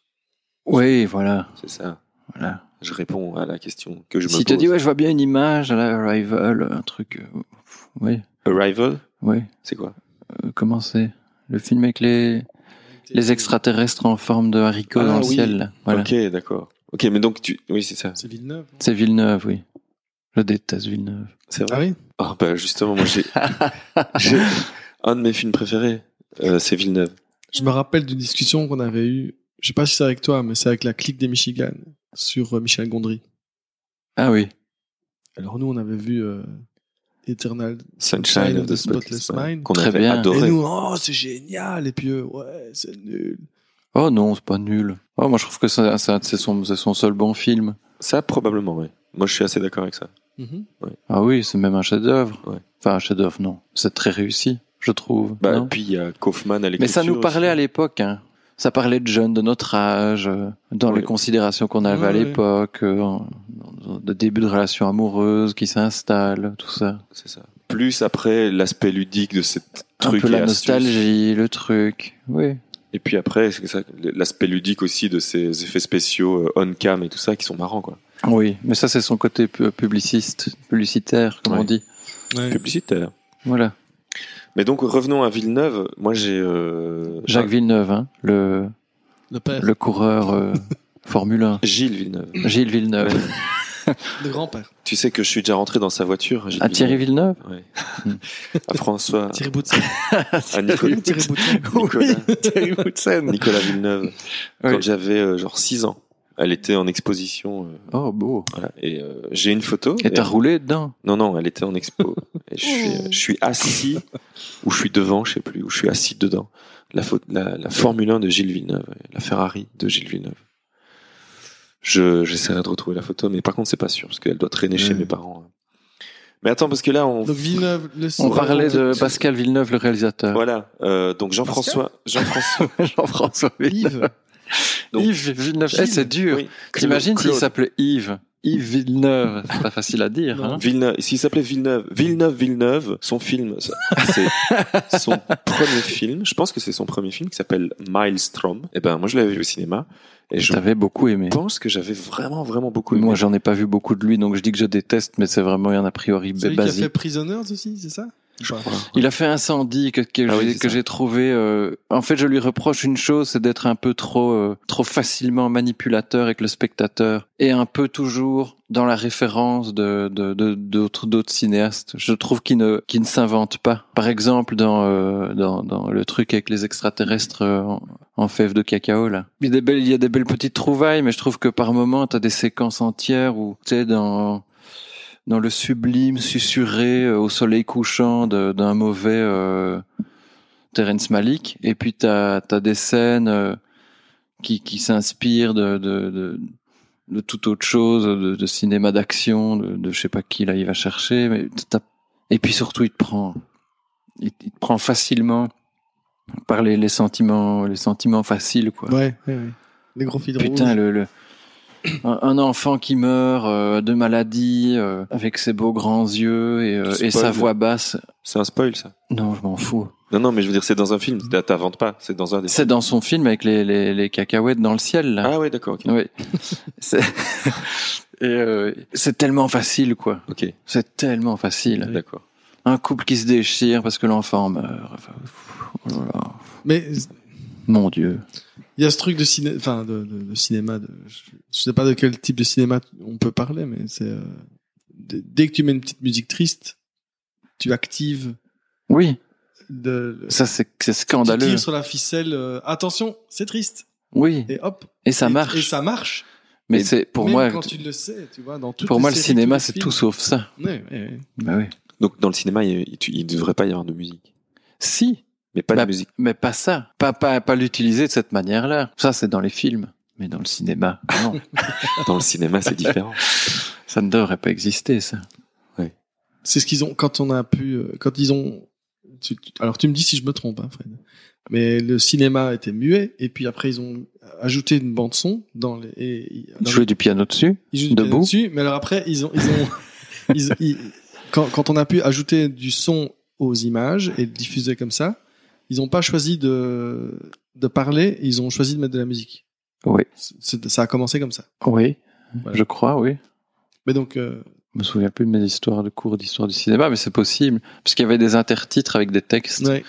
[SPEAKER 2] Oui, voilà,
[SPEAKER 1] c'est ça
[SPEAKER 2] voilà.
[SPEAKER 1] Je réponds à la question que je me
[SPEAKER 2] Si tu
[SPEAKER 1] pose.
[SPEAKER 2] dis ouais, je vois bien une image à la Arrival, un truc, euh, pff, oui,
[SPEAKER 1] Arrival,
[SPEAKER 2] oui.
[SPEAKER 1] c'est quoi
[SPEAKER 2] euh, comment c'est Le film avec les les extraterrestres en forme de haricots
[SPEAKER 1] Ah,
[SPEAKER 2] dans le
[SPEAKER 1] oui.
[SPEAKER 2] ciel, là. voilà.
[SPEAKER 1] Ok, d'accord. Ok, mais donc tu... Oui, c'est ça.
[SPEAKER 4] C'est Villeneuve.
[SPEAKER 2] C'est Villeneuve, oui. Je déteste Villeneuve.
[SPEAKER 1] C'est vrai
[SPEAKER 4] Ah oui
[SPEAKER 1] Ah bah justement, moi j'ai j'ai- un de mes films préférés, euh, c'est Villeneuve.
[SPEAKER 4] Je me rappelle d'une discussion qu'on avait eue, je sais pas si c'est avec toi, mais c'est avec la clique des Michigan sur euh, Michel Gondry.
[SPEAKER 2] Ah oui.
[SPEAKER 4] Alors nous, on avait vu euh, Eternal
[SPEAKER 1] Sunshine of the Spotless, Mind, qu'on
[SPEAKER 2] Très
[SPEAKER 1] avait
[SPEAKER 2] bien.
[SPEAKER 1] adoré.
[SPEAKER 4] Et nous, oh, c'est génial. Et puis, eux, ouais, c'est nul.
[SPEAKER 2] Oh non, c'est pas nul. Oh, moi je trouve que ça- ça- c'est son c'est son seul bon film.
[SPEAKER 1] Ça probablement, oui. Moi je suis assez d'accord avec ça.
[SPEAKER 4] Mm-hmm.
[SPEAKER 2] Ah oui, c'est même un chef-d'œuvre.
[SPEAKER 1] Ouais.
[SPEAKER 2] Enfin un chef-d'œuvre, non. C'est très réussi, je trouve.
[SPEAKER 1] Bah
[SPEAKER 2] non
[SPEAKER 1] puis il y a Kaufman à l'écriture.
[SPEAKER 2] Mais ça nous parlait à
[SPEAKER 1] aussi.
[SPEAKER 2] l'époque. Hein. Ça parlait de jeunes, de notre âge, euh, dans
[SPEAKER 1] Oui.
[SPEAKER 2] les considérations qu'on avait à
[SPEAKER 4] Oui, oui.
[SPEAKER 2] l'époque, euh, en- en- de début de relation amoureuse qui s'installe, tout ça.
[SPEAKER 1] C'est ça. Plus après l'aspect ludique de cette
[SPEAKER 2] Un
[SPEAKER 1] truc
[SPEAKER 2] peu
[SPEAKER 1] et
[SPEAKER 2] la
[SPEAKER 1] astuce.
[SPEAKER 2] nostalgie, le truc. Oui.
[SPEAKER 1] Et puis après c'est ça, l'aspect ludique aussi de ces effets spéciaux euh, on cam et tout ça qui sont marrants quoi.
[SPEAKER 2] Oui, mais ça c'est son côté pu- publiciste, publicitaire, comme
[SPEAKER 1] Ouais.
[SPEAKER 2] on dit.
[SPEAKER 4] Ouais.
[SPEAKER 1] Publicitaire.
[SPEAKER 2] Voilà.
[SPEAKER 1] Mais donc revenons à Villeneuve. Moi j'ai euh,
[SPEAKER 2] Jacques Villeneuve, hein, le,
[SPEAKER 4] Le père.
[SPEAKER 2] le coureur euh, Formule 1.
[SPEAKER 1] ah, Gilles Villeneuve.
[SPEAKER 2] Gilles Villeneuve.
[SPEAKER 4] Le grand-père.
[SPEAKER 1] Tu sais que je suis déjà rentré dans sa voiture. j'ai
[SPEAKER 2] À
[SPEAKER 1] dit-
[SPEAKER 2] Ah, Thierry Villeneuve
[SPEAKER 1] Ouais. à
[SPEAKER 2] Ah.
[SPEAKER 1] François,
[SPEAKER 4] Thierry Boutsen.
[SPEAKER 1] à Nicolas,
[SPEAKER 4] Thierry Boutsen.
[SPEAKER 1] Nicolas,
[SPEAKER 2] Thierry Woodsen.
[SPEAKER 1] Nicolas Villeneuve. Quand
[SPEAKER 2] Oui.
[SPEAKER 1] j'avais euh, genre 6 ans, elle était en exposition. euh,
[SPEAKER 2] Oh, beau.
[SPEAKER 1] voilà. Et euh, j'ai une photo.
[SPEAKER 2] Et t'as roulé dedans
[SPEAKER 1] Non, non, elle était en expo. Et je, suis, je suis assis, ou je suis devant, je sais plus, ou je suis assis dedans. La, faute- la, la Formule 1 de Gilles Villeneuve, la Ferrari de Gilles Villeneuve. Je, j'essaierai de retrouver la photo, mais par contre, c'est pas sûr, parce qu'elle doit traîner chez
[SPEAKER 2] Ouais.
[SPEAKER 1] mes parents. hein. Mais attends, parce que là, on.
[SPEAKER 4] Donc Villeneuve, le son.
[SPEAKER 2] On parlait de Pascal Villeneuve, le réalisateur.
[SPEAKER 1] Voilà, euh, donc Jean-François. Jean-François.
[SPEAKER 2] Jean-François Villeneuve.
[SPEAKER 4] Yves.
[SPEAKER 1] Donc-
[SPEAKER 2] Yves Villeneuve. Eh, c'est dur.
[SPEAKER 1] oui, Claude-
[SPEAKER 2] T'imagines s'il
[SPEAKER 1] Claude.
[SPEAKER 2] s'appelait Yves Yves Villeneuve, c'est pas facile à dire.
[SPEAKER 4] Non.
[SPEAKER 2] Hein
[SPEAKER 1] Villeneuve, s'il s'appelait Villeneuve, Villeneuve, Villeneuve, son film, c'est son premier film, je pense que c'est son premier film qui s'appelle Maelstrom. Et ben, moi, je l'avais vu au cinéma et je
[SPEAKER 2] J'avais beaucoup aimé.
[SPEAKER 1] pense que j'avais vraiment, vraiment beaucoup aimé.
[SPEAKER 2] Moi, j'en ai pas vu beaucoup de lui, donc je dis que je déteste, mais c'est vraiment un a priori
[SPEAKER 4] Celui qui a fait
[SPEAKER 2] basique.
[SPEAKER 4] Prisoners aussi, c'est ça Je crois.
[SPEAKER 2] Il a fait incendie que, que
[SPEAKER 1] Ah oui,
[SPEAKER 2] j'ai-
[SPEAKER 1] c'est
[SPEAKER 2] que
[SPEAKER 1] ça.
[SPEAKER 2] j'ai trouvé. euh, En fait, je lui reproche une chose, c'est d'être un peu trop euh, trop facilement manipulateur avec le spectateur et un peu toujours dans la référence de de- de- d'autres d'autres cinéastes. Je trouve qu'il ne qu'il ne s'invente pas. Par exemple, dans, euh, dans dans le truc avec les extraterrestres euh, en- en fève de cacao là. Il y a des belles, il y a des belles petites trouvailles, mais je trouve que par moment t'as des séquences entières où t'es dans dans le sublime susurré euh, au soleil couchant de- d'un mauvais euh, Terence Malick, et puis t'as as des scènes euh, qui qui s'inspirent de de, de de toute autre chose, de, de cinéma d'action, de, de je sais pas qui là il va chercher, mais t'as- et puis surtout il te prend, il, il te prend facilement par les, les sentiments, les sentiments faciles quoi.
[SPEAKER 4] Ouais, ouais, ouais. Les gros filles de
[SPEAKER 2] Putain,
[SPEAKER 4] rouge.
[SPEAKER 2] le, le- un, un enfant qui meurt euh, de maladie euh, avec ses beaux grands yeux et, euh,
[SPEAKER 1] Tu
[SPEAKER 2] et sa
[SPEAKER 1] spoil.
[SPEAKER 2] voix basse.
[SPEAKER 1] C'est un spoil, ça.
[SPEAKER 2] Non, je m'en fous.
[SPEAKER 1] Non, non, mais je veux dire, c'est dans un film. Là, T'inventes pas. C'est dans un des.
[SPEAKER 2] Mm. C'est dans son film avec les, les, les cacahuètes dans le ciel. Là.
[SPEAKER 1] Ah ouais, d'accord. ok.
[SPEAKER 2] Oui. C'est et, euh, c'est tellement facile, quoi.
[SPEAKER 1] Ok,
[SPEAKER 2] C'est tellement facile.
[SPEAKER 1] d'accord.
[SPEAKER 2] Un couple qui se déchire parce que l'enfant meurt. Enfin, pff, oh là là.
[SPEAKER 4] Mais
[SPEAKER 2] Mon Dieu.
[SPEAKER 4] Il y a ce truc de, ciné... enfin, de, de- de cinéma, de... je je sais pas de quel type de cinéma on peut parler, mais c'est euh, d- dès que tu mets une petite musique triste, tu actives
[SPEAKER 2] Oui,
[SPEAKER 4] de...
[SPEAKER 2] ça c'est c'est
[SPEAKER 4] tu
[SPEAKER 2] scandaleux.
[SPEAKER 4] tires sur la ficelle, euh, attention, c'est triste,
[SPEAKER 2] Oui,
[SPEAKER 4] et hop,
[SPEAKER 2] et ça
[SPEAKER 4] Et-
[SPEAKER 2] marche.
[SPEAKER 4] Et ça marche.
[SPEAKER 2] Mais c'est pour
[SPEAKER 4] Même
[SPEAKER 2] moi,
[SPEAKER 4] quand tu le sais, tu vois, dans toutes
[SPEAKER 2] pour
[SPEAKER 4] les
[SPEAKER 2] moi le
[SPEAKER 4] séries,
[SPEAKER 2] cinéma
[SPEAKER 4] tous
[SPEAKER 2] c'est
[SPEAKER 4] les
[SPEAKER 2] tout
[SPEAKER 4] films.
[SPEAKER 2] sauf ça.
[SPEAKER 4] Ouais, ouais, ouais.
[SPEAKER 2] Bah oui.
[SPEAKER 1] Donc, dans le cinéma, il, il- tu- il devrait pas y avoir de musique.
[SPEAKER 2] Si,
[SPEAKER 1] Mais pas
[SPEAKER 2] Bah,
[SPEAKER 1] de musique.
[SPEAKER 2] mais pas ça. Pas, pas, pas l'utiliser de cette manière-là. Ça, c'est dans les films. Mais dans le cinéma, non.
[SPEAKER 1] Dans le cinéma, c'est différent.
[SPEAKER 2] ça ne devrait pas exister, ça.
[SPEAKER 4] C'est ce qu'ils ont quand on a pu, euh, quand ils ont. tu- tu- alors tu me dis si je me trompe, hein, Fred. Mais le cinéma était muet et puis après ils ont ajouté une bande son dans les. et- dans
[SPEAKER 2] Jouer du piano dessus.
[SPEAKER 4] Ils jouent du piano
[SPEAKER 2] Debout.
[SPEAKER 4] dessus, mais alors après, ils ont, ils ont, ils ont- ils- quand, quand on a pu ajouter du son aux images et le diffuser comme ça, ils ont pas choisi de, de parler, ils ont choisi de mettre de la musique.
[SPEAKER 2] Oui.
[SPEAKER 4] C'est- ça a commencé comme ça.
[SPEAKER 2] Oui.
[SPEAKER 4] Voilà.
[SPEAKER 2] Je crois, oui.
[SPEAKER 4] Mais donc, euh,
[SPEAKER 2] Je me souviens plus de mes histoires de cours d'histoire du cinéma, mais c'est possible. Parce qu'il y avait des intertitres avec des textes.
[SPEAKER 4] ouais.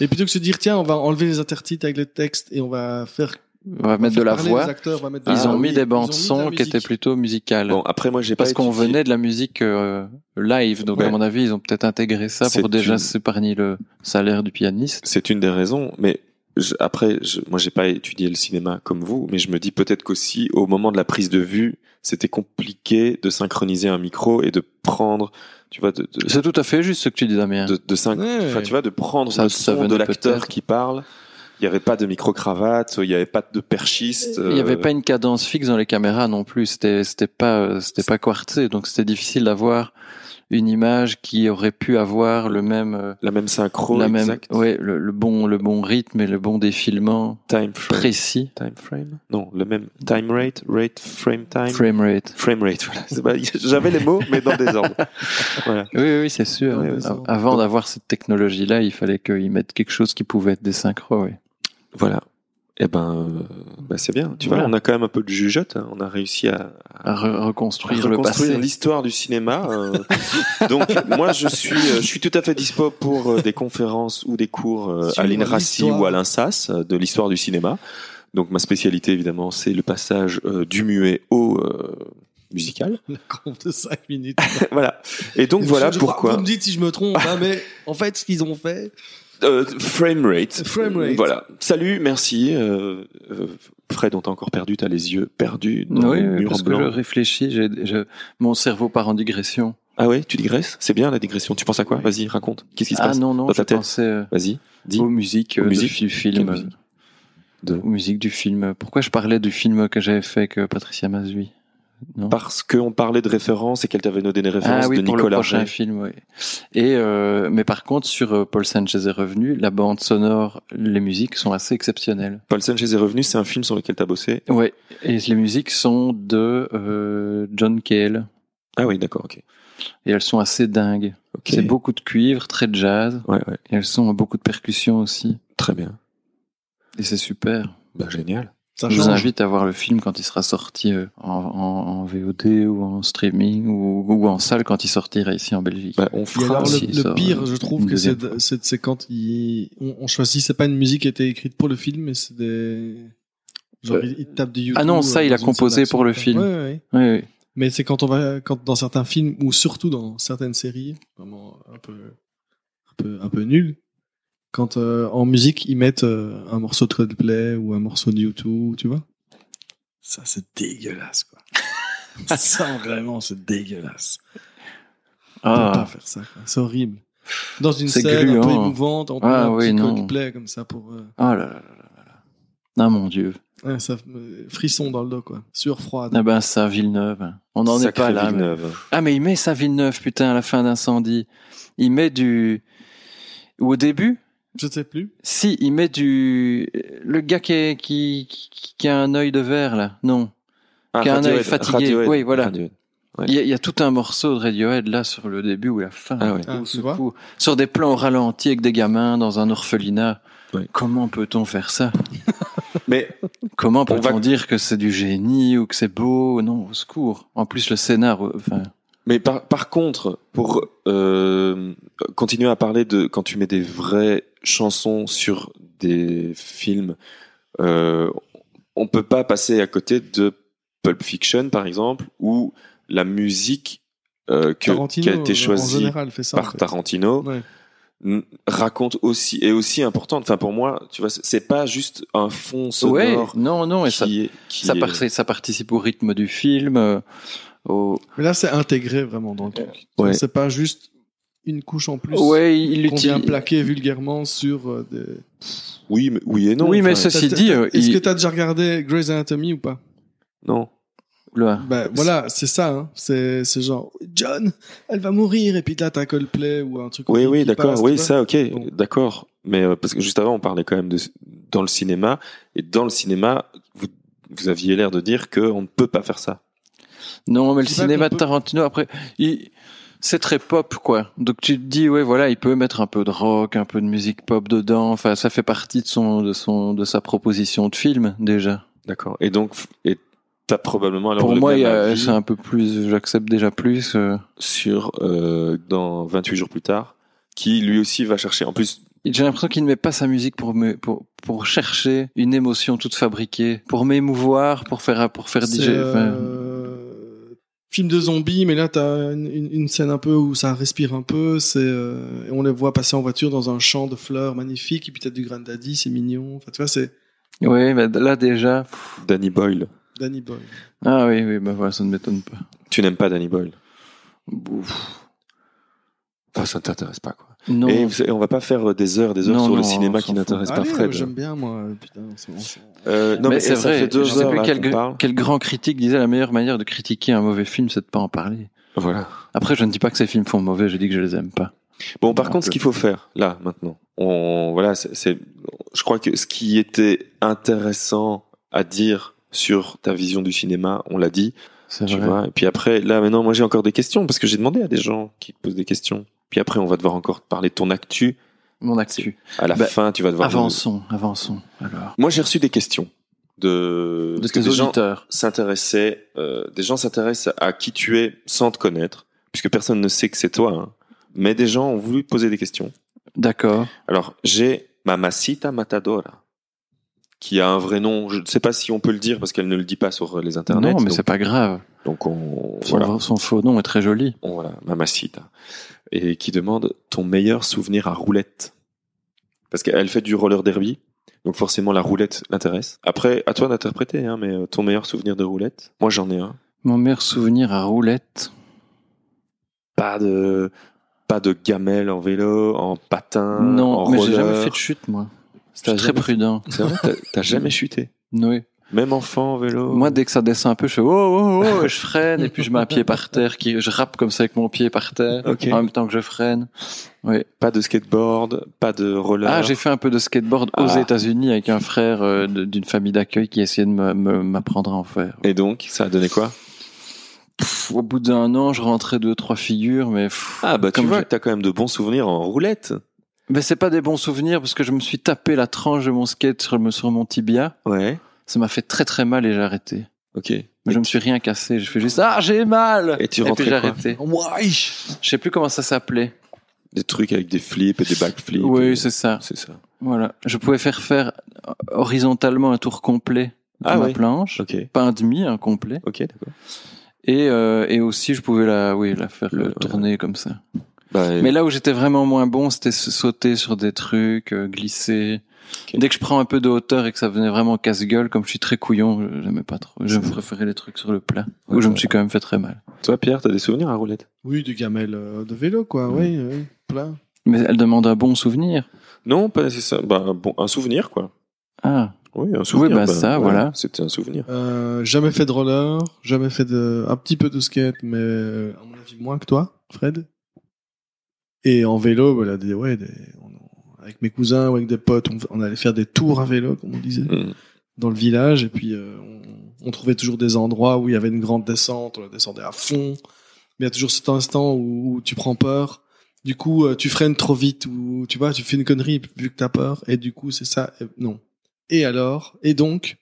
[SPEAKER 4] Et plutôt que de se dire, tiens, on va enlever les intertitres avec le texte et on va faire,
[SPEAKER 2] On va mettre de
[SPEAKER 4] faire
[SPEAKER 2] la
[SPEAKER 4] parler
[SPEAKER 2] voix.
[SPEAKER 4] les acteurs, on va mettre de
[SPEAKER 2] Ils
[SPEAKER 4] la-
[SPEAKER 2] ont mis
[SPEAKER 4] oui,
[SPEAKER 2] des
[SPEAKER 4] ils ont
[SPEAKER 2] bandes
[SPEAKER 4] mis de
[SPEAKER 2] son
[SPEAKER 4] la
[SPEAKER 2] qui étaient
[SPEAKER 4] musique.
[SPEAKER 2] plutôt musicales.
[SPEAKER 1] Bon, après, moi, j'ai pas.
[SPEAKER 2] parce qu'on
[SPEAKER 1] étudié-
[SPEAKER 2] venait de la musique euh, live, donc
[SPEAKER 1] Ouais.
[SPEAKER 2] à mon avis, ils ont peut-être intégré ça
[SPEAKER 1] C'est
[SPEAKER 2] pour déjà
[SPEAKER 1] une-
[SPEAKER 2] s'épargner le salaire du pianiste.
[SPEAKER 1] C'est une des raisons, mais je- après, je, moi, j'ai pas étudié le cinéma comme vous, mais je me dis peut-être qu'aussi, au moment de la prise de vue, c'était compliqué de synchroniser un micro et de prendre, tu vois, de, de,
[SPEAKER 2] C'est tout à fait juste ce que tu dis, Damien.
[SPEAKER 1] de, de syn-
[SPEAKER 4] Ouais.
[SPEAKER 1] enfin, tu vois, de prendre
[SPEAKER 2] Ça-
[SPEAKER 1] le
[SPEAKER 2] ça
[SPEAKER 1] son de
[SPEAKER 2] venait
[SPEAKER 1] l'acteur
[SPEAKER 2] peut-être.
[SPEAKER 1] qui parle. Il n'y avait pas de micro-cravate, il n'y avait pas de perchiste.
[SPEAKER 2] Il n'y avait
[SPEAKER 1] euh,
[SPEAKER 2] pas une cadence fixe dans les caméras non plus. C'était c'était pas euh, c'était pas quartzé, donc c'était difficile d'avoir une image qui aurait pu avoir le même euh,
[SPEAKER 1] la même synchro,
[SPEAKER 2] la même
[SPEAKER 1] exact.
[SPEAKER 2] ouais le, le bon le bon rythme et le bon défilement
[SPEAKER 1] Time frame.
[SPEAKER 2] précis
[SPEAKER 1] Time frame Non, le même. Time rate, rate, frame time. Frame,
[SPEAKER 2] frame
[SPEAKER 1] rate,
[SPEAKER 2] rate.
[SPEAKER 1] voilà. C'est pas- J'avais les mots, mais dans le désordre. Voilà.
[SPEAKER 2] Oui oui, oui, c'est sûr.
[SPEAKER 1] Ouais, ouais,
[SPEAKER 4] ça va.
[SPEAKER 2] Avant d'avoir cette technologie là, il fallait qu'ils mettent quelque chose qui pouvait être des synchros. oui.
[SPEAKER 1] Voilà. Eh ben, euh, bah, c'est bien. Tu vois,
[SPEAKER 2] Voilà.
[SPEAKER 1] on a quand même un peu de jugeote. hein. On a réussi à, à-
[SPEAKER 2] À re- reconstruire
[SPEAKER 1] à
[SPEAKER 2] le
[SPEAKER 1] reconstruire
[SPEAKER 2] passé.
[SPEAKER 1] l'histoire du cinéma. euh. Donc, moi, je suis, euh, je suis tout à fait dispo pour euh, des conférences ou des cours euh,
[SPEAKER 4] Sur
[SPEAKER 1] à l'INRACI
[SPEAKER 4] l'histoire.
[SPEAKER 1] ou à l'INSAS euh, de l'histoire du cinéma. Donc, ma spécialité, évidemment, c'est le passage euh, du muet au, euh, musicale.
[SPEAKER 4] La conf de 5 minutes.
[SPEAKER 1] voilà. Et donc
[SPEAKER 4] Je-
[SPEAKER 1] voilà
[SPEAKER 4] je crois-
[SPEAKER 1] pourquoi.
[SPEAKER 4] Vous me dites si je me trompe, hein, mais en fait, ce qu'ils ont fait,
[SPEAKER 1] Euh, frame rate.
[SPEAKER 4] Frame rate.
[SPEAKER 1] Voilà. Salut, merci. Euh, euh, Fred, on t'a encore perdu, t'as les yeux perdus dans
[SPEAKER 2] oui,
[SPEAKER 1] le
[SPEAKER 2] oui,
[SPEAKER 1] mur
[SPEAKER 2] parce que
[SPEAKER 1] blanc.
[SPEAKER 2] je réfléchis, j'ai- je- mon cerveau part en digression.
[SPEAKER 1] Ah ouais, tu digresses C'est bien la digression. Tu penses à quoi Vas-y, raconte. Qu'est-ce qui se
[SPEAKER 2] Ah
[SPEAKER 1] passe
[SPEAKER 2] non, non,
[SPEAKER 1] dans
[SPEAKER 2] je
[SPEAKER 1] ta tête
[SPEAKER 2] pensais euh,
[SPEAKER 1] Vas-y, dis.
[SPEAKER 2] aux musiques, euh,
[SPEAKER 1] Aux
[SPEAKER 2] de
[SPEAKER 1] musiques
[SPEAKER 2] fi- film,
[SPEAKER 1] Quelle musique De-
[SPEAKER 2] euh, aux musiques du film. Pourquoi je parlais du film que j'avais fait avec euh, Patricia Mazui Non
[SPEAKER 1] Parce qu'on parlait de références et qu'elle t'avait donné des références
[SPEAKER 2] Ah oui,
[SPEAKER 1] de
[SPEAKER 2] pour le
[SPEAKER 1] Nicolas
[SPEAKER 2] prochain
[SPEAKER 1] Ray.
[SPEAKER 2] film, oui. Et euh, mais par contre, sur euh, Paul Sanchez est revenu, la bande sonore, les musiques sont assez exceptionnelles.
[SPEAKER 1] Paul Sanchez est revenu, c'est un film sur lequel t'as bossé.
[SPEAKER 2] Ouais, et les musiques sont de euh, John Cale
[SPEAKER 1] Ah oui, d'accord, ok.
[SPEAKER 2] et elles sont assez dingues.
[SPEAKER 1] Ok.
[SPEAKER 2] C'est beaucoup de cuivre, très jazz,
[SPEAKER 1] Ouais, ouais,
[SPEAKER 2] et elles sont beaucoup de percussions aussi.
[SPEAKER 1] très bien.
[SPEAKER 2] Et c'est super.
[SPEAKER 1] Bah, génial.
[SPEAKER 4] ça
[SPEAKER 2] Je vous
[SPEAKER 4] change.
[SPEAKER 2] invite à voir le film quand il sera sorti euh, en, en- en VOD ou en streaming ou, ou en salle quand il sortira ici en Belgique.
[SPEAKER 1] Bah, on
[SPEAKER 4] Et
[SPEAKER 1] fera.
[SPEAKER 4] alors,
[SPEAKER 2] Ah,
[SPEAKER 4] le,
[SPEAKER 2] si,
[SPEAKER 4] le
[SPEAKER 2] ça,
[SPEAKER 4] pire,
[SPEAKER 2] ouais.
[SPEAKER 4] je trouve
[SPEAKER 2] Une
[SPEAKER 4] que c'est,
[SPEAKER 2] deuxième
[SPEAKER 4] de- c'est, c'est quand ils- on, on choisit, c'est pas une musique qui a été écrite pour le film, mais c'est des. Genre,
[SPEAKER 2] Euh,
[SPEAKER 4] ils ils tapent du YouTube.
[SPEAKER 2] ah non, ça,
[SPEAKER 4] euh,
[SPEAKER 2] il
[SPEAKER 4] dans
[SPEAKER 2] a
[SPEAKER 4] une
[SPEAKER 2] composé
[SPEAKER 4] salle d'action.
[SPEAKER 2] pour le film.
[SPEAKER 4] Ouais, ouais, ouais.
[SPEAKER 2] Oui, oui.
[SPEAKER 4] Mais c'est quand on va, quand dans certains films, ou surtout dans certaines séries, vraiment un peu, un peu, un peu nul, quand euh, en musique, ils mettent euh, un morceau de Coldplay ou un morceau de YouTube, tu vois. Ça, c'est dégueulasse, quoi. ça, vraiment, c'est dégueulasse. On peut pas
[SPEAKER 2] Ah,
[SPEAKER 4] faire ça. quoi. C'est horrible. Dans une
[SPEAKER 2] C'est
[SPEAKER 4] scène un peu
[SPEAKER 2] gluant.
[SPEAKER 4] émouvante, on
[SPEAKER 2] Ah
[SPEAKER 4] prend un
[SPEAKER 2] oui,
[SPEAKER 4] petit
[SPEAKER 2] non.
[SPEAKER 4] Coldplay comme ça pour euh,
[SPEAKER 2] ah là là là là là. Ah mon dieu.
[SPEAKER 4] ouais, ça, euh, frisson dans le dos quoi, sueur froide.
[SPEAKER 2] Ah ben ça, Villeneuve. On n'en est
[SPEAKER 1] Sacré
[SPEAKER 2] pas là. mais-
[SPEAKER 1] Villeneuve.
[SPEAKER 2] Ah mais il met ça Villeneuve, putain, à la fin d'incendie. Il met du... Ou au début
[SPEAKER 4] Je sais plus.
[SPEAKER 2] Si, il met du... Le gars qui, est- qui, qui, qui a un œil de verre, là. Non.
[SPEAKER 1] Ah,
[SPEAKER 2] Qui a un œil
[SPEAKER 1] Radiohead,
[SPEAKER 2] fatigué.
[SPEAKER 1] Radiohead,
[SPEAKER 2] Oui, voilà.
[SPEAKER 1] Radiohead. Ouais.
[SPEAKER 2] Il y, a, il y a tout un morceau de Radiohead, là, sur le début ou la fin.
[SPEAKER 1] Ah ouais.
[SPEAKER 4] Ah,
[SPEAKER 2] Au
[SPEAKER 4] tu vois
[SPEAKER 2] secours. sur des plans au ralenti avec des gamins dans un orphelinat.
[SPEAKER 1] Ouais.
[SPEAKER 2] Comment peut-on faire ça
[SPEAKER 1] Mais
[SPEAKER 2] Comment peut-on
[SPEAKER 1] va-
[SPEAKER 2] dire que c'est du génie ou que c'est beau Non, au secours. En plus, le scénar... euh, Enfin,
[SPEAKER 1] Mais par, par contre, pour euh, continuer à parler de quand tu mets des vraies chansons sur des films, euh, on peut pas passer à côté de Pulp Fiction, par exemple, où la musique euh, que-
[SPEAKER 4] Tarantino,
[SPEAKER 1] qui a été
[SPEAKER 4] euh, en
[SPEAKER 1] choisie
[SPEAKER 4] général, fait ça. en
[SPEAKER 1] par
[SPEAKER 4] fait.
[SPEAKER 1] Tarantino
[SPEAKER 4] Ouais.
[SPEAKER 1] n- raconte aussi est aussi importante. Enfin, pour moi, tu vois, c'est- c'est pas juste un fond
[SPEAKER 2] ouais,
[SPEAKER 1] sonore
[SPEAKER 2] non, non, et
[SPEAKER 1] qui
[SPEAKER 2] ça...
[SPEAKER 1] est- qui
[SPEAKER 2] ça,
[SPEAKER 1] est-
[SPEAKER 2] par- ça participe au rythme du film. euh, au...
[SPEAKER 4] Mais là, c'est intégré vraiment dans le truc.
[SPEAKER 1] Ouais.
[SPEAKER 4] C'est pas juste une couche en plus.
[SPEAKER 2] Ouais, il
[SPEAKER 4] Qu'on vient
[SPEAKER 2] utilise.
[SPEAKER 4] plaquer vulgairement sur euh, des...
[SPEAKER 1] Oui, mais, oui et non.
[SPEAKER 2] oui, mais
[SPEAKER 1] Enfin,
[SPEAKER 2] ceci
[SPEAKER 4] T'as-
[SPEAKER 2] dit,
[SPEAKER 4] t'as-
[SPEAKER 2] euh,
[SPEAKER 4] Est-ce
[SPEAKER 2] il-
[SPEAKER 4] que t'as déjà regardé Grey's Anatomy ou pas
[SPEAKER 1] non.
[SPEAKER 2] Oula.
[SPEAKER 4] Ben voilà, c'est ça. Hein. C'est c'est genre John, elle va mourir et puis là t'as un Coldplay ou un truc.
[SPEAKER 1] Oui,
[SPEAKER 4] qui-
[SPEAKER 1] oui,
[SPEAKER 4] qui passe,
[SPEAKER 1] d'accord.
[SPEAKER 4] tu
[SPEAKER 1] Oui,
[SPEAKER 4] vois.
[SPEAKER 1] ça, ok,
[SPEAKER 4] Bon.
[SPEAKER 1] d'accord. Mais euh, parce que juste avant, on parlait quand même de dans le cinéma, et dans le cinéma, vous, vous aviez l'air de dire que on ne peut pas faire ça.
[SPEAKER 2] non, mais le
[SPEAKER 4] Je dis pas
[SPEAKER 2] cinéma
[SPEAKER 4] qu'on
[SPEAKER 2] de
[SPEAKER 4] peut-
[SPEAKER 2] Tarantino, après, il- c'est très pop, quoi. Donc tu te dis, ouais, voilà, il peut mettre un peu de rock, un peu de musique pop dedans. Enfin, ça fait partie de son, de son, de sa proposition de film déjà.
[SPEAKER 1] D'accord. Et donc, f- et t'as probablement alors
[SPEAKER 2] Pour
[SPEAKER 1] le
[SPEAKER 2] moi,
[SPEAKER 1] même
[SPEAKER 2] il y a-
[SPEAKER 1] avis
[SPEAKER 2] c'est un peu plus, j'accepte déjà plus. euh.
[SPEAKER 1] sur euh, dans 28 jours plus tard, qui lui aussi va chercher. En plus,
[SPEAKER 2] J'ai l'impression qu'il ne met pas sa musique pour me, pour, pour chercher une émotion toute fabriquée, pour m'émouvoir, pour faire, pour faire
[SPEAKER 4] C'est,
[SPEAKER 2] DJ. enfin,
[SPEAKER 4] euh, Film de zombies, mais là t'as une, une, une scène un peu où ça respire un peu. C'est euh, et on les voit passer en voiture dans un champ de fleurs magnifique et puis t'as du Grandaddy, c'est mignon. Enfin tu vois, c'est
[SPEAKER 2] Ouais, mais là déjà. pff.
[SPEAKER 1] Danny Boyle.
[SPEAKER 4] Danny Boy.
[SPEAKER 2] Ah oui, oui, bah voilà, ça ne m'étonne pas.
[SPEAKER 1] Tu n'aimes pas Danny Boyle.
[SPEAKER 2] Ouf.
[SPEAKER 1] Enfin, ça ne t'intéresse pas, quoi.
[SPEAKER 2] Non.
[SPEAKER 1] Et, vous savez, on va pas faire euh, des heures, des heures
[SPEAKER 2] Non,
[SPEAKER 1] sur le
[SPEAKER 2] non, on
[SPEAKER 1] cinéma
[SPEAKER 2] s'en
[SPEAKER 1] qui
[SPEAKER 2] fout.
[SPEAKER 1] n'intéresse pas
[SPEAKER 4] Allez, euh,
[SPEAKER 1] Fred.
[SPEAKER 4] j'aime bien moi. Putain, c'est bon, c'est-
[SPEAKER 1] Euh, non, mais,
[SPEAKER 2] mais c'est
[SPEAKER 1] ça
[SPEAKER 2] vrai,
[SPEAKER 1] fait deux
[SPEAKER 2] je sais
[SPEAKER 1] heures
[SPEAKER 2] plus
[SPEAKER 1] là,
[SPEAKER 2] quel,
[SPEAKER 1] qu'on parle.
[SPEAKER 2] quel grand critique disait la meilleure manière de critiquer un mauvais film, c'est de pas en parler.
[SPEAKER 1] Voilà.
[SPEAKER 2] Après, je ne dis pas que ces films sont mauvais, je dis que je les aime pas.
[SPEAKER 1] Bon, par
[SPEAKER 2] Un
[SPEAKER 1] contre,
[SPEAKER 2] peu.
[SPEAKER 1] ce qu'il faut faire là maintenant, on voilà, c'est- c'est, je crois que ce qui était intéressant à dire sur ta vision du cinéma, on l'a dit,
[SPEAKER 2] C'est
[SPEAKER 1] tu
[SPEAKER 2] vrai.
[SPEAKER 1] vois. Et puis après, là maintenant, moi j'ai encore des questions parce que j'ai demandé à des gens qui te posent des questions. Puis après, on va devoir encore parler de ton actu.
[SPEAKER 2] Mon actu.
[SPEAKER 1] À la
[SPEAKER 2] Bah,
[SPEAKER 1] fin, tu vas devoir.
[SPEAKER 2] Avançons, avançons. Alors.
[SPEAKER 1] Moi, j'ai reçu des questions de
[SPEAKER 2] De
[SPEAKER 1] parce que
[SPEAKER 2] tes
[SPEAKER 1] des gens
[SPEAKER 2] auditeurs.
[SPEAKER 1] s'intéressaient, euh, des gens s'intéressent à qui tu es sans te connaître, puisque personne ne sait que c'est toi. hein. Mais des gens ont voulu te poser des questions.
[SPEAKER 2] D'accord.
[SPEAKER 1] Alors, j'ai Mamacita Matadora, qui a un vrai nom. Je ne sais pas si on peut le dire parce qu'elle ne le dit pas sur euh, les internets.
[SPEAKER 2] Non, mais
[SPEAKER 1] donc
[SPEAKER 2] c'est pas grave.
[SPEAKER 1] Donc on
[SPEAKER 2] Son,
[SPEAKER 1] voilà,
[SPEAKER 2] son faux nom est très joli.
[SPEAKER 1] on, voilà Mamacita et qui demande ton meilleur souvenir à roulette parce qu'elle fait du roller derby. Donc forcément la roulette l'intéresse. Après à toi d'interpréter hein, mais euh, ton meilleur souvenir de roulette. Moi j'en ai un.
[SPEAKER 2] Mon meilleur souvenir à roulette.
[SPEAKER 1] Pas de pas de gamelle en vélo, en patin, Euh, en
[SPEAKER 2] non, mais j'ai jamais
[SPEAKER 1] roller.
[SPEAKER 2] fait de chute, moi. Je
[SPEAKER 1] T'as
[SPEAKER 2] suis très
[SPEAKER 1] jamais-
[SPEAKER 2] prudent.
[SPEAKER 1] C'est vrai, t'as- t'as jamais chuté.
[SPEAKER 2] Oui.
[SPEAKER 1] Même enfant en vélo.
[SPEAKER 2] Moi, dès que ça descend un peu, je fais oh, oh, oh, et je freine, et puis je mets un pied par terre, qui, je rappe comme ça avec mon pied par terre,
[SPEAKER 1] Ok.
[SPEAKER 2] en même temps que je freine.
[SPEAKER 1] Pas de skateboard, pas de roller.
[SPEAKER 2] Ah, j'ai fait un peu de skateboard aux
[SPEAKER 1] Ah.
[SPEAKER 2] États-Unis avec un frère euh, de- d'une famille d'accueil qui essayait de me- me- m'apprendre à en faire.
[SPEAKER 1] Et donc, ça a donné quoi
[SPEAKER 2] Pff, au bout d'un an, je rentrais deux, trois figures, mais pff,
[SPEAKER 1] Ah, bah
[SPEAKER 2] Comme
[SPEAKER 1] tu vois,
[SPEAKER 2] j'ai-
[SPEAKER 1] t'as quand même de bons souvenirs en roulette.
[SPEAKER 2] mais c'est pas des bons souvenirs parce que je me suis tapé la tranche de mon skate sur, le- sur mon tibia.
[SPEAKER 1] Ouais.
[SPEAKER 2] Ça m'a fait très très mal et j'ai arrêté.
[SPEAKER 1] Ok. Et
[SPEAKER 2] Mais je me suis rien cassé. Je fais juste ah j'ai mal.
[SPEAKER 1] tu
[SPEAKER 2] puis j'ai
[SPEAKER 1] rentrais quoi
[SPEAKER 2] arrêté. Je sais plus comment ça s'appelait.
[SPEAKER 1] Des trucs avec des flips et des backflips.
[SPEAKER 2] Oui,
[SPEAKER 1] Et-
[SPEAKER 2] c'est ça.
[SPEAKER 1] c'est ça.
[SPEAKER 2] Voilà. Je pouvais faire faire horizontalement un tour complet de
[SPEAKER 1] Ah
[SPEAKER 2] ma
[SPEAKER 1] oui.
[SPEAKER 2] planche.
[SPEAKER 1] Ok.
[SPEAKER 2] Pas un demi, un complet.
[SPEAKER 1] Ok, d'accord.
[SPEAKER 2] Et, euh, et aussi, je pouvais la, oui, la faire
[SPEAKER 1] Le-
[SPEAKER 2] euh, tourner comme ça.
[SPEAKER 1] Bah,
[SPEAKER 2] Mais là où j'étais vraiment moins bon, c'était s- sauter sur des trucs, euh, glisser. Dès que je prends un peu de hauteur et que ça venait vraiment casse-gueule, comme je suis très couillon, je- j'aimais pas trop. Je préférais les trucs sur le plat, où
[SPEAKER 1] Ouais,
[SPEAKER 2] je me
[SPEAKER 1] ouais.
[SPEAKER 2] suis quand même fait très mal.
[SPEAKER 1] toi, Pierre, t'as des souvenirs à roulette
[SPEAKER 4] Oui, du gamelle euh, de vélo, quoi.
[SPEAKER 1] Mm.
[SPEAKER 4] Oui, oui, plein.
[SPEAKER 2] Mais elle demande un bon souvenir.
[SPEAKER 1] Non, pas nécessairement. Bah, bon, un souvenir, quoi.
[SPEAKER 2] Ah,
[SPEAKER 1] Oui, un souvenir.
[SPEAKER 2] bah, ça, voilà.
[SPEAKER 1] C'était un souvenir.
[SPEAKER 4] Euh, jamais fait de roller, jamais fait de un petit peu de skate, mais euh, à mon avis moins que toi, Fred. Et en vélo, voilà, des, ouais, des, on- avec mes cousins ou avec des potes, on, on allait faire des tours à vélo, comme on disait,
[SPEAKER 1] Mm.
[SPEAKER 4] dans le village. Et puis euh, on, on trouvait toujours des endroits où il y avait une grande descente, on la descendait à fond. Mais il y a toujours cet instant où, où tu prends peur. Du coup, euh, tu freines trop vite ou tu vois, tu fais une connerie vu que t'as peur. Et du coup, c'est ça. et- non. Et alors Et donc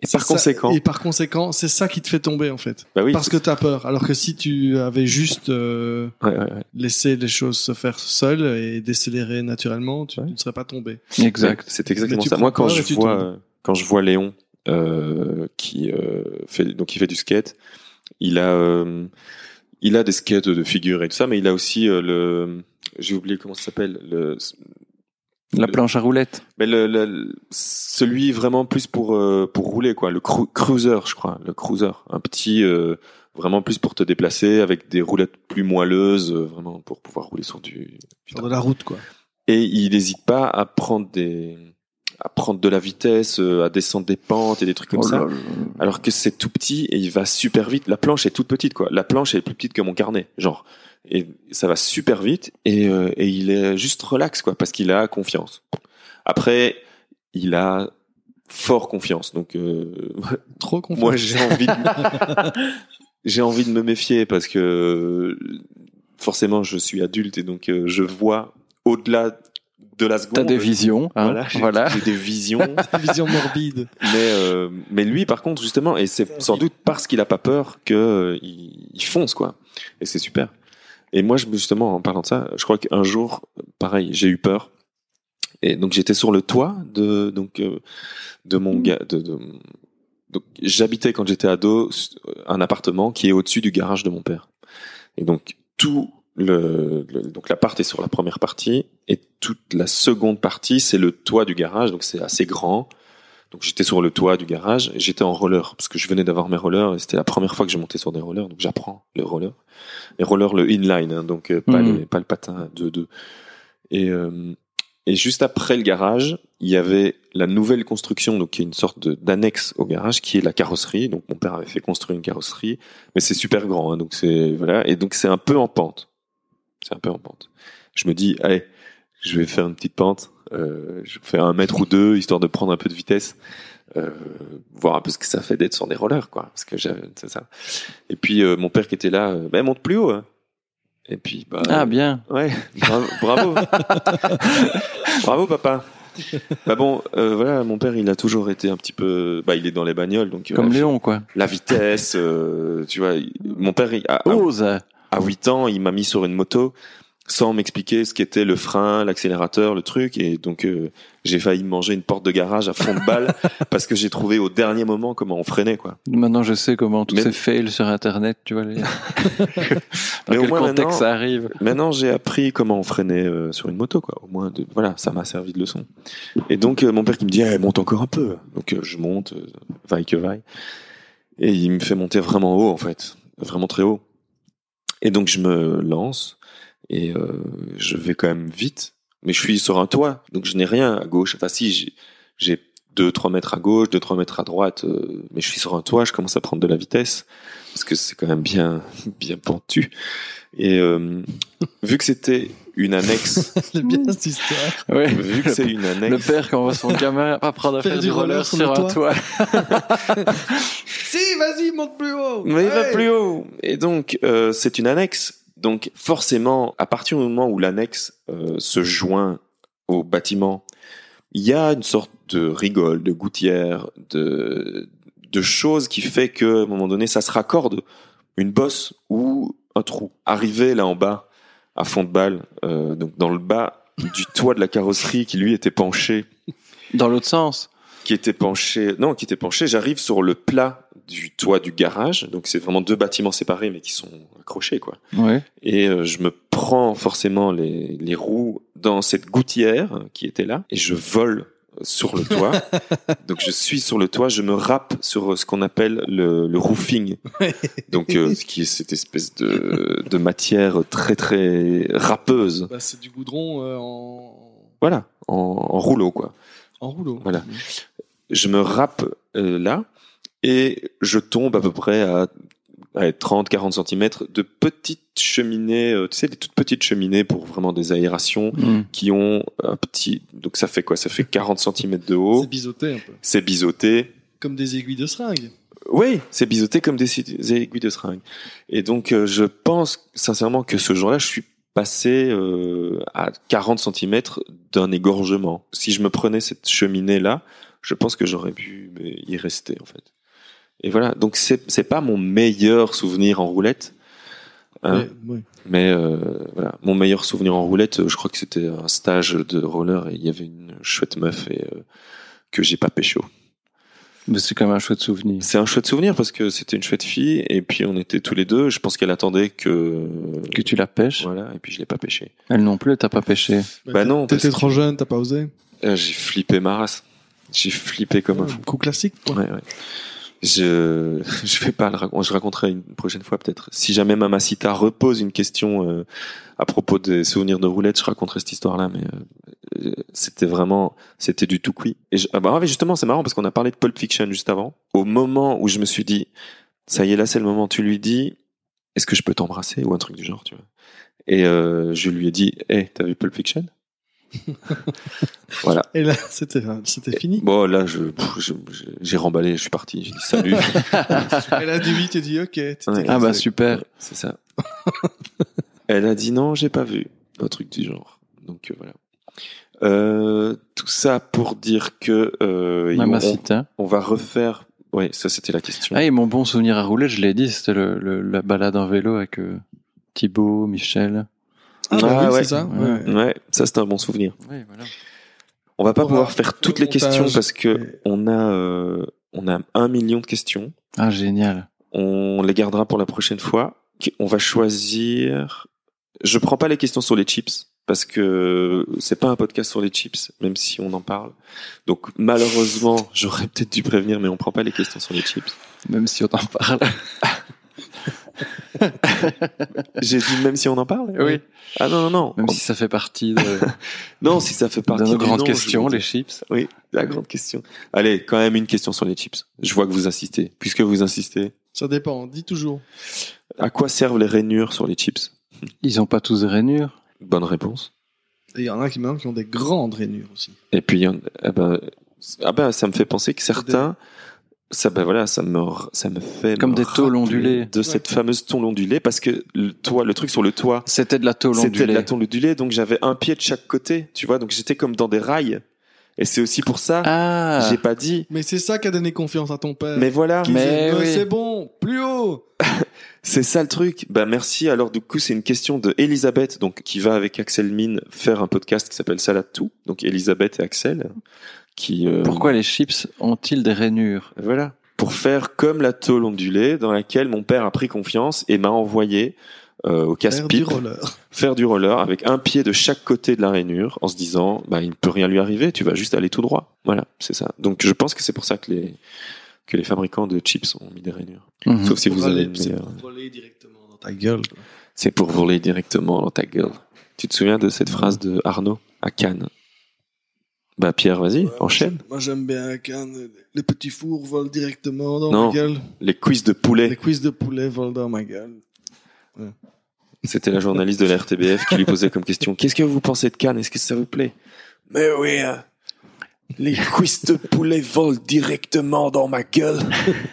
[SPEAKER 1] Et
[SPEAKER 4] c'est
[SPEAKER 1] par
[SPEAKER 4] ça-
[SPEAKER 1] conséquent.
[SPEAKER 4] et par conséquent, c'est ça qui te fait tomber en fait.
[SPEAKER 1] Bah oui.
[SPEAKER 4] Parce que t'as peur. Alors que si tu avais juste euh,
[SPEAKER 1] Ouais, ouais, ouais.
[SPEAKER 4] laissé les choses se faire seules et décélérer naturellement, tu,
[SPEAKER 1] Ouais.
[SPEAKER 4] tu ne serais pas tombé.
[SPEAKER 2] exact.
[SPEAKER 1] Mais C'est exactement
[SPEAKER 4] Mais tu
[SPEAKER 1] ça. Moi,
[SPEAKER 4] prends
[SPEAKER 1] quand
[SPEAKER 4] peur et
[SPEAKER 1] je
[SPEAKER 4] tu
[SPEAKER 1] vois,
[SPEAKER 4] tombes.
[SPEAKER 1] euh, quand je vois Léon euh, qui euh, fait donc il fait du skate, il a euh, il a des skates de figure et tout ça, mais il a aussi euh, le j'ai oublié comment ça s'appelle le
[SPEAKER 2] La planche à roulettes.
[SPEAKER 1] mais le, le- celui vraiment plus pour euh, pour rouler quoi le cru- cruiser je crois le cruiser un petit euh, vraiment plus pour te déplacer avec des roulettes plus moelleuses euh, vraiment pour pouvoir rouler sur du
[SPEAKER 4] Genre de la route quoi.
[SPEAKER 1] et il n'hésite pas à prendre des à prendre de la vitesse, euh, à descendre des pentes et des trucs comme
[SPEAKER 2] Oh
[SPEAKER 1] ça.
[SPEAKER 2] là là.
[SPEAKER 1] Alors que c'est tout petit et il va super vite. La planche est toute petite, quoi. La planche est plus petite que mon carnet, genre. Et ça va super vite et, euh, et il est juste relax, quoi, parce qu'il a confiance. Après, il a fort confiance. Donc, euh,
[SPEAKER 4] Trop confus.
[SPEAKER 1] moi, j'ai envie de... j'ai envie de me méfier parce que euh, forcément, je suis adulte et donc euh, je vois au-delà de la seconde.
[SPEAKER 2] T'as des visions. hein.
[SPEAKER 1] Voilà,
[SPEAKER 2] Voilà.
[SPEAKER 1] j'ai j'ai des visions.
[SPEAKER 4] vision morbide.
[SPEAKER 1] Mais, euh, mais lui, par contre, justement, et c'est sans doute parce qu'il a pas peur que euh, il, il fonce, quoi. Et c'est super. Et moi, je, justement, en parlant de ça, je crois qu'un jour, pareil, j'ai eu peur. Et donc, j'étais sur le toit de, donc, euh, de mon gars, de, de- donc, j'habitais quand j'étais ado s- un appartement qui est au-dessus du garage de mon père. Et donc, tout le, le- donc l'appart est sur la première partie et toute la seconde partie, c'est le toit du garage. Donc, c'est assez grand. Donc j'étais sur le toit du garage, et j'étais en roller parce que je venais d'avoir mes rollers et c'était la première fois que je montais sur des rollers, donc j'apprends le roller. Les rollers, le inline, hein, donc euh, pas,
[SPEAKER 2] Mhm.
[SPEAKER 1] les- pas le patin de deux. Et, euh, et juste après le garage, il y avait la nouvelle construction, donc qui est une sorte de- d'annexe au garage, qui est la carrosserie. Donc mon père avait fait construire une carrosserie, mais c'est super grand, hein, donc c'est voilà, et donc c'est un peu en pente. C'est un peu en pente. Je me dis, allez, je vais faire une petite pente. Euh, je fais un mètre ou deux histoire de prendre un peu de vitesse euh, voir un peu ce que ça fait d'être sur des rollers, quoi. Parce que j'avais- c'est ça. Et puis euh, mon père qui était là, euh, bah, monte plus haut. hein. Et puis bah,
[SPEAKER 2] Ah bien.
[SPEAKER 1] ouais, bravo, bravo, Bravo, papa. Bah bon, euh, voilà, mon père il a toujours été un petit peu, bah il est dans les bagnoles, donc euh,
[SPEAKER 2] Comme
[SPEAKER 1] la,
[SPEAKER 2] Léon quoi.
[SPEAKER 1] la vitesse, euh, tu vois. il- Mon père, il, à, à-
[SPEAKER 2] Ose.
[SPEAKER 1] à 8 ans, il m'a mis sur une moto. sans m'expliquer ce qu'était le frein, l'accélérateur, le truc. Et donc, euh, j'ai failli me manger une porte de garage à fond de balle parce que j'ai trouvé au dernier moment comment on freinait, quoi.
[SPEAKER 2] Maintenant, je sais comment tous
[SPEAKER 1] Mais-
[SPEAKER 2] ces fails sur Internet, tu vois, les... dans
[SPEAKER 1] Mais au
[SPEAKER 2] quel
[SPEAKER 1] moins,
[SPEAKER 2] contexte
[SPEAKER 1] maintenant-
[SPEAKER 2] ça arrive.
[SPEAKER 1] Maintenant, j'ai appris comment on freinait euh, sur une moto, quoi. Au moins, de, voilà, ça m'a servi de leçon. Et donc, euh, mon père qui me dit, Eh, monte encore un peu. Donc, euh, je monte, euh, vaille que vaille. Et il me fait monter vraiment haut, en fait. Vraiment très haut. Et donc, je me lance. Et euh, je vais quand même vite. Mais je suis sur un toit. Donc, je n'ai rien à gauche. Enfin, si, j'ai- j'ai 2-3 mètres à gauche, 2-3 mètres à droite. euh, mais je suis sur un toit. Je commence à prendre de la vitesse. Parce que c'est quand même bien, bien pentu. Et euh, vu que c'était une annexe,
[SPEAKER 4] C'est bien cette histoire.
[SPEAKER 2] Ouais.
[SPEAKER 1] vu que c'est une
[SPEAKER 2] Le
[SPEAKER 1] annexe,
[SPEAKER 2] père qui envoie son gamin apprendre à
[SPEAKER 4] Faire
[SPEAKER 2] faire, du roller sur, un toit.
[SPEAKER 4] Si, vas-y, monte plus haut.
[SPEAKER 1] mais il va
[SPEAKER 4] Hey.
[SPEAKER 1] plus haut. Et donc, euh, c'est une annexe. Donc, forcément, à partir du moment où l'annexe euh, se joint au bâtiment, il y a une sorte de rigole, de gouttière, de, de choses qui fait que, à un moment donné, ça se raccorde. Une bosse ou un trou. Arrivé là en bas, à fond de balle, euh, donc dans le bas du toit de la carrosserie qui lui était penché,
[SPEAKER 2] Dans l'autre sens.
[SPEAKER 1] qui était penché, non, qui était penché, j'arrive sur le plat du toit du garage, donc c'est vraiment deux bâtiments séparés mais qui sont accrochés quoi.
[SPEAKER 2] Ouais.
[SPEAKER 1] Et euh, je me prends forcément les, les roues dans cette gouttière qui était là et je vole sur le toit. donc je suis sur le toit, je me râpe sur euh, ce qu'on appelle le, le roofing. donc euh, ce qui est cette espèce de, de matière très très râpeuse.
[SPEAKER 4] Bah, c'est du goudron euh, en...
[SPEAKER 1] Voilà, en- en rouleau quoi.
[SPEAKER 4] en rouleau.
[SPEAKER 1] Voilà. je me râpe euh, là et je tombe à peu près à, à 30-40 cm de petites cheminées, euh, tu sais, des toutes petites cheminées pour vraiment des aérations
[SPEAKER 2] Hmm.
[SPEAKER 1] qui ont un petit. Donc ça fait quoi Ça fait 40 cm de haut.
[SPEAKER 4] C'est biseauté un peu.
[SPEAKER 1] C'est biseauté.
[SPEAKER 4] Comme des aiguilles de seringue.
[SPEAKER 1] Oui, c'est biseauté comme des, des aiguilles de seringue. Et donc euh, je pense sincèrement que ce jour-là, je suis passé euh, à 40 cm d'un égorgement. Si je me prenais cette cheminée-là, je pense que j'aurais pu mais, y rester en fait. Et voilà, donc c'est c'est pas mon meilleur souvenir en roulette. hein,
[SPEAKER 4] Mais- ouais.
[SPEAKER 1] mais euh, voilà, mon meilleur souvenir en roulette, euh, je crois que c'était un stage de roller et il y avait une chouette meuf et euh, que j'ai pas pécho.
[SPEAKER 2] Mais c'est quand même un chouette souvenir.
[SPEAKER 1] C'est un chouette souvenir parce que c'était une chouette fille et puis on était tous les deux. Je pense qu'elle attendait que
[SPEAKER 2] Que tu la pêches.
[SPEAKER 1] voilà et puis je l'ai pas pêché.
[SPEAKER 2] Elle non plus, t'as pas pêché.
[SPEAKER 1] Bah non, parce
[SPEAKER 4] T'étais
[SPEAKER 1] que-
[SPEAKER 4] trop jeune, t'as pas osé.
[SPEAKER 1] Euh, J'ai flippé ma race. J'ai flippé comme un fou.
[SPEAKER 4] coup classique, quoi.
[SPEAKER 1] Ouais, ouais. Je je vais pas le raconter. Je raconterai une prochaine fois peut-être. Si jamais Mamacita repose une question euh, à propos des souvenirs de roulette, je raconterai cette histoire-là. Mais euh, euh, c'était vraiment c'était du tout cuit. Et je- ah bah ouais, justement, c'est marrant parce qu'on a parlé de Pulp Fiction juste avant. Au moment où je me suis dit, ça y est, là c'est le moment. Tu lui dis, est-ce que je peux t'embrasser ou un truc du genre, tu vois. Et euh, je lui ai dit, hé, t'as vu Pulp Fiction Voilà.
[SPEAKER 4] Et là, c'était, c'était fini.
[SPEAKER 1] Bon, là, je, pff, je- je- j'ai remballé, je suis parti, j'ai dit salut.
[SPEAKER 4] Elle a dit oui, t'as dit ok. t'étais
[SPEAKER 1] Ah. Ouais.
[SPEAKER 2] Ah bah
[SPEAKER 1] c'est-
[SPEAKER 2] super.
[SPEAKER 1] Euh, C'est ça. Elle a dit non, j'ai pas vu. Un truc du genre. Donc euh, voilà. Euh, tout ça pour dire que euh, ils- on,
[SPEAKER 2] Mamacita.
[SPEAKER 1] on va refaire. Oui, ça c'était la question.
[SPEAKER 2] Ah, et mon bon souvenir à rouler, je l'ai dit, c'était le, le- la balade en vélo avec euh, Thibaut, Michel.
[SPEAKER 4] Ah, bah
[SPEAKER 1] Ah
[SPEAKER 4] oui,
[SPEAKER 1] ouais.
[SPEAKER 4] c'est ça.
[SPEAKER 2] Ouais.
[SPEAKER 4] ouais.
[SPEAKER 1] Ouais, ça c'est un bon souvenir.
[SPEAKER 2] Oui, voilà.
[SPEAKER 1] On va pas
[SPEAKER 4] On
[SPEAKER 1] pouvoir
[SPEAKER 4] va-
[SPEAKER 1] faire toutes
[SPEAKER 4] le
[SPEAKER 1] les questions
[SPEAKER 4] montage.
[SPEAKER 1] parce que
[SPEAKER 4] Ouais.
[SPEAKER 1] on a euh, on a un million de questions.
[SPEAKER 2] Ah, génial.
[SPEAKER 1] On les gardera pour la prochaine fois. On va choisir. Je prends pas les questions sur les chips parce que c'est pas un podcast sur les chips, même si on en parle. Donc malheureusement, j'aurais peut-être dû prévenir, mais on prend pas les questions sur les chips.
[SPEAKER 2] Même si on en parle.
[SPEAKER 1] J'ai dit même si on en parle. Ah non non non.
[SPEAKER 2] Même si ça fait partie de, de
[SPEAKER 1] Non, si ça fait partie
[SPEAKER 2] nos
[SPEAKER 1] du
[SPEAKER 2] grandes
[SPEAKER 1] nom, je
[SPEAKER 2] questions,
[SPEAKER 1] vous dis.
[SPEAKER 2] les chips.
[SPEAKER 1] Oui, la grande question. Allez, quand même une question sur les chips. Je vois que vous insistez. Puisque vous insistez,
[SPEAKER 4] Ça dépend, dis toujours.
[SPEAKER 1] à quoi servent les rainures sur les chips
[SPEAKER 2] Ils ont pas tous des rainures.
[SPEAKER 1] Bonne réponse.
[SPEAKER 4] Et il y en a qui maintenant qui ont des grandes rainures aussi.
[SPEAKER 1] Et puis, il y en- ah ben, ah ben, ça me fait penser que certains, ça, ben voilà, ça me, r- ça me fait
[SPEAKER 2] Comme
[SPEAKER 1] me
[SPEAKER 2] des tôles
[SPEAKER 1] rappeler
[SPEAKER 2] ondulées.
[SPEAKER 1] de cette fameuse tôle ondulée, parce que le toit, le truc sur le toit,
[SPEAKER 2] C'était de la tôle
[SPEAKER 1] c'était de
[SPEAKER 2] ondulée.
[SPEAKER 1] la tôle ondulée, donc j'avais un pied de chaque côté, tu vois, donc j'étais comme dans des rails, et c'est aussi pour ça,
[SPEAKER 2] Ah,
[SPEAKER 1] j'ai pas dit,
[SPEAKER 4] Mais c'est ça qui a donné confiance à ton père.
[SPEAKER 1] mais voilà,
[SPEAKER 4] Qui
[SPEAKER 2] Mais
[SPEAKER 4] disait,
[SPEAKER 2] oui.
[SPEAKER 4] C'est bon, plus haut.
[SPEAKER 1] C'est ça le truc. Bah merci. Alors du coup, c'est une question de Elisabeth, donc qui va avec Axel Mine faire un podcast qui s'appelle Salade tout. Donc Elisabeth et Axel, qui euh,
[SPEAKER 2] Pourquoi les chips ont-ils des rainures
[SPEAKER 1] voilà pour faire comme la tôle ondulée dans laquelle mon père a pris confiance et m'a envoyé euh, au
[SPEAKER 4] Faire du
[SPEAKER 1] casse-pipe
[SPEAKER 4] roller.
[SPEAKER 1] faire du roller avec un pied de chaque côté de la rainure en se disant bah il ne peut rien lui arriver tu vas juste aller tout droit voilà c'est ça donc je pense que c'est pour ça que les que les fabricants de chips ont mis des rainures
[SPEAKER 2] Mhm.
[SPEAKER 1] sauf si
[SPEAKER 4] Mmh. Pour
[SPEAKER 1] vous
[SPEAKER 4] aller-
[SPEAKER 1] avez une
[SPEAKER 4] c'est
[SPEAKER 1] meilleure-
[SPEAKER 4] pour voler directement dans ta gueule. quoi.
[SPEAKER 1] c'est pour voler directement dans ta gueule tu te souviens de cette phrase de Arnaud à Cannes bah Pierre vas-y
[SPEAKER 4] Ouais,
[SPEAKER 1] enchaîne
[SPEAKER 4] Moi, j'aime bien quand les petits fours volent directement dans
[SPEAKER 1] Non.
[SPEAKER 4] ma gueule.
[SPEAKER 1] les cuisses de poulet
[SPEAKER 2] eh.
[SPEAKER 4] Les cuisses de poulet volent dans ma gueule.
[SPEAKER 1] C'était la journaliste de la RTBF qui lui posait comme question Qu'est-ce que vous pensez de Cannes Est-ce que ça vous plaît Mais oui, hein. les cuisses de poulet volent directement dans ma gueule.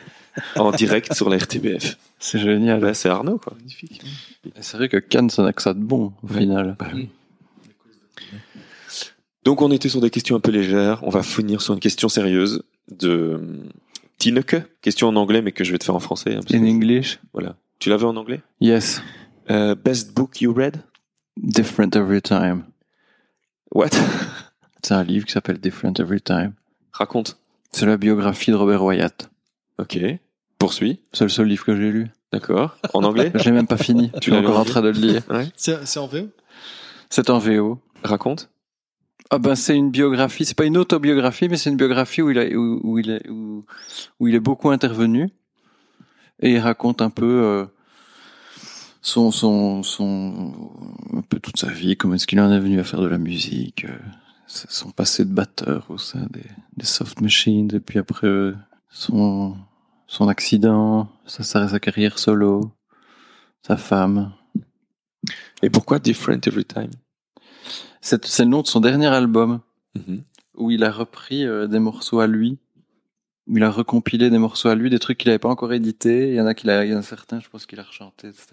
[SPEAKER 1] en direct sur la RTBF.
[SPEAKER 2] C'est génial.
[SPEAKER 1] Bah, c'est Arnaud, quoi.
[SPEAKER 4] Magnifique. hein.
[SPEAKER 2] C'est vrai que Cannes, ça n'a que ça de bon, au
[SPEAKER 1] Ouais. Bah
[SPEAKER 2] final.
[SPEAKER 1] Donc, on était sur des questions un peu légères. On va finir sur une question sérieuse de hum, Tineke. Question en anglais, mais que je vais te faire en français. hein, parce que-
[SPEAKER 2] In English
[SPEAKER 1] voilà. Tu l'avais en anglais
[SPEAKER 2] Yes.
[SPEAKER 1] Euh, Best book you read
[SPEAKER 2] Different Every Time.
[SPEAKER 1] What
[SPEAKER 2] C'est un livre qui s'appelle Different Every Time.
[SPEAKER 1] Raconte.
[SPEAKER 2] C'est la biographie de Robert Wyatt.
[SPEAKER 1] Ok. Poursuis.
[SPEAKER 2] C'est le seul livre que j'ai lu.
[SPEAKER 1] D'accord. En anglais
[SPEAKER 2] Je l'ai même pas fini.
[SPEAKER 1] Tu
[SPEAKER 2] tu
[SPEAKER 1] l'as
[SPEAKER 2] es encore
[SPEAKER 1] lu
[SPEAKER 2] en train de le lire.
[SPEAKER 4] C'est c'est en VO
[SPEAKER 2] C'est en VO.
[SPEAKER 1] Raconte.
[SPEAKER 2] Ah ben c'est une biographie, c'est pas une autobiographie, mais c'est une biographie où il, a- où, où il, est- où, où il est beaucoup intervenu et il raconte un peu euh, son, son, son, un peu toute sa vie, comment est-ce qu'il en est venu à faire de la musique, euh, son passé de batteur au sein des, des soft machines, et puis après euh, son, son accident, sa, sa, sa carrière solo, sa femme.
[SPEAKER 1] Et pourquoi Different Every Time
[SPEAKER 2] C'est c'est le nom de son dernier album.
[SPEAKER 1] Mhm.
[SPEAKER 2] où il a repris euh, des morceaux à lui. Il a recompilé des morceaux à lui, des trucs qu'il n'avait pas encore édités. Il y en a qu'il a, il y en a certains, je pense qu'il a rechanté, etc.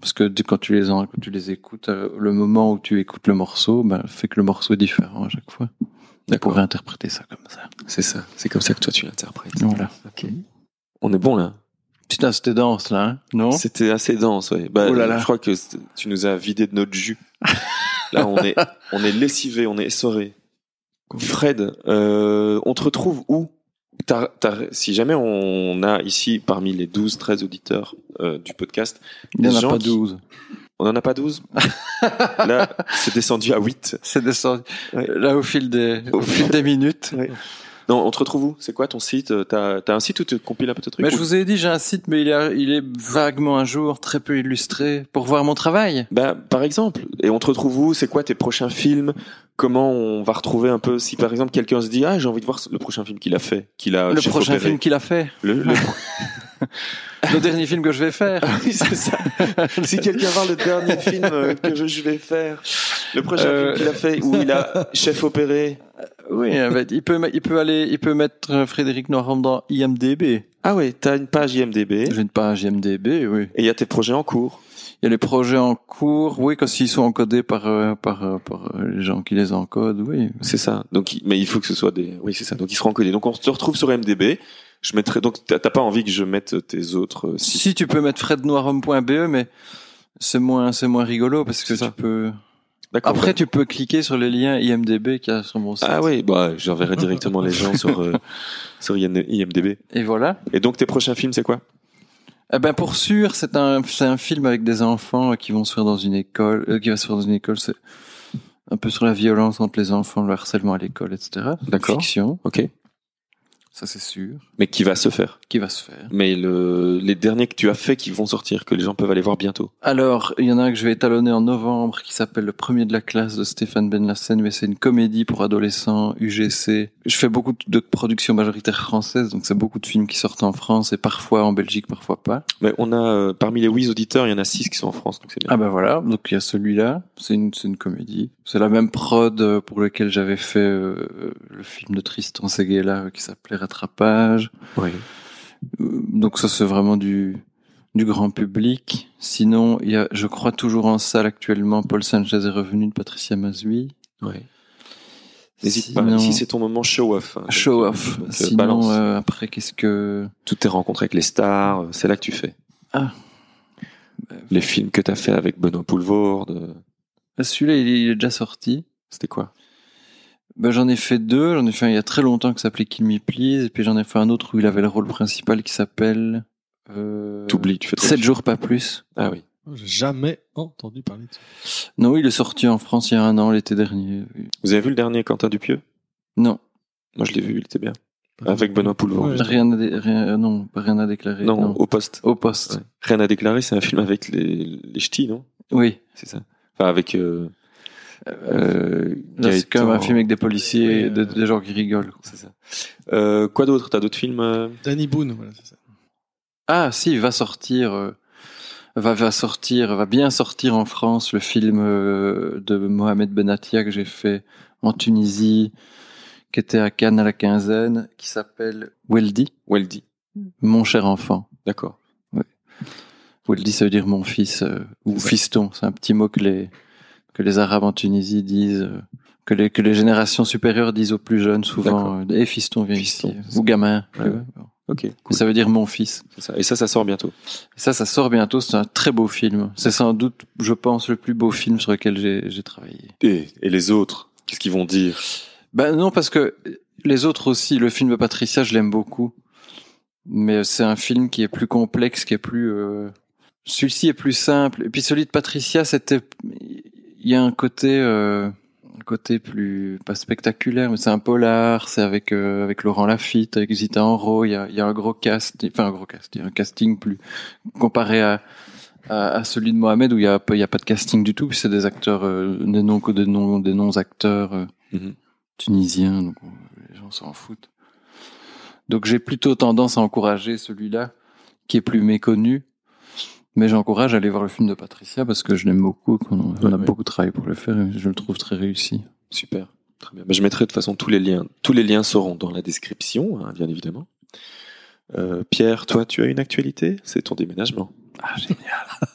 [SPEAKER 2] Parce que dès- quand tu les en- quand tu les écoutes, euh, le moment où tu écoutes le morceau, bah, fait que le morceau est différent à chaque fois. On pourrait interpréter ça comme ça.
[SPEAKER 1] C'est ça. C'est comme ça que toi tu l'interprètes.
[SPEAKER 2] Voilà.
[SPEAKER 1] On est bon là.
[SPEAKER 2] Putain, c'était dense là, hein non
[SPEAKER 1] C'était assez dense. Ouais. Bah,
[SPEAKER 2] Oh là là.
[SPEAKER 1] Je crois que c'est- tu nous as vidé de notre jus. là, on est, on est lessivé, on est essoré. Fred, euh, on te retrouve où T'as- t'as- Si jamais on a ici parmi les 12, 13 auditeurs euh, du podcast,
[SPEAKER 2] Il n'y en
[SPEAKER 1] les
[SPEAKER 2] a
[SPEAKER 1] gens
[SPEAKER 2] pas
[SPEAKER 1] qui-
[SPEAKER 2] 12.
[SPEAKER 1] on n'en a pas 12 Là, c'est descendu à 8.
[SPEAKER 2] C'est descendu.
[SPEAKER 1] Ouais.
[SPEAKER 2] Là, au fil des,
[SPEAKER 1] Au
[SPEAKER 2] au fil des minutes.
[SPEAKER 1] Non, on te retrouve où C'est quoi ton site Euh, T'as as un site où tu compiles un peu tes trucs
[SPEAKER 2] Mais je
[SPEAKER 1] ou-
[SPEAKER 2] vous ai dit, j'ai un site, mais il, est- il est vaguement un jour, très peu illustré, pour voir mon travail.
[SPEAKER 1] Bah, par exemple. Et on te retrouve où C'est quoi tes prochains films Comment on va retrouver un peu Si par exemple quelqu'un se dit ah j'ai envie de voir le prochain film qu'il a fait, qu'il a
[SPEAKER 2] le
[SPEAKER 1] j'ai
[SPEAKER 2] prochain
[SPEAKER 1] repéré.
[SPEAKER 2] film qu'il a fait,
[SPEAKER 1] Le, le-
[SPEAKER 2] le dernier film que je vais faire.
[SPEAKER 1] Oui, c'est ça. si quelqu'un voit le dernier film euh, que je, je vais faire, le prochain
[SPEAKER 2] Euh,
[SPEAKER 1] film qu'il a fait où il a chef opéré.
[SPEAKER 2] Oui, euh, bah, il peut, il peut aller, il peut mettre euh, Frédéric Noirhomme dans IMDb.
[SPEAKER 1] Ah ouais, t'as une page IMDb
[SPEAKER 2] J'ai une page IMDb, oui.
[SPEAKER 1] et il y a tes projets en cours.
[SPEAKER 2] Il y a les projets en cours, oui, quand ils sont encodés par euh, par euh, par euh, les gens qui les encodent, oui.
[SPEAKER 1] C'est ça. Donc il- mais il faut que ce soit des oui c'est ça. Donc il sera encodé. Donc on se retrouve sur IMDb. Je mettrai donc t'as t'as pas envie que je mette tes autres euh, sites.
[SPEAKER 2] Si tu peux mettre frednoirhomme.be, E, mais c'est moins c'est moins rigolo parce que
[SPEAKER 1] C'est ça.
[SPEAKER 2] tu peux.
[SPEAKER 1] D'accord.
[SPEAKER 2] Après, tu peux cliquer sur les liens IMDb qu'il y a sur mon site.
[SPEAKER 1] Ah oui, bah j'enverrai directement les gens sur euh, sur IMDb.
[SPEAKER 2] Et voilà.
[SPEAKER 1] Et donc tes prochains films, c'est quoi
[SPEAKER 2] Eh ben pour sûr, c'est un c'est un film avec des enfants euh, qui vont se faire dans une école, euh, qui va se faire dans une école, c'est un peu sur la violence entre les enfants, le harcèlement à l'école, etc.
[SPEAKER 1] D'accord.
[SPEAKER 2] Fiction,
[SPEAKER 1] Ok.
[SPEAKER 2] ça c'est sûr,
[SPEAKER 1] Mais qui va se faire
[SPEAKER 2] qui va se faire.
[SPEAKER 1] Mais le, les derniers que tu as fait qui vont sortir, que les gens peuvent aller voir bientôt.
[SPEAKER 2] Alors il y en a un que je vais étalonner en novembre qui s'appelle Le Premier de la classe de Stéphane Benlassen, mais c'est une comédie pour adolescents UGC. Je fais beaucoup de productions majoritaires françaises, donc c'est beaucoup de films qui sortent en France et parfois en Belgique, parfois pas.
[SPEAKER 1] Mais on a euh, parmi les 8 auditeurs, il y en a 6 qui sont en France, donc c'est bien.
[SPEAKER 2] Ah ben voilà, donc il y a celui-là, c'est une, c'est une comédie. C'est la même prod euh, pour lequel j'avais fait euh, le film de Tristan Seguela euh, qui s'appelait Rattrapage.
[SPEAKER 1] Oui.
[SPEAKER 2] Euh, Donc ça c'est vraiment du, du grand public. Sinon, il y a, je crois toujours en salle actuellement, Paul Sanchez est revenu de Patricia Mazui.
[SPEAKER 1] Oui. N'hésite pas.
[SPEAKER 2] Sinon-
[SPEAKER 1] Ici, c'est ton moment show off. hein. Donc,
[SPEAKER 2] Show
[SPEAKER 1] euh,
[SPEAKER 2] off.
[SPEAKER 1] donc, euh,
[SPEAKER 2] Sinon,
[SPEAKER 1] balance.
[SPEAKER 2] euh, après, qu'est-ce que...
[SPEAKER 1] Toutes tes rencontres avec les stars, euh, c'est là que tu fais.
[SPEAKER 2] Ah.
[SPEAKER 1] Les films que t'as fait avec Benoît Poulvord, euh,
[SPEAKER 2] ah, Celui-là, il est- il est déjà sorti.
[SPEAKER 1] c'était quoi
[SPEAKER 2] Ben, j'en ai fait deux. J'en ai fait un il y a très longtemps qui s'appelait Kill Me Please. Et puis j'en ai fait un autre où il avait le rôle principal qui s'appelle. Euh,
[SPEAKER 1] T'oublies, tu fais trop
[SPEAKER 2] 7
[SPEAKER 1] de-
[SPEAKER 2] jours pas plus.
[SPEAKER 1] Ah oui.
[SPEAKER 4] Oh, J'ai jamais entendu parler de ça.
[SPEAKER 2] Non, oui, il est sorti en France il y a un an, l'été dernier. Oui.
[SPEAKER 1] Vous avez vu le dernier Quentin Dupieux
[SPEAKER 2] Non,
[SPEAKER 1] Moi, je l'ai vu, il était bien. Avec Benoît Poulvord.
[SPEAKER 4] Ouais.
[SPEAKER 2] rien à, dé- rien, euh, non, pas rien à déclarer.
[SPEAKER 1] Non,
[SPEAKER 2] non.
[SPEAKER 1] au poste.
[SPEAKER 2] Au poste.
[SPEAKER 1] Ouais. Rien à déclarer, c'est un film avec les, les ch'tis, non
[SPEAKER 2] Oui.
[SPEAKER 1] C'est ça. Enfin, avec. euh, euh,
[SPEAKER 2] Là, c'est
[SPEAKER 1] Gaëtan-
[SPEAKER 2] comme un film avec des policiers,
[SPEAKER 4] Oui,
[SPEAKER 2] et
[SPEAKER 4] euh,
[SPEAKER 2] des, des gens qui rigolent.
[SPEAKER 1] C'est ça. Euh, quoi d'autre T'as d'autres films euh,
[SPEAKER 4] Danny Boone, voilà, c'est ça.
[SPEAKER 2] Ah, si, va sortir, euh, va, va sortir, va bien sortir en France le film euh, de Mohamed Benatia que j'ai fait en Tunisie, qui était à Cannes à la quinzaine, qui s'appelle Weldy,
[SPEAKER 1] Weldy.
[SPEAKER 2] mon cher enfant.
[SPEAKER 1] D'accord.
[SPEAKER 2] Weldy, ça veut dire mon fils euh, ou fiston. C'est un petit mot que les que les Arabes en Tunisie disent, euh, que les que les générations supérieures disent aux plus jeunes souvent. euh, Et fiston viens
[SPEAKER 1] Fiston,
[SPEAKER 2] ici ou gamin.
[SPEAKER 1] Ouais.
[SPEAKER 2] plus- bon.
[SPEAKER 1] Ok,
[SPEAKER 2] Mais
[SPEAKER 1] cool.
[SPEAKER 2] Ça veut dire mon fils.
[SPEAKER 1] C'est ça. Et ça, ça sort bientôt.
[SPEAKER 2] Et ça, ça sort bientôt. C'est un très beau film. C'est sans doute, je pense, le plus beau film sur lequel j'ai j'ai travaillé.
[SPEAKER 1] Et, et les autres Qu'est-ce qu'ils vont dire
[SPEAKER 2] Ben non, parce que les autres aussi. Le film de Patricia, je l'aime beaucoup, mais c'est un film qui est plus complexe, qui est plus. euh, Celui-ci est plus simple. Et puis celui de Patricia, c'était. Il y a un côté, euh, un côté plus pas spectaculaire, mais c'est un polar. C'est avec euh, avec Laurent Lafitte, avec Zita Enro. Il y a, il y a un gros cast, enfin un gros cast, il y a un casting plus comparé à. À à celui de Mohamed où il y a, pas- il y a pas de casting du tout, puis c'est des acteurs, euh, des non, des non, des non acteurs euh, tunisien, donc on- les gens s'en foutent. Donc j'ai plutôt tendance à encourager celui-là, qui est plus méconnu, mais j'encourage à aller voir le film de Patricia parce que je l'aime beaucoup, qu'on en- on a
[SPEAKER 1] Ouais, ouais.
[SPEAKER 2] beaucoup travaillé pour le faire, et je le trouve très réussi.
[SPEAKER 1] Super. Très bien. Ben, je mettrai de toute façon tous les liens. Tous les liens seront dans la description, hein, bien évidemment. Euh, Pierre, toi, tu as une actualité C'est ton déménagement.
[SPEAKER 2] Ah, génial.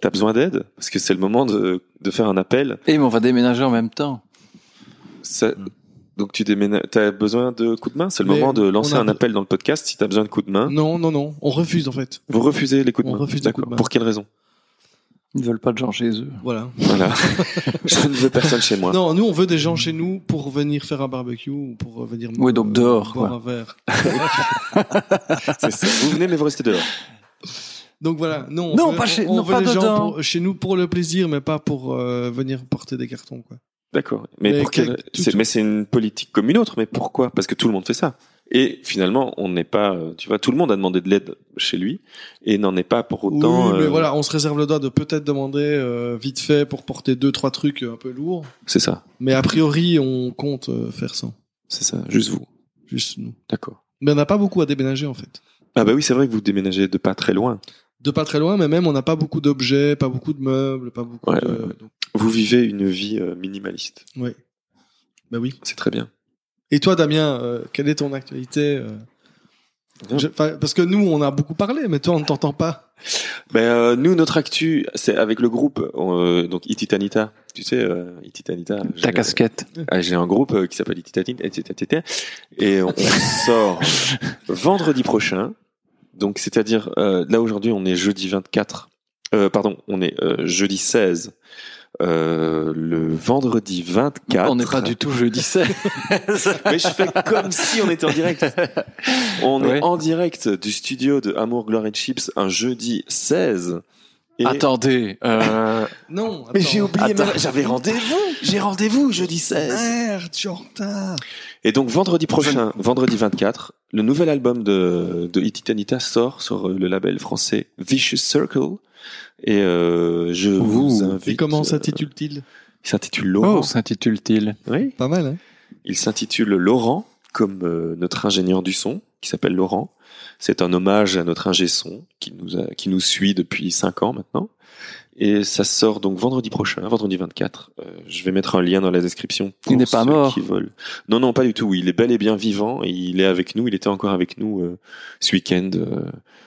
[SPEAKER 1] T'as besoin d'aide Parce que c'est le moment de, de faire un appel.
[SPEAKER 2] Et mais on va déménager en même temps.
[SPEAKER 1] Ça- donc tu déménages. T'as besoin de coups de main C'est le
[SPEAKER 4] Hmm. Mais
[SPEAKER 1] moment de lancer
[SPEAKER 4] on a-
[SPEAKER 1] un appel dans le podcast. Si t'as besoin de coups de
[SPEAKER 2] Hein
[SPEAKER 1] main,
[SPEAKER 4] Non, non, non, on refuse en fait.
[SPEAKER 1] vous refusez les coups de
[SPEAKER 4] On
[SPEAKER 1] main.
[SPEAKER 4] refuse les
[SPEAKER 1] D'accord.
[SPEAKER 4] coups de main.
[SPEAKER 1] Pour quelle raison
[SPEAKER 2] Ils ne veulent pas de gens chez eux.
[SPEAKER 4] Voilà.
[SPEAKER 1] Voilà. je ne veux personne chez moi.
[SPEAKER 4] Non, nous on veut des gens chez nous pour venir faire un barbecue ou pour euh, venir
[SPEAKER 2] Ouais, donc dehors,
[SPEAKER 4] boire
[SPEAKER 2] quoi.
[SPEAKER 4] un verre.
[SPEAKER 1] C'est ça. Vous venez, mais vous restez dehors.
[SPEAKER 4] Donc voilà, non, on
[SPEAKER 2] Non,
[SPEAKER 4] veut,
[SPEAKER 2] pas chez-
[SPEAKER 4] on, on
[SPEAKER 2] non,
[SPEAKER 4] veut
[SPEAKER 2] pas
[SPEAKER 4] des gens
[SPEAKER 2] dedans.
[SPEAKER 4] pour- chez nous pour le plaisir, mais pas pour euh, venir porter des cartons. Quoi.
[SPEAKER 1] D'accord. Mais,
[SPEAKER 4] Mais
[SPEAKER 1] pour
[SPEAKER 4] que-
[SPEAKER 1] quelle-
[SPEAKER 4] tout-
[SPEAKER 1] c'est-
[SPEAKER 4] tout-
[SPEAKER 1] mais c'est une politique comme une autre. Mais pourquoi Parce que tout le monde fait ça. Et finalement, on n'est pas. euh, Tu vois, tout le monde a demandé de l'aide chez lui et n'en est pas pour autant.
[SPEAKER 4] oui, mais
[SPEAKER 1] euh,
[SPEAKER 4] voilà, on se réserve le droit de peut-être demander euh, vite fait pour porter deux trois trucs un peu lourds,
[SPEAKER 1] C'est ça.
[SPEAKER 4] mais a priori on compte euh, faire sans,
[SPEAKER 1] C'est ça. Juste vous.
[SPEAKER 4] juste nous.
[SPEAKER 1] D'accord.
[SPEAKER 4] Mais on n'a pas beaucoup à déménager en fait.
[SPEAKER 1] Ah bah oui, c'est vrai que vous déménagez de pas très loin.
[SPEAKER 4] De pas très loin, mais même on n'a pas beaucoup d'objets, pas beaucoup de meubles, pas beaucoup.
[SPEAKER 1] Ouais,
[SPEAKER 4] de...
[SPEAKER 1] ouais, ouais.
[SPEAKER 4] donc,
[SPEAKER 1] Vous vivez une vie euh, minimaliste.
[SPEAKER 4] ouais. Bah oui.
[SPEAKER 1] C'est très bien.
[SPEAKER 4] Et toi, Damien, euh, quelle est ton actualité euh,
[SPEAKER 1] Rien.
[SPEAKER 4] je- 'fin, Parce que nous, on a beaucoup parlé, mais toi, on ne t'entend pas.
[SPEAKER 1] Ben euh, nous, notre actu, c'est avec le groupe, euh, donc Ititanita. Tu sais, euh, Ititanita.
[SPEAKER 2] Ta
[SPEAKER 1] j'ai-
[SPEAKER 2] casquette.
[SPEAKER 1] Ah, J'ai un groupe euh, qui s'appelle Ititanita, etc. Et on sort vendredi prochain. Donc, c'est-à-dire, euh, là aujourd'hui, on est jeudi 24. Euh, pardon, on est euh, jeudi 16. Euh, le vendredi 24.
[SPEAKER 2] On n'est pas du tout jeudi 16.
[SPEAKER 1] Mais je fais comme si on était en direct. On
[SPEAKER 2] Ouais.
[SPEAKER 1] est en direct du studio de Amour, Gloire et Chips un jeudi 16. Et-
[SPEAKER 2] Attendez, euh,
[SPEAKER 4] Non.
[SPEAKER 1] Mais j'ai
[SPEAKER 4] attends.
[SPEAKER 1] oublié,
[SPEAKER 2] Attends.
[SPEAKER 1] mais j'avais rendez-vous. J'ai rendez-vous jeudi 16.
[SPEAKER 4] Merde, je suis en retard.
[SPEAKER 1] Et donc vendredi prochain, vendredi 24, le nouvel album de, de Ititanita sort sur euh, le label français Vicious Circle. Et euh, je vous invite.
[SPEAKER 4] Et comment
[SPEAKER 1] euh,
[SPEAKER 4] s'intitule-t-il
[SPEAKER 1] Il s'intitule
[SPEAKER 2] oh,
[SPEAKER 1] Laurent.
[SPEAKER 2] s'intitule-t-il
[SPEAKER 1] Oui.
[SPEAKER 4] Pas mal, hein
[SPEAKER 1] Il s'intitule Laurent, comme euh, notre ingénieur du son, qui s'appelle Laurent. C'est un hommage à notre ingé son, qui nous, a- qui nous suit depuis 5 ans maintenant. Et ça sort donc vendredi prochain, vendredi 24. Euh, je vais mettre un lien dans la description. pour
[SPEAKER 2] Il n'est pas
[SPEAKER 1] ceux
[SPEAKER 2] mort.
[SPEAKER 1] qui veulent. Non, non, pas du tout. Il est bel et bien vivant. et il est avec nous. Il était encore avec nous euh, ce week-end euh,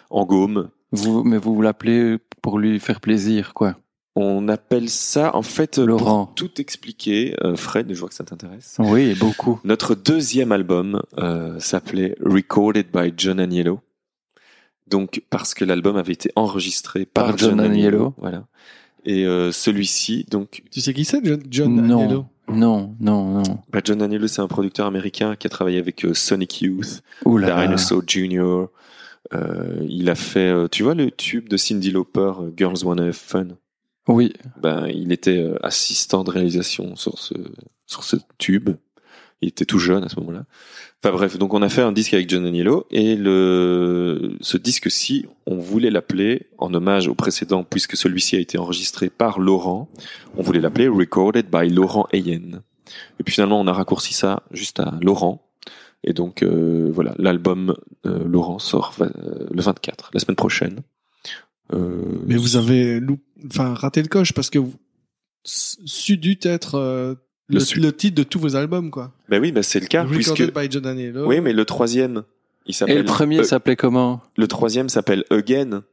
[SPEAKER 1] en Gaume.
[SPEAKER 2] Vous, mais vous vous l'appelez pour lui faire plaisir, quoi.
[SPEAKER 1] On appelle ça, en fait, euh,
[SPEAKER 2] Laurent.
[SPEAKER 1] pour tout expliquer, euh, Fred, je vois que ça t'intéresse.
[SPEAKER 2] Oui, beaucoup.
[SPEAKER 1] Notre deuxième album euh, s'appelait Recorded by John Aniello. Donc parce que l'album avait été enregistré par,
[SPEAKER 2] Par John Aniello.
[SPEAKER 1] Voilà. Et euh, celui-ci, donc,
[SPEAKER 4] Tu sais qui c'est, John, John
[SPEAKER 2] non,
[SPEAKER 4] Aiello
[SPEAKER 2] non, non, non.
[SPEAKER 1] bah, John Aniello, c'est un producteur américain qui a travaillé avec euh, Sonic Youth,
[SPEAKER 2] Ouh Oh là là.
[SPEAKER 1] Dinosaur Jr. Euh, il a fait, euh, tu vois, le tube de Cindy Lauper, euh, Girls Wanna Have Fun.
[SPEAKER 2] Oui,
[SPEAKER 1] Ben, il était euh, assistant de réalisation sur ce, sur ce tube. Il était tout jeune à ce moment-là. Enfin bref, donc on a fait un disque avec John Aniello et le, ce disque-ci, on voulait l'appeler, en hommage au précédent, puisque celui-ci a été enregistré par Laurent, on voulait l'appeler Recorded by Laurent Ayen. Et puis finalement, on a raccourci ça juste à Laurent. Et donc euh, voilà, l'album euh, Laurent sort va- euh, le 24, la semaine prochaine. Euh,
[SPEAKER 4] Mais vous avez loup- enfin, raté le coche parce que vous... su dû être euh,
[SPEAKER 1] Le
[SPEAKER 4] le,
[SPEAKER 1] su-
[SPEAKER 4] le titre de tous vos albums, quoi.
[SPEAKER 1] ben oui, ben c'est le cas, puisque...
[SPEAKER 4] Recorded by John Aniello.
[SPEAKER 1] Oui, mais le troisième, il s'appelle.
[SPEAKER 2] Et le premier
[SPEAKER 1] euh,
[SPEAKER 2] s'appelait comment
[SPEAKER 1] le troisième s'appelle Again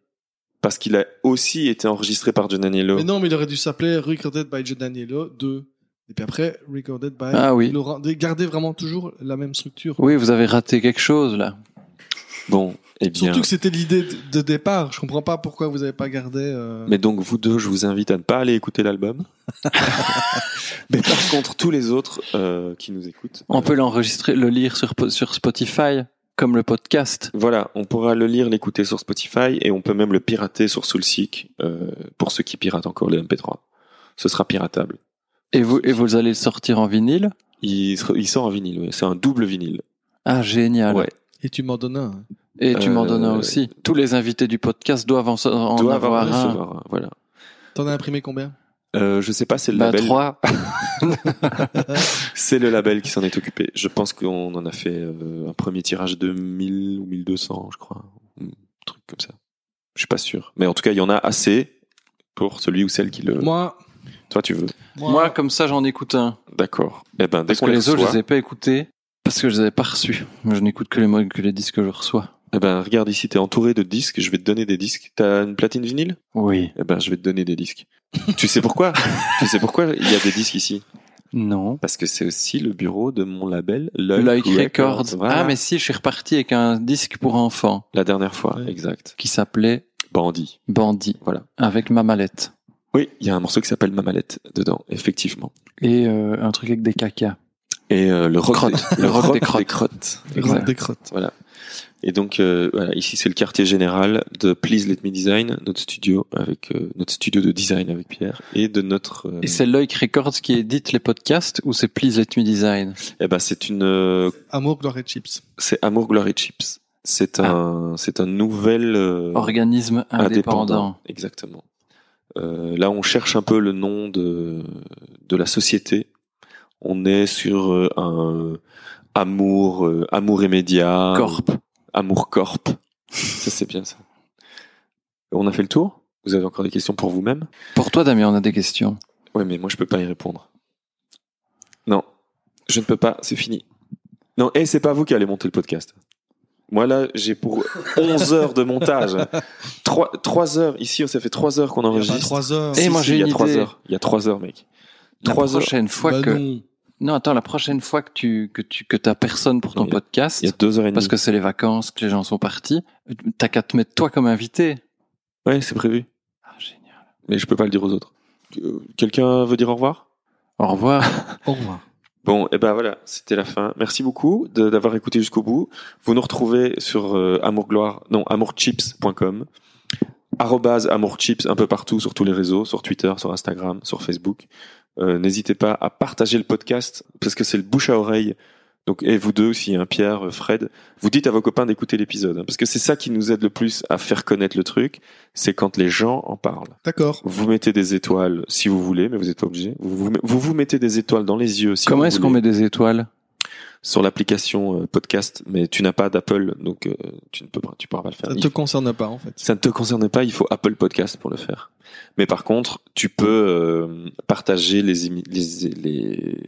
[SPEAKER 1] parce qu'il a aussi été enregistré par John Aniello.
[SPEAKER 4] Mais non, mais il aurait dû s'appeler Recorded by John Aniello 2. Et puis après, Recorded by
[SPEAKER 2] Ah oui.
[SPEAKER 4] Laurent. De garder vraiment toujours la même structure.
[SPEAKER 2] Oui, vous avez raté quelque chose là.
[SPEAKER 1] Bon, eh bien.
[SPEAKER 4] Surtout que c'était l'idée de, de départ. Je comprends pas pourquoi vous avez pas gardé. euh,
[SPEAKER 1] Mais donc vous deux, je vous invite à ne pas aller écouter l'album. mais par contre, tous les autres euh, qui nous écoutent,
[SPEAKER 2] On
[SPEAKER 1] euh,
[SPEAKER 2] peut l'enregistrer, le lire sur, po- sur Spotify, comme le podcast.
[SPEAKER 1] euh, voilà, on pourra le lire, l'écouter sur Spotify et on peut même le pirater sur Soulseek euh, pour ceux qui piratent encore les MP3. Ce sera piratable.
[SPEAKER 2] Et vous, et vous allez le sortir en vinyle
[SPEAKER 1] Il, sera- il sort en vinyle, ouais. c'est un double vinyle.
[SPEAKER 2] Ah, génial.
[SPEAKER 1] Ouais.
[SPEAKER 4] Et tu m'en donnes un.
[SPEAKER 2] Et tu m'en
[SPEAKER 1] Euh,
[SPEAKER 2] donnes un aussi. Tous les invités du podcast doivent en, so- en
[SPEAKER 1] Doit
[SPEAKER 2] avoir
[SPEAKER 1] avoir-
[SPEAKER 2] un.
[SPEAKER 1] recevoir, voilà.
[SPEAKER 4] T'en as imprimé combien
[SPEAKER 1] Euh, je sais pas, c'est le
[SPEAKER 2] Bah,
[SPEAKER 1] label.
[SPEAKER 2] trois.
[SPEAKER 1] C'est le label qui s'en est occupé. Je pense qu'on en a fait euh, un premier tirage de 1000 ou 1200, je crois. Mm, Un truc comme ça. Je suis pas sûr. Mais en tout cas, il y en a assez pour celui ou celle qui le...
[SPEAKER 4] Moi,
[SPEAKER 1] Toi, tu veux.
[SPEAKER 4] moi,
[SPEAKER 2] Moi, comme ça, j'en écoute un.
[SPEAKER 1] D'accord. Eh ben, dès
[SPEAKER 2] Parce
[SPEAKER 1] qu'on
[SPEAKER 2] que
[SPEAKER 1] les,
[SPEAKER 2] les autres, je
[SPEAKER 1] reçoit,
[SPEAKER 2] les ai pas écoutés. Parce que je les avais pas reçus. Moi, je n'écoute que les, mo- que les disques que je reçois.
[SPEAKER 1] eh ben, regarde ici, t'es entouré de disques. Je vais te donner des disques. T'as une platine vinyle
[SPEAKER 2] Oui.
[SPEAKER 1] Eh ben, je vais te donner des disques. tu sais pourquoi Tu sais pourquoi il y a des disques ici
[SPEAKER 2] Non.
[SPEAKER 1] Parce que c'est aussi le bureau de mon label,
[SPEAKER 2] Like
[SPEAKER 1] Like
[SPEAKER 2] Records.
[SPEAKER 1] Records. Voilà.
[SPEAKER 2] Ah, mais si, je suis reparti avec un disque pour enfants
[SPEAKER 1] La dernière fois,
[SPEAKER 4] Ouais.
[SPEAKER 1] exact.
[SPEAKER 2] qui s'appelait
[SPEAKER 1] Bandit.
[SPEAKER 2] Bandit,
[SPEAKER 1] Voilà.
[SPEAKER 2] avec ma mallette.
[SPEAKER 1] Oui, il y a un morceau qui s'appelle Ma mallette dedans, effectivement.
[SPEAKER 2] Et euh, un truc avec des cacas.
[SPEAKER 1] Et euh, le rock, des, le rock, des crottes.
[SPEAKER 4] Grande des crottes.
[SPEAKER 1] Voilà. Et donc euh, voilà, ici c'est le quartier général de Please Let Me Design, notre studio avec euh, notre studio de design avec Pierre et de notre. euh,
[SPEAKER 2] Et c'est Loïc Records qui édite les podcasts ou c'est Please Let Me Design
[SPEAKER 1] eh ben c'est une euh,
[SPEAKER 4] Amour, gloire et chips.
[SPEAKER 1] c'est Amour Glory Chips. C'est
[SPEAKER 2] Ah.
[SPEAKER 1] un c'est un nouvel euh,
[SPEAKER 2] Oh, Organisme indépendant.
[SPEAKER 1] Exactement. Euh, là, on cherche un peu le nom de, de la société. On est sur euh, un amour, euh, amour et médias.
[SPEAKER 2] Corp.
[SPEAKER 1] Amour Corp. ça, c'est bien ça. On a fait le tour Vous avez encore des questions pour vous-même
[SPEAKER 2] Pour toi, Damien, on a des questions.
[SPEAKER 1] Ouais, mais moi, je peux pas y répondre. Non, je ne peux pas, c'est fini. Non, et c'est pas vous qui allez monter le podcast. Moi, là, j'ai pour 11 heures de montage. 3, heures, ici, ça fait 3 heures qu'on
[SPEAKER 4] Il y a
[SPEAKER 1] enregistre.
[SPEAKER 4] pas trois heures.
[SPEAKER 2] Et Eh, moi, j'ai
[SPEAKER 1] il y a
[SPEAKER 2] une
[SPEAKER 1] trois
[SPEAKER 2] idée.
[SPEAKER 1] heures. Il y a trois heures, mec.
[SPEAKER 2] La
[SPEAKER 1] Trois heures.
[SPEAKER 2] prochaine fois
[SPEAKER 4] Bah
[SPEAKER 2] que non.
[SPEAKER 4] non.
[SPEAKER 2] attends, la prochaine fois que tu que tu que t'as personne pour ton
[SPEAKER 1] Non, y a-
[SPEAKER 2] podcast
[SPEAKER 1] Il y a deux heures et demie.
[SPEAKER 2] parce que c'est les vacances, que les gens sont partis, t'as qu'à te mettre toi comme invité.
[SPEAKER 1] Ouais, c'est prévu.
[SPEAKER 2] Ah, génial.
[SPEAKER 1] Mais je peux pas le dire aux autres. Euh, Quelqu'un veut dire au revoir
[SPEAKER 2] Au revoir.
[SPEAKER 4] Au revoir.
[SPEAKER 1] Bon, et ben voilà, c'était la fin. Merci beaucoup de- d'avoir écouté jusqu'au bout. Vous nous retrouvez sur euh, amourgloire, non, amourchips.com, arrobase amourchips un peu partout sur tous les réseaux, sur Twitter, sur Instagram, sur Facebook. Euh, N'hésitez pas à partager le podcast parce que c'est le bouche à oreille. Donc, et vous deux aussi, hein, Pierre, euh, Fred, vous dites à vos copains d'écouter l'épisode hein, parce que c'est ça qui nous aide le plus à faire connaître le truc, c'est quand les gens en parlent.
[SPEAKER 4] D'accord.
[SPEAKER 1] Vous mettez des étoiles si vous voulez, mais vous n'êtes pas obligé. Vous vous, vous vous mettez des étoiles dans les yeux si
[SPEAKER 2] Comment
[SPEAKER 1] vous
[SPEAKER 2] est-ce
[SPEAKER 1] voulez
[SPEAKER 2] qu'on met des étoiles
[SPEAKER 1] sur l'application euh, podcast, mais tu n'as pas d'Apple, donc euh, tu ne peux pas, tu pourras pas le faire.
[SPEAKER 4] Ça ne
[SPEAKER 1] Il-
[SPEAKER 4] te concerne pas, en fait.
[SPEAKER 1] ça ne te concerne pas, il faut Apple Podcast pour le faire. Mais par contre, tu peux euh, partager les, émi- les, les,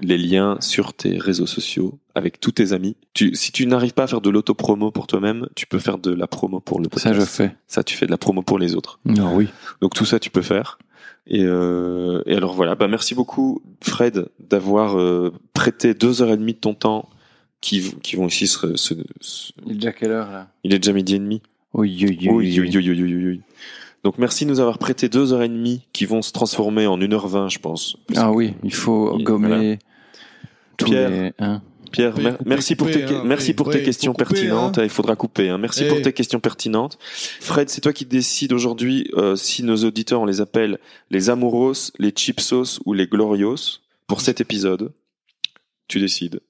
[SPEAKER 1] les liens sur tes réseaux sociaux avec tous tes amis. Tu, si tu n'arrives pas à faire de l'auto-promo pour toi-même, tu peux faire de la promo pour le
[SPEAKER 2] Ça
[SPEAKER 1] podcast. Ah
[SPEAKER 2] je fais.
[SPEAKER 1] Ça, tu fais de la promo pour les autres.
[SPEAKER 2] Non, oui.
[SPEAKER 1] Donc tout ça, tu peux faire. Et, euh, et alors voilà, bah, merci beaucoup Fred d'avoir euh, prêté deux heures et demie de ton temps qui, qui vont ici se, se- se-
[SPEAKER 2] Il est déjà quelle heure là
[SPEAKER 1] Il est déjà midi et demi.
[SPEAKER 2] Oui, oui, oui,
[SPEAKER 1] Oui,
[SPEAKER 2] oui,
[SPEAKER 1] oui, oui, oui, oui, oui. Donc merci de nous avoir prêté deux heures et demie qui vont se transformer en 1h20, je pense.
[SPEAKER 2] Ah oui, il faut
[SPEAKER 1] Oui,
[SPEAKER 2] gommer
[SPEAKER 1] voilà.
[SPEAKER 2] tous
[SPEAKER 1] Pierre.
[SPEAKER 2] les... hein.
[SPEAKER 1] Pierre,
[SPEAKER 4] Oui,
[SPEAKER 1] mer-
[SPEAKER 4] couper,
[SPEAKER 1] merci pour
[SPEAKER 4] couper,
[SPEAKER 1] tes, que-
[SPEAKER 4] hein,
[SPEAKER 1] merci
[SPEAKER 4] oui,
[SPEAKER 1] pour
[SPEAKER 4] oui,
[SPEAKER 1] tes
[SPEAKER 4] faut
[SPEAKER 1] questions
[SPEAKER 4] couper,
[SPEAKER 1] pertinentes.
[SPEAKER 4] hein.
[SPEAKER 1] Il faudra couper. hein. Merci
[SPEAKER 4] Eh.
[SPEAKER 1] pour tes questions pertinentes. Fred, c'est toi qui décides aujourd'hui euh, si nos auditeurs on les appelle les Amoros, les Chipsos ou les Glorios pour cet épisode. Tu décides.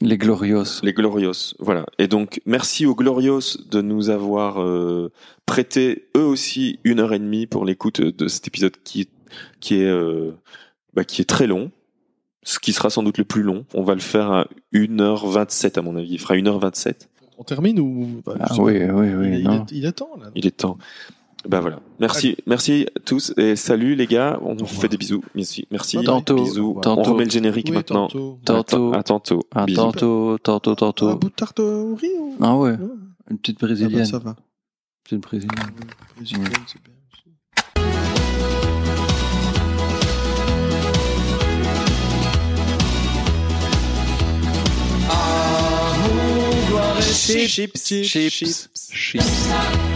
[SPEAKER 2] Les glorioses.
[SPEAKER 1] Les Glorios, voilà. Et donc, merci aux Glorios de nous avoir euh, prêté eux aussi une heure et demie pour l'écoute de cet épisode qui, qui, est, euh, bah, qui est très long, ce qui sera sans doute le plus long. On va le faire à 1h27 à mon avis. Il fera 1h27.
[SPEAKER 4] On termine ou bah, je
[SPEAKER 2] Ah
[SPEAKER 4] sais
[SPEAKER 2] oui,
[SPEAKER 4] pas.
[SPEAKER 2] oui,
[SPEAKER 4] Il,
[SPEAKER 2] oui,
[SPEAKER 4] il
[SPEAKER 2] non.
[SPEAKER 4] est- il attend là.
[SPEAKER 1] Il est temps. Bah voilà. Merci, merci à tous et salut les gars. On vous
[SPEAKER 4] revoir.
[SPEAKER 1] fait des bisous. Merci, merci.
[SPEAKER 2] Tantôt.
[SPEAKER 1] Bisous.
[SPEAKER 2] Tantôt.
[SPEAKER 1] On remet le générique
[SPEAKER 4] Oui,
[SPEAKER 1] maintenant.
[SPEAKER 4] tantôt.
[SPEAKER 2] Tantôt.
[SPEAKER 1] À tantôt.
[SPEAKER 2] Ah,
[SPEAKER 1] Bisous.
[SPEAKER 2] tantôt, tantôt,
[SPEAKER 4] Un
[SPEAKER 2] tantôt.
[SPEAKER 4] bout de tarte au riz ou...
[SPEAKER 2] Ah ouais,
[SPEAKER 4] Ouais.
[SPEAKER 2] une petite
[SPEAKER 4] Ah bah,
[SPEAKER 2] brésilienne.
[SPEAKER 4] ça va.
[SPEAKER 2] Petite brésilienne.
[SPEAKER 4] Brésilienne, c'est bien aussi.
[SPEAKER 1] Chips, chips, chips.
[SPEAKER 2] Chips.